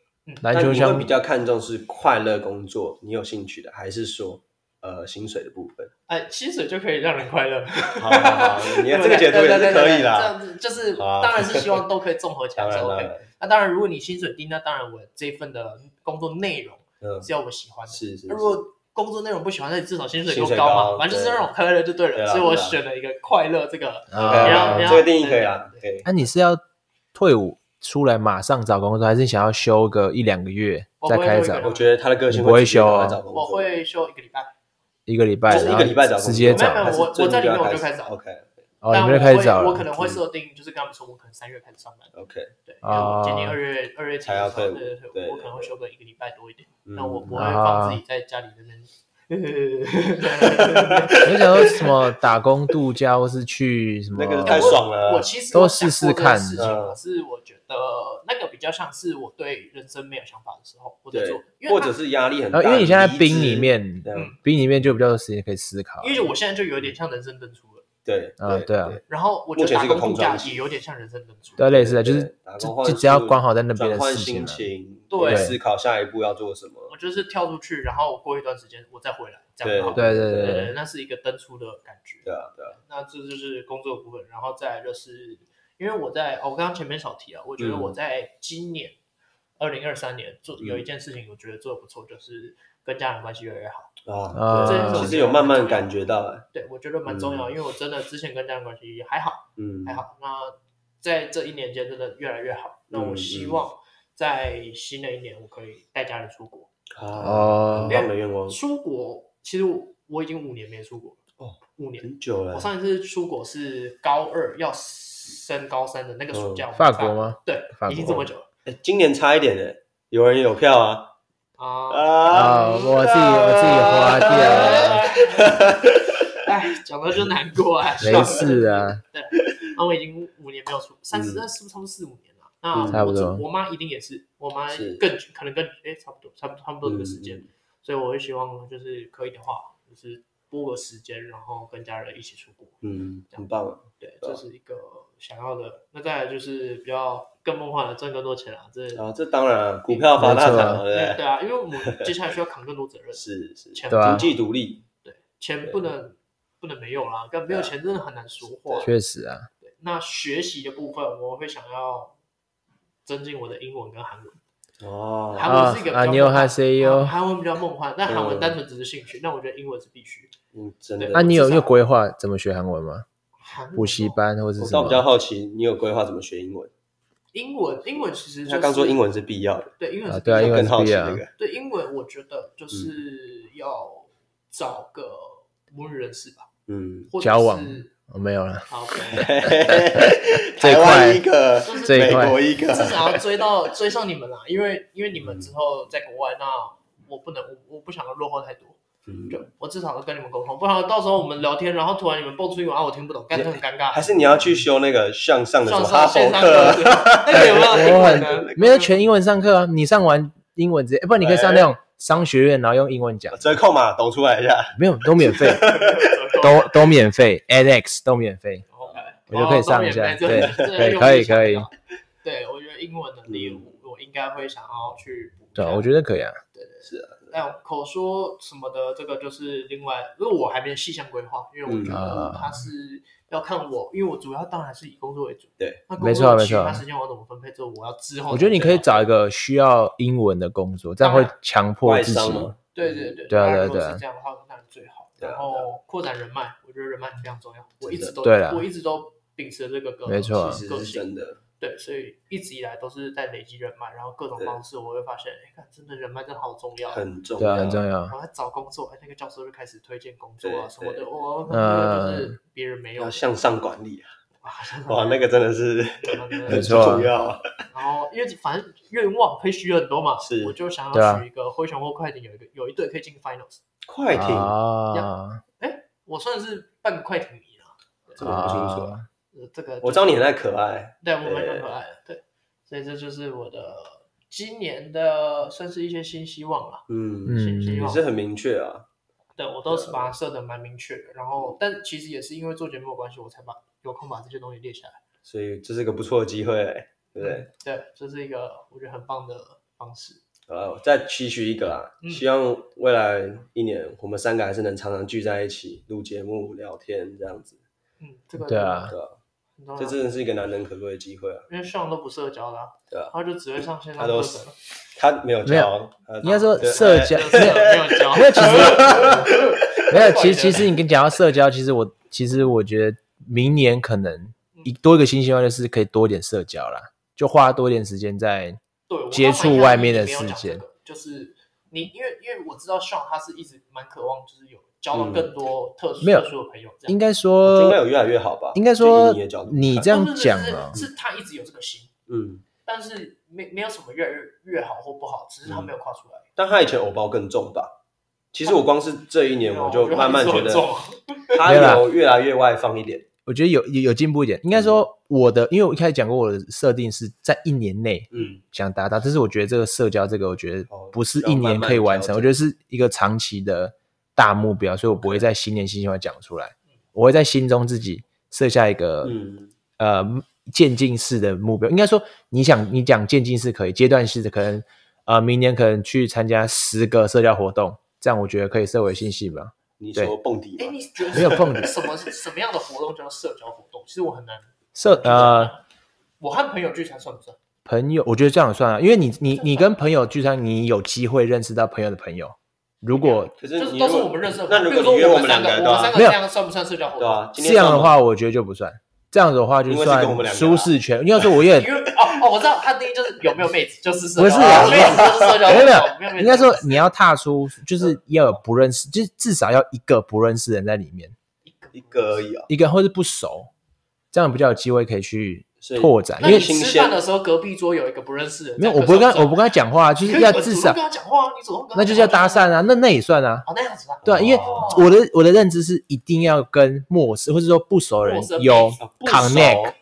Speaker 2: 篮
Speaker 1: 那
Speaker 2: 球
Speaker 1: 你会
Speaker 2: 项
Speaker 1: 比较看重是快乐工作，你有兴趣的，还是说呃薪水的部
Speaker 2: <laughs>
Speaker 1: 分？
Speaker 3: 哎，薪水就可以让人快乐。
Speaker 1: 好，好好你看这个解读也
Speaker 3: 对对
Speaker 1: 是
Speaker 3: 对对
Speaker 1: 可以
Speaker 3: 对这
Speaker 1: 啦。
Speaker 3: 样子就是，
Speaker 1: 好啊
Speaker 3: 当然是希望都可以综合起
Speaker 1: <laughs> 当
Speaker 3: 来是
Speaker 1: 然
Speaker 3: OK 的。
Speaker 1: 了，
Speaker 3: 那当然，如果你薪水低，那当然我这份的工作内容
Speaker 1: 嗯，
Speaker 3: 是要我喜欢的。
Speaker 1: 是是，
Speaker 3: 那如果工作内容不喜欢，那你至少薪水
Speaker 1: 薪
Speaker 3: 够
Speaker 1: 水
Speaker 3: 高嘛，
Speaker 1: 高
Speaker 3: 反正就是
Speaker 1: 对
Speaker 3: 让我快乐就对
Speaker 1: 对
Speaker 3: 了。
Speaker 1: 啊
Speaker 3: 所以我
Speaker 1: 对啊
Speaker 3: 选了一个快乐这个，
Speaker 1: 可以
Speaker 3: 然
Speaker 1: 啦
Speaker 3: 后然
Speaker 2: 啊，
Speaker 3: 后
Speaker 1: 这个定义可以啦，可以。
Speaker 2: 那你是要退伍出来马上找工作，还是想要休个一两个月
Speaker 3: 我
Speaker 2: 再
Speaker 3: 不会
Speaker 2: 开
Speaker 3: 做一
Speaker 2: 始
Speaker 3: 个
Speaker 2: 找
Speaker 3: 人
Speaker 1: 我觉得他的个性
Speaker 2: 你不会
Speaker 1: 直接赶快
Speaker 2: 休哦
Speaker 1: 找工作
Speaker 3: 我会休一个礼拜，
Speaker 2: 一个礼拜，
Speaker 1: 就是一
Speaker 2: 然
Speaker 1: 个
Speaker 2: 后
Speaker 1: 礼拜找工作，
Speaker 2: 直接
Speaker 3: 没有没
Speaker 2: 找
Speaker 3: 有我我在里面我就开始找
Speaker 1: OK
Speaker 2: 哦，你
Speaker 3: 但
Speaker 2: 们
Speaker 3: 我
Speaker 2: 就开始
Speaker 3: 会
Speaker 2: 找
Speaker 3: 我可
Speaker 2: 了，嗯
Speaker 3: 能会设定，就是跟他们说，我可能三月开始上班，
Speaker 1: OK，
Speaker 3: 对，因为我今年
Speaker 2: 哦
Speaker 3: 二月二月底
Speaker 1: 才要
Speaker 3: 的时候
Speaker 1: 退伍
Speaker 3: 对对
Speaker 1: 对
Speaker 3: 对，我
Speaker 1: 对
Speaker 3: 可能会休个一个礼拜多一点，
Speaker 1: 嗯
Speaker 3: 那我不会
Speaker 2: 啊
Speaker 3: 放自己在家里那
Speaker 1: <laughs>
Speaker 3: 边。
Speaker 2: 我想说什么打工度假，或是去什么
Speaker 1: 那个太爽了
Speaker 3: 哎我其实有
Speaker 2: 都试试看
Speaker 3: 想过这个事情，
Speaker 1: 嗯
Speaker 3: 可是我觉得那个比较像是我对人生没有想法的时候我在
Speaker 1: 对
Speaker 3: 做，因为
Speaker 1: 或
Speaker 3: 它
Speaker 1: 者是压力很大，
Speaker 2: 然后因为你现在
Speaker 1: 离职
Speaker 2: 兵里，面，
Speaker 1: 对
Speaker 3: 嗯
Speaker 2: 兵里面就有比较多时间可以思考。
Speaker 3: 因为我现在就有点像人生登出了，
Speaker 1: 对
Speaker 2: 啊对啊
Speaker 3: 然后我觉
Speaker 1: 目
Speaker 3: 得
Speaker 1: 前
Speaker 3: 打
Speaker 1: 是一个
Speaker 3: 工度
Speaker 1: 空窗
Speaker 3: 假
Speaker 1: 期
Speaker 3: 也有点像人生登出，
Speaker 2: 对，类啊似的，就是
Speaker 1: 对打
Speaker 2: 就
Speaker 1: 工换
Speaker 2: 就只要
Speaker 1: 宿
Speaker 2: 管好在那
Speaker 1: 转
Speaker 2: 边的
Speaker 1: 换
Speaker 2: 事情
Speaker 1: 心
Speaker 2: 啊了。
Speaker 1: 情，
Speaker 3: 对
Speaker 1: 思考下一步要做什么
Speaker 3: 我，就是跳出去，然后我过一段时间我再回来，这样就好了。
Speaker 2: 对对对
Speaker 3: 对
Speaker 2: 对，
Speaker 3: 那是一个登出的感觉。
Speaker 1: 对啊对啊，
Speaker 3: 那这就是工作部分，然后再来就是，因为我在、哦我刚刚前面少提啊，我觉得
Speaker 1: 嗯
Speaker 3: 我在今年二零二三年做
Speaker 1: 嗯
Speaker 3: 有一件事情，我觉得做的不错，就是跟家人关系越来越好。
Speaker 1: 啊，
Speaker 2: 这
Speaker 1: 对
Speaker 2: 件事
Speaker 1: 其实
Speaker 3: 情
Speaker 1: 有慢慢感觉到，哎
Speaker 3: 对，我觉得蛮重要，
Speaker 1: 嗯
Speaker 3: 因为我真的之前跟家人关系还好，
Speaker 1: 嗯，
Speaker 3: 还好。那在这一年间真的越来越好。那
Speaker 1: 嗯
Speaker 3: 我希望在新的一年，我可以带家人出国。
Speaker 1: 啊，
Speaker 2: 哦
Speaker 1: 很棒的愿望，
Speaker 3: 出国其实我我已经五年没出国了，
Speaker 1: 哦，
Speaker 3: 五年。
Speaker 1: 很久了
Speaker 3: 我，上一次出国是高二要升高三的那个暑假，我们
Speaker 2: 嗯法国？吗？
Speaker 3: 对
Speaker 2: 法，国
Speaker 3: 已经这么久了
Speaker 1: 哎今年差一点哎，有人有票啊
Speaker 3: 啊！
Speaker 1: 啊，嗯
Speaker 2: 啊，我自己我自己花掉了，
Speaker 3: <laughs> 哎，讲到就难过啊，
Speaker 2: <laughs> 没事啊，
Speaker 3: 那我已经五年没有出，三十
Speaker 1: 嗯
Speaker 3: 那是不是差不多四五年了？那
Speaker 1: 嗯
Speaker 2: 差不
Speaker 3: 我只
Speaker 2: 多
Speaker 3: 我妈一定也是，我妈
Speaker 1: 是
Speaker 3: 更可能更哎，差不多，差不多差不多这个时间
Speaker 1: 嗯，
Speaker 3: 所以我会希望就是可以的话，就是拨个时间，然后跟家人一起出国。
Speaker 1: 嗯，很棒啊，
Speaker 3: 对，
Speaker 1: 对
Speaker 3: 这
Speaker 1: 啊
Speaker 3: 是一个想要的。那再来就是比较更梦幻的，赚更多钱啊，这 <laughs>
Speaker 1: 啊，这当然啊股票发大财嘛，对
Speaker 3: 对
Speaker 1: 不
Speaker 3: 对啊，因为我们接下来需要扛更多责任
Speaker 1: 对？，是是，
Speaker 3: 钱
Speaker 2: 对啊
Speaker 1: 经济独立，
Speaker 3: 对钱不能不能没有啦，但没有
Speaker 1: 啊
Speaker 3: 钱真的很难说话。
Speaker 2: 确实啊，
Speaker 3: 对那学习的部分，我会想要增进我的英文跟韩文。
Speaker 1: 哦，
Speaker 3: 韩文是一个比较
Speaker 2: 啊
Speaker 3: 梦幻
Speaker 2: 你有哈西哟
Speaker 3: 啊韩文比较梦幻，但韩文
Speaker 1: 嗯
Speaker 3: 单纯只是兴趣。那我觉得英文是必须。
Speaker 1: 嗯，真的
Speaker 3: 对
Speaker 2: 那你有
Speaker 3: 至
Speaker 2: 你
Speaker 3: 少
Speaker 2: 有规划怎么学韩文吗？
Speaker 3: 韩文
Speaker 2: 补习班或是
Speaker 1: 我
Speaker 2: 什
Speaker 1: 倒比较
Speaker 2: 么？
Speaker 1: 好奇，你有规划怎么学英文？
Speaker 3: 英文，英文其实、就是、
Speaker 1: 他刚说英文是必要的，
Speaker 3: 对英文
Speaker 2: 啊
Speaker 3: 是
Speaker 2: 对啊
Speaker 3: 必要
Speaker 1: 就
Speaker 2: 英文
Speaker 1: 更
Speaker 2: 是
Speaker 1: 好奇
Speaker 2: 必要
Speaker 1: 这个。
Speaker 3: 对英文，我觉得
Speaker 2: 嗯
Speaker 3: 就是要找个母语人士吧，
Speaker 2: <laughs>
Speaker 1: 嗯，
Speaker 3: 或者
Speaker 2: 交往
Speaker 3: 是
Speaker 2: 我没有了，
Speaker 3: 好，
Speaker 2: 这一块
Speaker 1: 台湾一个
Speaker 3: 就是，
Speaker 2: 这一
Speaker 1: 美
Speaker 2: 块
Speaker 1: 国一个
Speaker 3: 至， <laughs> 少要追到追上你们啦，因为因为你
Speaker 2: 嗯
Speaker 3: 们之后在国外，那我不能我我不想落后太多，
Speaker 1: 嗯
Speaker 3: 对我至少要跟你们沟通，不然到时候我们聊天，然后突然你们蹦出英文啊，我听不懂，干这很尴尬。
Speaker 1: 还是你要去修那个向上的什
Speaker 3: 上
Speaker 1: 么
Speaker 3: 上
Speaker 1: 哈
Speaker 3: 线
Speaker 1: 佛
Speaker 3: 上
Speaker 1: 课
Speaker 3: 课
Speaker 1: 啊？，
Speaker 3: 那个有没
Speaker 2: <laughs>
Speaker 3: 有英
Speaker 2: 我
Speaker 3: 文呢
Speaker 2: 很？没有全英文上课啊，你上完英文直接，哎不然你可以上那种商学院，然后用英文讲，
Speaker 1: 折扣码抖出来一下，
Speaker 2: 没有都免
Speaker 1: <laughs>
Speaker 2: 费，都都免费，edX 都免费， <laughs> 我就可
Speaker 3: 哦
Speaker 2: 以上一下对对可以可以。嗯
Speaker 3: 哦当然没有没有这个这个用户想不到对，我觉得英文能力我我应该会想要去补一
Speaker 2: 对
Speaker 3: 下。
Speaker 2: 啊，我觉得可以啊，
Speaker 3: 但哎口说什么的，这个就是另外，因为我还没细项规划，因为我觉
Speaker 2: 嗯
Speaker 3: 得
Speaker 2: 啊
Speaker 3: 它是要看我，因为我主要当然还是以工作为主。
Speaker 1: 对，
Speaker 3: 那
Speaker 2: 没
Speaker 3: 工
Speaker 2: 错
Speaker 3: 作
Speaker 2: 没
Speaker 3: 其
Speaker 2: 错
Speaker 3: 他时间我要怎么分配，这我要之
Speaker 1: 哦
Speaker 3: 后。
Speaker 2: 我觉得你可以。找一个需要英文的工作，这样会强迫
Speaker 1: 啊外
Speaker 2: 自
Speaker 1: 商
Speaker 2: 己。
Speaker 1: 嘛，
Speaker 3: 对对对，
Speaker 2: 对啊
Speaker 3: 当然
Speaker 2: 对啊
Speaker 3: 如果
Speaker 2: 对啊
Speaker 3: 是这样的话，那是最好。
Speaker 1: 对啊
Speaker 3: 然后扩展人脉，我觉得人脉非常重要。我一直都
Speaker 2: 对啦
Speaker 3: 我一直都秉持这个个
Speaker 2: 没错啊
Speaker 1: 其
Speaker 3: 个
Speaker 1: 实是
Speaker 3: 性
Speaker 1: 真的，
Speaker 3: 对，所以一直以来都是在累积人脉，然后各种方式，我会发现，哎，看真的人脉真的好重
Speaker 2: <laughs>
Speaker 3: 要。
Speaker 1: 很重
Speaker 2: 对
Speaker 1: 要，
Speaker 2: 啊，很重要
Speaker 3: 然。后在找工作，哎，那个教授就开始推荐工作啊
Speaker 1: 对
Speaker 3: 什么
Speaker 1: 对
Speaker 3: 的，哦，那个就是别人没有
Speaker 1: 要
Speaker 3: 的，
Speaker 1: 向上管理啊！
Speaker 3: 哇，真的
Speaker 1: 哇，那个真的是
Speaker 2: 没 <laughs>
Speaker 1: 很
Speaker 2: 错啊
Speaker 1: 重要啊！
Speaker 3: 然后因为反正愿望可以许很多嘛，
Speaker 1: 是
Speaker 3: 我就想
Speaker 2: 对啊
Speaker 3: 要许一个灰熊或快艇有一个有一队可以进 finals，
Speaker 1: 快艇
Speaker 2: 啊
Speaker 3: 我算是半个快艇迷了，
Speaker 1: 这个我不清楚 <laughs> 啊，
Speaker 3: 呃这个
Speaker 1: 我知道你很爱可爱，
Speaker 3: 对我们很可爱的，对，所以这就是我的今年的算是一些新希望了，
Speaker 1: 嗯，
Speaker 3: 新希
Speaker 2: 嗯
Speaker 1: 也
Speaker 3: 望
Speaker 1: 是，呃很明确啊，
Speaker 3: 对我都是把它设的蛮明确的，然后但其实也是因为做节目的关系，我才把有空把这些东西列下来。
Speaker 1: 所以这是一个不错的机会，对不对？
Speaker 3: 对，这是一个我觉得很棒的方式。
Speaker 1: 呃，我再期许一个啊，
Speaker 3: 嗯
Speaker 1: 希望未来一年我们三个还是能常常聚在一起录节目、聊天这样子，
Speaker 3: 嗯，这个
Speaker 2: 对啊
Speaker 1: 对吧、
Speaker 3: 很重要，
Speaker 1: 这真的是一个难能可贵的机会啊！
Speaker 3: 因为上都不社交的、啊，
Speaker 1: 对啊
Speaker 3: 他就只会上线上
Speaker 1: 他都
Speaker 3: 课
Speaker 1: 是
Speaker 3: 程，
Speaker 1: 他没有
Speaker 2: 没
Speaker 1: 教，呃
Speaker 2: 应该说
Speaker 1: 对
Speaker 2: 社交
Speaker 3: 就，是
Speaker 2: <laughs>
Speaker 3: 没有交，
Speaker 2: 没有
Speaker 3: <laughs>
Speaker 2: 其
Speaker 3: 实
Speaker 2: 没有。其实其实你跟讲到社交，其实我其实我觉得明年可能一多一个新希望就是可以多一点社交啦，就花多一点时间在
Speaker 3: 对我
Speaker 2: 接触
Speaker 3: 刚才
Speaker 2: 外面的
Speaker 3: 没有讲
Speaker 2: 世界
Speaker 3: 这个就是你因为因为我知道 Sean 他是一直蛮渴望就是有交
Speaker 1: 嗯
Speaker 3: 到更多特殊
Speaker 2: 没有
Speaker 3: 特殊的朋友，这样
Speaker 2: 应该
Speaker 1: 呃应该
Speaker 2: 说
Speaker 1: 有越来越好吧？
Speaker 2: 应该说
Speaker 1: 就以你的角度看，
Speaker 2: 你这样讲啊
Speaker 3: 不，是是是是他一直有这个心，
Speaker 1: 嗯，
Speaker 3: 但是没没有什么越来越越好或不好，只是他没有跨出来。
Speaker 1: 但他以前偶包更重吧？其实我光是这一年，我就慢慢觉
Speaker 3: 啊我觉得
Speaker 1: 得
Speaker 3: 他一直很啊重
Speaker 1: 他
Speaker 2: 没有啦
Speaker 1: 有越来越外放一点，
Speaker 2: 我觉得有有有进步一点。应
Speaker 1: 嗯
Speaker 2: 该说我的，因为我一开始讲过我的设定是在一年内
Speaker 1: 嗯，
Speaker 2: 想达到，但是我觉得这个社交这个，我觉得
Speaker 1: 哦
Speaker 2: 不是一年可以完成，
Speaker 1: 要慢慢调整
Speaker 2: 我觉得是一个长期的大目标，所以我不会在新年新希望讲出来，我会在心中自己设下一个、
Speaker 1: 嗯
Speaker 2: 呃渐进式的目标。应该说，你想你讲渐进式可以，阶段式的可能呃明年可能去参加十个社交活动，这样我觉得可以设为信息吧。
Speaker 1: 你
Speaker 2: 对
Speaker 1: 说蹦迪
Speaker 3: 哎，
Speaker 1: 吗？
Speaker 3: 你觉得
Speaker 2: 没有碰你
Speaker 3: 什么是什么样的活动叫社交活动？其实我很难。
Speaker 1: 哦
Speaker 2: 社呃。
Speaker 3: 我和朋友聚餐算不算？
Speaker 2: 朋友，我觉得这样也算啊，因为你你你跟朋友聚餐，你有机会认识到朋友的朋友。如果
Speaker 1: 可是
Speaker 3: 就是
Speaker 1: 你如
Speaker 3: 都
Speaker 1: 果
Speaker 3: 是我们认识的朋友。
Speaker 1: 那如
Speaker 3: 比如
Speaker 1: 果
Speaker 3: 说
Speaker 1: 你约
Speaker 3: 我
Speaker 1: 们
Speaker 3: 三
Speaker 1: 两
Speaker 3: 个，
Speaker 1: 个，
Speaker 3: 我们三个
Speaker 2: 对
Speaker 3: 这
Speaker 2: 啊
Speaker 3: 样算不算社交活
Speaker 1: 对
Speaker 3: 动？
Speaker 1: 啊，今
Speaker 2: 这
Speaker 1: 天
Speaker 2: 样的
Speaker 1: 上
Speaker 2: 话，我觉得就不算。这样子的话就
Speaker 1: 因为是
Speaker 2: 算
Speaker 1: 跟我们两个啊
Speaker 2: 舒适圈。你要说我也
Speaker 3: 因为哦哦，我知道他的定义就是有没有妹子就是社交，
Speaker 2: 不是啊
Speaker 3: 有妹子就是社交活
Speaker 2: 没有没有
Speaker 3: 动，没有妹子啊
Speaker 2: 应该说你要踏出，就是要有不认识，就是至少要一个不认识的人在里面，
Speaker 1: 一个而已啊，
Speaker 2: 一个或是不熟，这样比较有机会可以去
Speaker 1: 所以
Speaker 2: 拓展。
Speaker 3: 那
Speaker 2: 因
Speaker 3: 你
Speaker 2: 为
Speaker 1: 新
Speaker 3: 吃
Speaker 1: 鲜
Speaker 3: 饭的时候，隔壁桌有一个不认识的人，
Speaker 2: 没有，
Speaker 3: 这
Speaker 2: 我
Speaker 3: 样
Speaker 2: 不会跟
Speaker 3: 算
Speaker 2: 他我不跟他讲话啊，就
Speaker 3: 算
Speaker 2: 是要
Speaker 3: 可以
Speaker 2: 至
Speaker 3: 主动
Speaker 2: 少
Speaker 3: 跟他讲话啊，你主动跟他
Speaker 2: 那就是要
Speaker 3: 讲
Speaker 2: 搭
Speaker 3: 话
Speaker 2: 讪啊，那那也算啊。
Speaker 3: 哦，那样子啊，
Speaker 2: 对啊，因为
Speaker 3: 哦
Speaker 2: 我的我的认知是一定要跟陌生或者说不熟的人
Speaker 3: 陌生
Speaker 2: 有
Speaker 1: 啊不熟
Speaker 2: connect，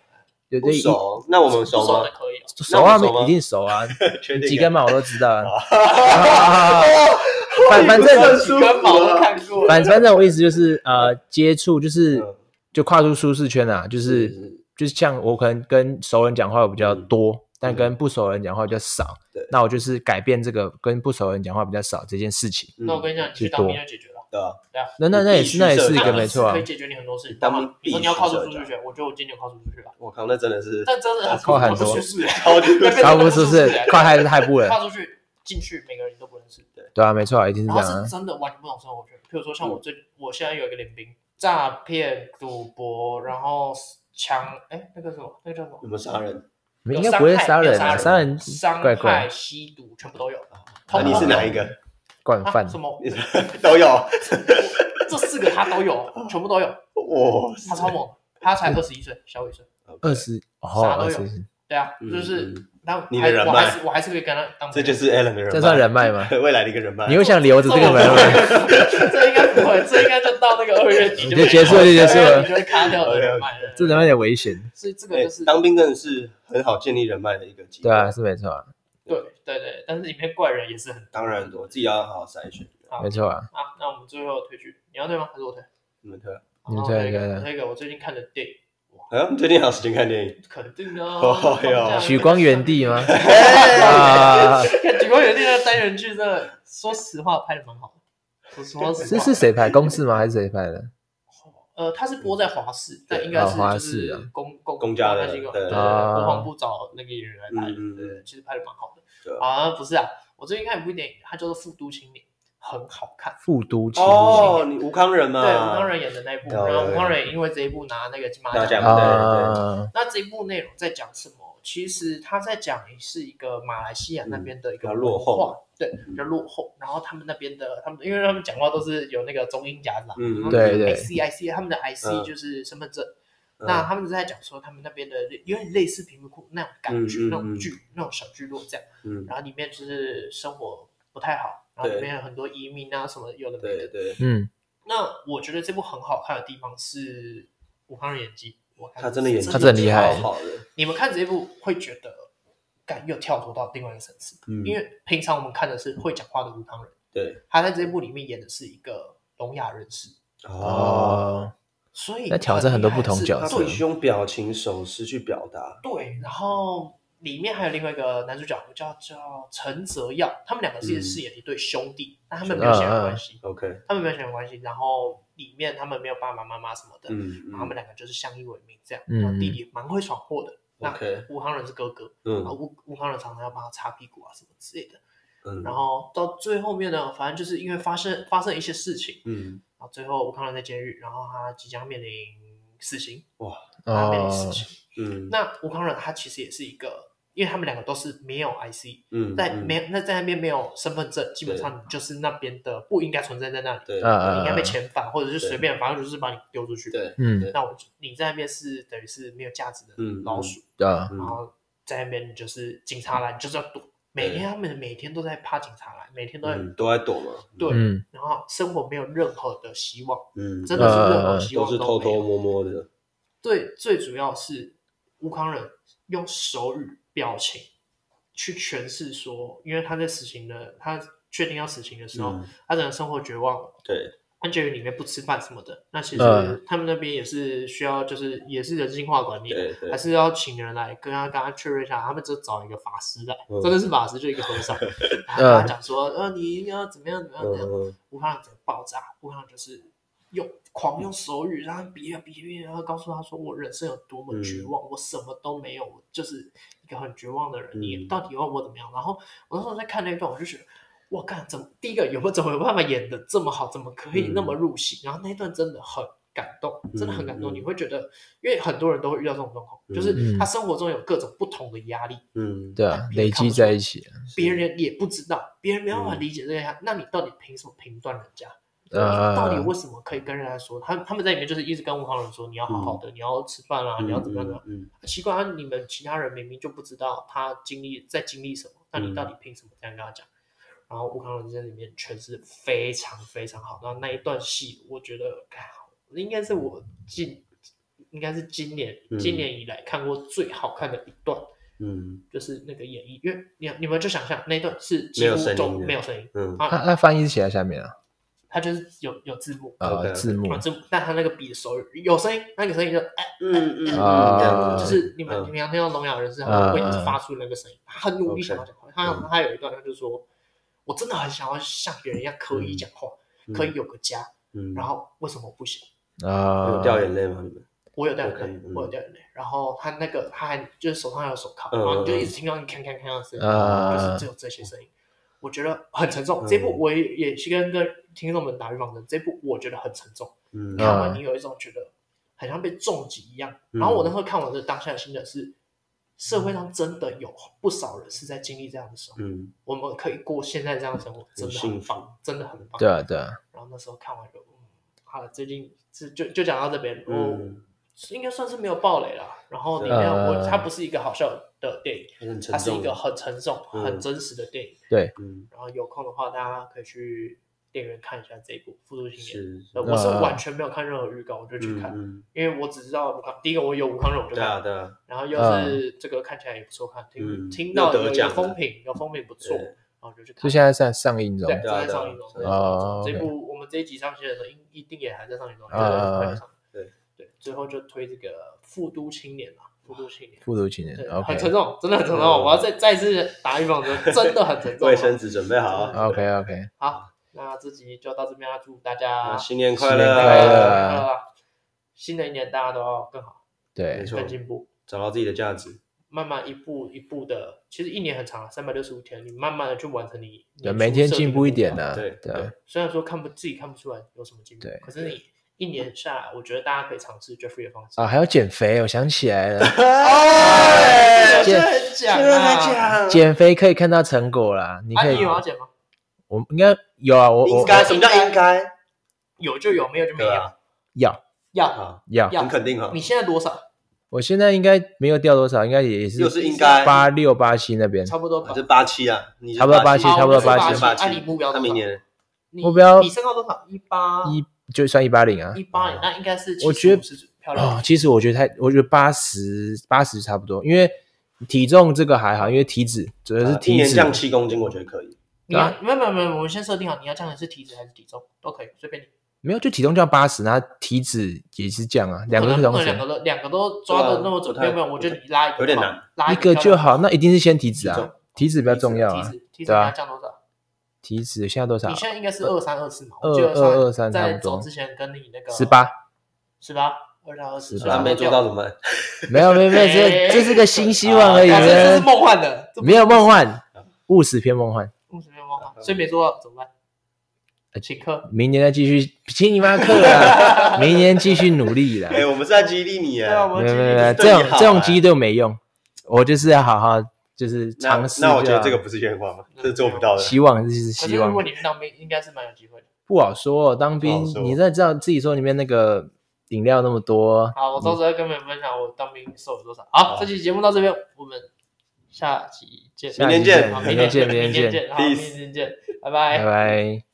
Speaker 2: 有
Speaker 1: 不
Speaker 2: 这一
Speaker 1: 熟，那我
Speaker 3: 不
Speaker 1: 们熟
Speaker 3: 熟
Speaker 1: 吗
Speaker 3: 的？可以哦，
Speaker 2: 熟啊，
Speaker 1: 那我熟吗
Speaker 2: 一定熟
Speaker 1: <laughs>
Speaker 2: 啊，
Speaker 1: 确定
Speaker 2: 几
Speaker 1: 啊
Speaker 2: 根毛我都知道啊。
Speaker 1: 哦
Speaker 2: <laughs> 反
Speaker 1: <laughs>
Speaker 2: 反正
Speaker 1: 舒服
Speaker 3: 跟毛都
Speaker 1: 啊
Speaker 3: 看过，
Speaker 2: 反反正我意思就是呃，接触就是
Speaker 1: 嗯
Speaker 2: 就跨出舒适圈啊，就是是就是像我可能跟熟人讲话比较多，但跟不熟人讲话比较少
Speaker 1: 嗯对。
Speaker 2: 那我就是改变这个跟不熟人讲话比较少这件事情。
Speaker 3: 那我跟你讲，你去当兵就解决了。
Speaker 1: 嗯对啊，
Speaker 2: 那那那也
Speaker 1: 必须
Speaker 2: 是那也是一
Speaker 1: 社
Speaker 2: 个
Speaker 1: 交
Speaker 2: 没错啊
Speaker 3: 可以，解决你很多事情。
Speaker 1: 当
Speaker 3: 然
Speaker 1: 兵
Speaker 3: 后你说你
Speaker 1: 必
Speaker 3: 要
Speaker 1: 须
Speaker 3: 靠出
Speaker 1: 社啊
Speaker 3: 出
Speaker 1: 交
Speaker 3: 去，我觉得我今年靠出出去了，
Speaker 1: 我靠，那真的是
Speaker 3: 但真的很
Speaker 2: 靠很多
Speaker 3: 出去，
Speaker 1: <laughs> 超级
Speaker 3: <laughs> 那边
Speaker 2: 然后不是不是
Speaker 3: 那边
Speaker 2: 快害害步了，
Speaker 3: 欸跨出去进去，每个人都不认识，
Speaker 2: 对啊，没错啊，一定是
Speaker 3: 然
Speaker 2: 这
Speaker 3: 后
Speaker 2: 样啊
Speaker 3: 是。真的完全不懂生活圈。譬如说
Speaker 1: 嗯
Speaker 3: 像我最，我现在有一个联兵，诈骗、赌博，然后强，哎，那个什么，那个叫什么？
Speaker 1: 有没有杀人？
Speaker 2: 应
Speaker 3: 有
Speaker 2: 该
Speaker 3: 伤
Speaker 2: 不会
Speaker 3: 害
Speaker 2: 杀
Speaker 3: 有
Speaker 2: 人
Speaker 3: 杀
Speaker 2: 啊，杀人
Speaker 3: 伤
Speaker 2: 怪
Speaker 3: 害、
Speaker 2: 怪
Speaker 3: 吸毒全部都有。
Speaker 1: 那啊你是哪一个？
Speaker 2: 惯
Speaker 3: 啊
Speaker 2: 犯
Speaker 3: 什，么？
Speaker 1: 都有，
Speaker 3: 这四个他都有，全部都有，
Speaker 1: 哇塞
Speaker 3: 他超猛的，他才
Speaker 1: 嗯
Speaker 3: 二十一岁，小我一岁。
Speaker 2: 二十哦，
Speaker 3: 啥都
Speaker 2: 二
Speaker 3: 有
Speaker 2: 十，
Speaker 3: 对啊，
Speaker 1: 嗯
Speaker 3: 就是
Speaker 1: 嗯
Speaker 3: 那我
Speaker 1: 你的
Speaker 3: 还
Speaker 1: 人
Speaker 3: 我
Speaker 1: 脉
Speaker 3: 还是我还是可以跟他当朋
Speaker 1: 这
Speaker 3: 友，哦
Speaker 1: 就是 Alan 的人脉，
Speaker 2: 这算人脉吗？
Speaker 1: 未来的一个人脉。
Speaker 2: 你又想留着这个人脉？
Speaker 3: 脉，哦这应该不会，这应该就到那个二月底
Speaker 2: 就结束了就结束了
Speaker 3: 你就会卡掉的人脉了。
Speaker 2: 这人脉有点危险，
Speaker 3: 所以这个
Speaker 1: 对
Speaker 3: 就是
Speaker 1: 哎当兵真的是很好建立人脉的一个机会。
Speaker 2: 对啊，，是没错啊，
Speaker 3: 对对对，但是里面怪人也是很多
Speaker 1: 当然我自己要好好筛选。
Speaker 3: 啊
Speaker 2: 没错啊，
Speaker 3: 啊。那我们最后推剧，你要推吗？还是我推？
Speaker 1: 你们推啊？
Speaker 2: 你们
Speaker 3: 好
Speaker 2: 推
Speaker 3: 我推一
Speaker 2: 推
Speaker 3: 个，我
Speaker 2: 推
Speaker 3: 推一个我最近看的电影，
Speaker 1: 啊，最近还有时间看电影？
Speaker 3: 肯定啊
Speaker 1: 哦哟。
Speaker 3: 放假
Speaker 2: 许光远
Speaker 3: <laughs>
Speaker 2: 地吗？啊
Speaker 3: 哎，看许光远地那个单元剧，真的说实话拍的蛮好的。说实话，
Speaker 2: 这是谁拍？公式吗？还是谁拍的？
Speaker 3: 呃，它是播在华视，但应该
Speaker 2: 哦
Speaker 3: 是
Speaker 2: 华
Speaker 3: 就
Speaker 2: 视啊
Speaker 3: 是公公
Speaker 1: 公家的
Speaker 3: 那些个
Speaker 1: 对
Speaker 3: 对对，对
Speaker 2: 啊
Speaker 3: 国防部找那个演员来拍，
Speaker 1: 嗯嗯
Speaker 3: 对对，其实拍的蛮好的。
Speaker 1: 对啊
Speaker 3: 啊，不是啊，我最近看一部电影，它叫做《复都青年》，很好
Speaker 1: 啊
Speaker 3: 看。
Speaker 2: 复都青
Speaker 1: 哦，你吴康仁嘛？
Speaker 3: 对，吴康仁演的那一部，
Speaker 1: 有有
Speaker 3: 然后
Speaker 1: 有
Speaker 3: 吴康仁也因为这一部拿那个金马
Speaker 1: 拿奖
Speaker 3: 奖。
Speaker 2: 啊，
Speaker 3: 那这一部内容在讲什么？其实他在讲的是一个马来西亚那边的一
Speaker 1: 嗯比
Speaker 3: 个
Speaker 1: 较落后嗯
Speaker 3: 文化，对，比较落后。然后他们那边的他们，因为他们讲话都是有那个中英夹杂，
Speaker 1: 嗯嗯
Speaker 2: 对对
Speaker 3: IC IC 他们的 IC
Speaker 1: 嗯
Speaker 3: 就是身份证，
Speaker 1: 嗯
Speaker 3: 那他们就在讲说他们那边的有点类似贫民窟那种感觉，
Speaker 1: 嗯
Speaker 3: 那
Speaker 1: 嗯
Speaker 3: 种
Speaker 1: 嗯
Speaker 3: 聚那种小聚落这样，
Speaker 1: 嗯，
Speaker 3: 然后里面就是生活不太好，然后
Speaker 1: 对
Speaker 3: 里面有很多移民啊什么有的没
Speaker 1: 对
Speaker 3: 的。
Speaker 1: 对，
Speaker 2: 嗯，
Speaker 3: 那我觉得这部很好看的地方是武康人演技，我看
Speaker 1: 他真的演技
Speaker 2: 他真的厉害
Speaker 1: 超好的，
Speaker 3: 你们看这一部会觉得，感又跳脱到另外一个层次，
Speaker 1: 嗯，
Speaker 3: 因为平常我们看的是会讲话的武康人，
Speaker 1: 对
Speaker 3: 他在这一部里面演的是一个聋哑人士，
Speaker 2: 哦，
Speaker 3: 所以
Speaker 2: 那挑战很多
Speaker 3: 厉害
Speaker 2: 不同
Speaker 3: 是
Speaker 2: 角
Speaker 1: 他
Speaker 2: 色
Speaker 3: 对
Speaker 1: 会用表情、手势去表达，
Speaker 3: 对，然后里面还有另外一个男主角叫叫陈泽耀，他们两个是
Speaker 1: 嗯啊
Speaker 3: 饰演一对兄弟，但他们没有血缘关系，
Speaker 1: OK，
Speaker 3: 他们没有血缘关系。然后里面他们没有爸爸妈妈什么的，
Speaker 1: 嗯
Speaker 3: 然后他们
Speaker 1: 嗯
Speaker 3: 两个就是相依为命这样。
Speaker 2: 嗯
Speaker 3: 然后弟弟蛮会闯祸的，那
Speaker 1: OK
Speaker 3: 吴康仁是哥哥，然后
Speaker 1: 嗯
Speaker 3: 吴吴康仁常常要帮他擦屁股啊什么之类的。
Speaker 1: 嗯，
Speaker 3: 然后到最后面呢，反正就是因为发生发生一些事情，
Speaker 1: 嗯，
Speaker 3: 然后最后吴康仁在监狱，然后他即将面临死刑，他面临死
Speaker 2: 哦，
Speaker 3: 刑。
Speaker 1: 嗯
Speaker 3: 那吴康仁他其实也是一个，因为他们两个都是没有 IC，
Speaker 1: 嗯，
Speaker 3: 在
Speaker 1: 嗯
Speaker 3: 没有那在那边没有身份证，基本上你就是那边的不应该存在在那里，
Speaker 1: 对
Speaker 2: 啊啊
Speaker 3: 你应该被
Speaker 2: 啊
Speaker 3: 遣返或者是
Speaker 1: 嗯对
Speaker 3: 随便，反正就是把你丢出去。，
Speaker 1: 对，
Speaker 2: 嗯
Speaker 3: 那我就你在那边是等于是没有价值的
Speaker 1: 嗯
Speaker 3: 老鼠，
Speaker 2: 啊，
Speaker 1: 嗯
Speaker 3: 然后在那边你就是警察来，你就是要躲。每天他们每天都在怕警察来，每天都在、
Speaker 1: 嗯都在躲嘛，
Speaker 3: 对，
Speaker 2: 嗯，
Speaker 3: 然后生活没有任何的希望，
Speaker 1: 嗯，
Speaker 3: 真的是任
Speaker 2: 呃
Speaker 3: 何希
Speaker 1: 都
Speaker 3: 望
Speaker 1: 是
Speaker 3: 没
Speaker 1: 偷
Speaker 3: 有
Speaker 1: 偷摸摸的，
Speaker 3: 最最主要是乌康人用手语表情去诠释说，因为他在死刑的，他确定要死刑的时候，
Speaker 1: 嗯
Speaker 3: 他整个生活绝望了。
Speaker 1: 对，
Speaker 3: 安全营里面不吃饭什么的，那其
Speaker 2: 嗯
Speaker 3: 实他们那边也是需要，就是也是人性化管理，
Speaker 1: 对对
Speaker 3: 还是要请人来跟他跟他确认一下，他们就找一个法师来，
Speaker 1: 嗯
Speaker 3: 真的是法师，就一个和
Speaker 1: <laughs>
Speaker 3: 尚，然后跟他讲说，呃，你要怎么样怎么样怎么
Speaker 1: 嗯
Speaker 3: 样，
Speaker 1: 嗯
Speaker 3: 武汉人整个爆炸，武汉人就是用狂用手
Speaker 1: 嗯
Speaker 3: 语，然后比喻比喻，然后告诉他说我人生有多么绝望，我什么都没有，我就是一个很绝望的人，
Speaker 1: 嗯
Speaker 3: 你到底要我怎么样？然后我那时候在看那一段，我就觉得。我干，怎么第一个有没有怎么有办法演的这么好？怎么可以那么入戏？然后那一段真的很感动，真的很感动。
Speaker 1: 嗯嗯
Speaker 3: 你会觉得，因为很多人都会遇到这种状况，就
Speaker 2: 嗯
Speaker 3: 是他生活中有各种不同的压力，
Speaker 1: 嗯，
Speaker 2: 对啊，累积在一起，啊
Speaker 3: 别人也不知道，别人没办法
Speaker 1: 嗯
Speaker 3: 理解这样，那你到底凭什么评断人家？你
Speaker 2: 啊
Speaker 3: 到底为什么可以跟人家说？他他们在里面就是一直跟吴康人说，你要好好的，你要吃饭啊，
Speaker 1: 嗯
Speaker 3: 你要怎么样的？
Speaker 1: 嗯，
Speaker 3: 奇怪啊，你们其他人明明就不知道他经历在经历什么，那你到
Speaker 1: 嗯
Speaker 3: 底凭什么这样跟他讲？然后吴康人在里面诠释非常非常好，然后那一段戏，我觉得，哎应该是我近应该是今年
Speaker 1: 嗯
Speaker 3: 今年以来看过最好看的一段。
Speaker 1: 嗯
Speaker 3: 就是那个演绎，因为你你们就想象那一段是
Speaker 1: 没
Speaker 3: 几
Speaker 1: 有
Speaker 3: 乎
Speaker 1: 声音
Speaker 3: 都
Speaker 1: 的
Speaker 3: 没有声音，
Speaker 1: 嗯
Speaker 2: 他
Speaker 3: 啊，
Speaker 2: 他翻译是写在下面啊，
Speaker 3: 它就是有有字幕，
Speaker 2: 啊，
Speaker 1: OK，OK
Speaker 2: 字幕
Speaker 3: 有字幕，但它那个笔的手语有声音，那个声音就哎，
Speaker 1: 嗯嗯
Speaker 2: 啊
Speaker 3: 就
Speaker 2: 嗯
Speaker 3: 是你们
Speaker 1: 嗯
Speaker 3: 你们要听到聋哑人士
Speaker 2: 嗯
Speaker 3: 他会
Speaker 2: 嗯
Speaker 3: 发出那个声音，他很努力
Speaker 1: OK，
Speaker 3: 想要讲话，他
Speaker 1: 嗯
Speaker 3: 他有一段他就说，我真的很想要像别人一样可以讲话，可以有个家，
Speaker 1: 嗯，
Speaker 3: 然后为什么不行？
Speaker 2: 啊
Speaker 1: 有，掉眼泪吗？你们？
Speaker 3: 我有掉眼
Speaker 1: OK，
Speaker 3: 泪，
Speaker 1: 嗯
Speaker 3: 我有掉眼泪。然后他那个他还就是手上还有手铐，
Speaker 1: 嗯
Speaker 3: 然
Speaker 1: 啊
Speaker 3: 后你就一直听到你锵锵锵的声音，
Speaker 2: 嗯
Speaker 3: 就是只有这些声音，我觉得很沉重。
Speaker 1: 嗯
Speaker 3: 这部我也也是跟跟听众们打预防针，这部我觉得很沉重，
Speaker 1: 嗯
Speaker 3: 看完你有一种觉得很像被重击一样。然后我那时候看完的当下的心得是，社会上真的有不少人是在经历这样的生活，
Speaker 1: 嗯，
Speaker 3: 我们可以过现在这样的生活，真的
Speaker 1: 幸
Speaker 3: 很
Speaker 1: 福
Speaker 3: 棒，真的很棒。
Speaker 2: 对啊，对啊，
Speaker 3: 然后那时候看完就，嗯，好了，最近是就就讲到这边，我
Speaker 1: 嗯，
Speaker 3: 应该算是没有暴雷了。然后里
Speaker 1: 是
Speaker 3: 面我
Speaker 2: 呃
Speaker 3: 它不是一个好笑的电影，
Speaker 1: 很沉
Speaker 3: 它是一
Speaker 1: 重
Speaker 3: 个
Speaker 1: 的，
Speaker 3: 很沉重、
Speaker 1: 嗯
Speaker 3: 很真实的电影。
Speaker 2: 对，
Speaker 1: 嗯，
Speaker 3: 然后有空的话，大家可以去电影院看一下这一部《复读青年》
Speaker 1: 是，
Speaker 3: 呃。
Speaker 1: 嗯
Speaker 3: 我是完全没有看任何预告，我就去看，
Speaker 1: 嗯，
Speaker 3: 因为我只知道武康，第一个我有武康人我就
Speaker 1: 对啊，
Speaker 3: 看，
Speaker 1: 对啊，
Speaker 3: 然后又是这个看起来也不错看，听
Speaker 1: 嗯
Speaker 3: 听到
Speaker 1: 又
Speaker 3: 有
Speaker 1: 得
Speaker 3: 有
Speaker 1: 奖
Speaker 3: 风
Speaker 1: 了
Speaker 3: 评，有风评不错，
Speaker 1: 对
Speaker 3: 然后就去看
Speaker 2: 就。现在在上映中
Speaker 3: 对，，正
Speaker 1: 对啊
Speaker 3: 在
Speaker 1: 对啊
Speaker 3: 上映中。正
Speaker 1: 对
Speaker 3: 在上映中
Speaker 2: 哦
Speaker 3: 这
Speaker 2: OK
Speaker 3: 部我们这一集上线的时候，应一定也还在上映中，
Speaker 2: 啊啊啊
Speaker 3: 快点上。
Speaker 1: 对
Speaker 3: 对，最后就推这个《复都青年》啊，《复都青年》
Speaker 2: 复读情人
Speaker 3: 对，很沉
Speaker 2: ，OK，OK，OK，、
Speaker 3: 重，真的很沉重。
Speaker 1: 嗯
Speaker 3: 我要再再次打预防针，真的很
Speaker 1: <laughs>
Speaker 3: 沉重。
Speaker 1: 卫生纸准备好，
Speaker 3: 对
Speaker 2: OK，OK OK，
Speaker 3: 好，那这集就到这边啦，祝大
Speaker 1: 啊
Speaker 3: 家
Speaker 1: 新年
Speaker 2: 新
Speaker 1: 快
Speaker 2: 年
Speaker 1: 乐，
Speaker 2: 快乐啊
Speaker 3: 呃新的一年大家都要更好，
Speaker 2: 对
Speaker 1: 没，错
Speaker 3: 更进步，
Speaker 1: 找到自己的价值，
Speaker 3: 慢慢一步一步的。其实一年很长了，三百六十五天，你慢慢的去完成你。
Speaker 2: 对，
Speaker 3: 你
Speaker 2: 每天进步一
Speaker 3: 设定的
Speaker 2: 点
Speaker 3: 目标
Speaker 2: 呢、
Speaker 1: 对
Speaker 2: 对啊，
Speaker 3: 虽然说看不自己看不出来有什么进步
Speaker 2: 对，
Speaker 3: 可是你一年下来，我觉得大家可以尝试 Jeffrey 的方式。
Speaker 2: 啊，还要减肥，我想起来了，
Speaker 1: 哎
Speaker 2: 现在
Speaker 3: 很假
Speaker 1: 现在才讲啊
Speaker 2: 减肥可以看到成果啦，你
Speaker 3: 啊，
Speaker 2: 可
Speaker 3: 你
Speaker 2: 以，
Speaker 3: 有要减吗？
Speaker 2: 我应该有啊，我我
Speaker 1: 应该什么叫应该？
Speaker 3: 有就有，没有就没
Speaker 1: 对
Speaker 3: 有
Speaker 1: 啊。
Speaker 2: 要
Speaker 3: 要，
Speaker 1: 好，
Speaker 2: 要，
Speaker 3: 要
Speaker 1: 啊很肯定哈
Speaker 3: 你，现在多少？
Speaker 2: 我现在应该没有掉多少，应该也也是
Speaker 1: 又是应该，
Speaker 2: 八六八七那边，
Speaker 3: 差不多
Speaker 1: 啊
Speaker 3: 吧
Speaker 1: 这。八七啊，你是
Speaker 2: 差不多八七
Speaker 1: 87
Speaker 2: 差不多八七
Speaker 1: 你是
Speaker 3: 按你目标
Speaker 1: 他
Speaker 3: 多少
Speaker 1: 明年
Speaker 3: 你
Speaker 2: 目标
Speaker 3: 你身高多少？一八
Speaker 2: 一就算一八零啊。
Speaker 3: 一八零，那应该是
Speaker 2: 我觉得
Speaker 3: 是漂
Speaker 2: 哦
Speaker 3: 亮，。
Speaker 2: 其实我觉得太，我觉得八十八十差不多，因为体重这个还好，因为体脂主要是
Speaker 1: 啊一
Speaker 2: 体
Speaker 1: 年
Speaker 2: 脂。
Speaker 1: 降七公斤，我觉得可以，
Speaker 3: 你
Speaker 2: 啊
Speaker 3: 要没有没有没有，我们先设定好，你要降的是体脂还是体重都可以，随便你。
Speaker 2: 没有，就体重降八十，然后体脂也是降啊，两个
Speaker 3: 不
Speaker 2: 是
Speaker 3: 能
Speaker 2: 同
Speaker 3: 不能
Speaker 2: 时
Speaker 3: 两，个都两个都抓
Speaker 1: 对啊
Speaker 3: 的那么准，
Speaker 1: 不
Speaker 3: 没
Speaker 1: 太
Speaker 3: 有没有，我觉得你拉一个
Speaker 1: 有点
Speaker 3: 就好
Speaker 1: 难，
Speaker 3: 拉
Speaker 2: 一个就
Speaker 3: 漂亮。
Speaker 2: 好，那一定是先体脂
Speaker 1: 体
Speaker 2: 啊
Speaker 1: 重，
Speaker 2: 体脂比较重要
Speaker 3: 体
Speaker 2: 啊
Speaker 3: 脂。体脂
Speaker 2: 对
Speaker 3: 你
Speaker 2: 啊
Speaker 3: 要降多少？
Speaker 2: 体脂现在多少
Speaker 3: 你？现在应该是二三二四嘛？
Speaker 2: 二
Speaker 3: 我记得上
Speaker 2: 二二三差
Speaker 3: 在
Speaker 2: 不多
Speaker 3: 走之前跟你那个
Speaker 2: 十八？
Speaker 3: 十八二三二四，
Speaker 2: 18
Speaker 1: 他没做到怎么办？
Speaker 2: 没有没有没
Speaker 1: <laughs>
Speaker 2: 有，这这是个新希望
Speaker 1: 哦
Speaker 2: 而已，
Speaker 3: 但是这是
Speaker 2: 没
Speaker 3: 梦幻的，这不
Speaker 2: 有没有梦幻，务实偏梦幻。
Speaker 3: 梦什么梦幻，所以没做到怎么办？
Speaker 2: 呃
Speaker 3: 请客，
Speaker 2: 明年再继续，请你妈课啦！明年继续努力
Speaker 1: <laughs>
Speaker 2: 啦！
Speaker 1: 哎，我们是在激励你耶
Speaker 3: 对，啊，我
Speaker 2: 没有
Speaker 3: 们今天
Speaker 2: 没有没有，
Speaker 3: 就是
Speaker 2: 这
Speaker 1: 对
Speaker 2: 种
Speaker 1: 你好啊
Speaker 2: 这种激励对我没用，我就是要好好就是
Speaker 1: 那
Speaker 2: <laughs> 尝试就
Speaker 1: 那
Speaker 2: 好。
Speaker 1: 我觉得这个不是愿望，这是做不到的。
Speaker 2: 希望这是
Speaker 3: 可
Speaker 2: 希
Speaker 3: 是如
Speaker 2: 望
Speaker 3: 果，你去当兵，应该是蛮有机会的。
Speaker 2: 不好说、哦。当兵
Speaker 1: 不好，说
Speaker 2: 你真的知道自己说里面那个饮料那么多，
Speaker 3: 好，我到时候跟你们分享我当兵瘦了多少。好，
Speaker 1: 好
Speaker 3: 这期节目到这边，我们下期见。
Speaker 1: 明天见
Speaker 3: 好
Speaker 2: 明天见，
Speaker 3: 明
Speaker 2: 明
Speaker 3: 天
Speaker 2: 天见，
Speaker 3: 见，好，明
Speaker 1: Peace
Speaker 3: 天见，拜拜
Speaker 2: 拜。拜。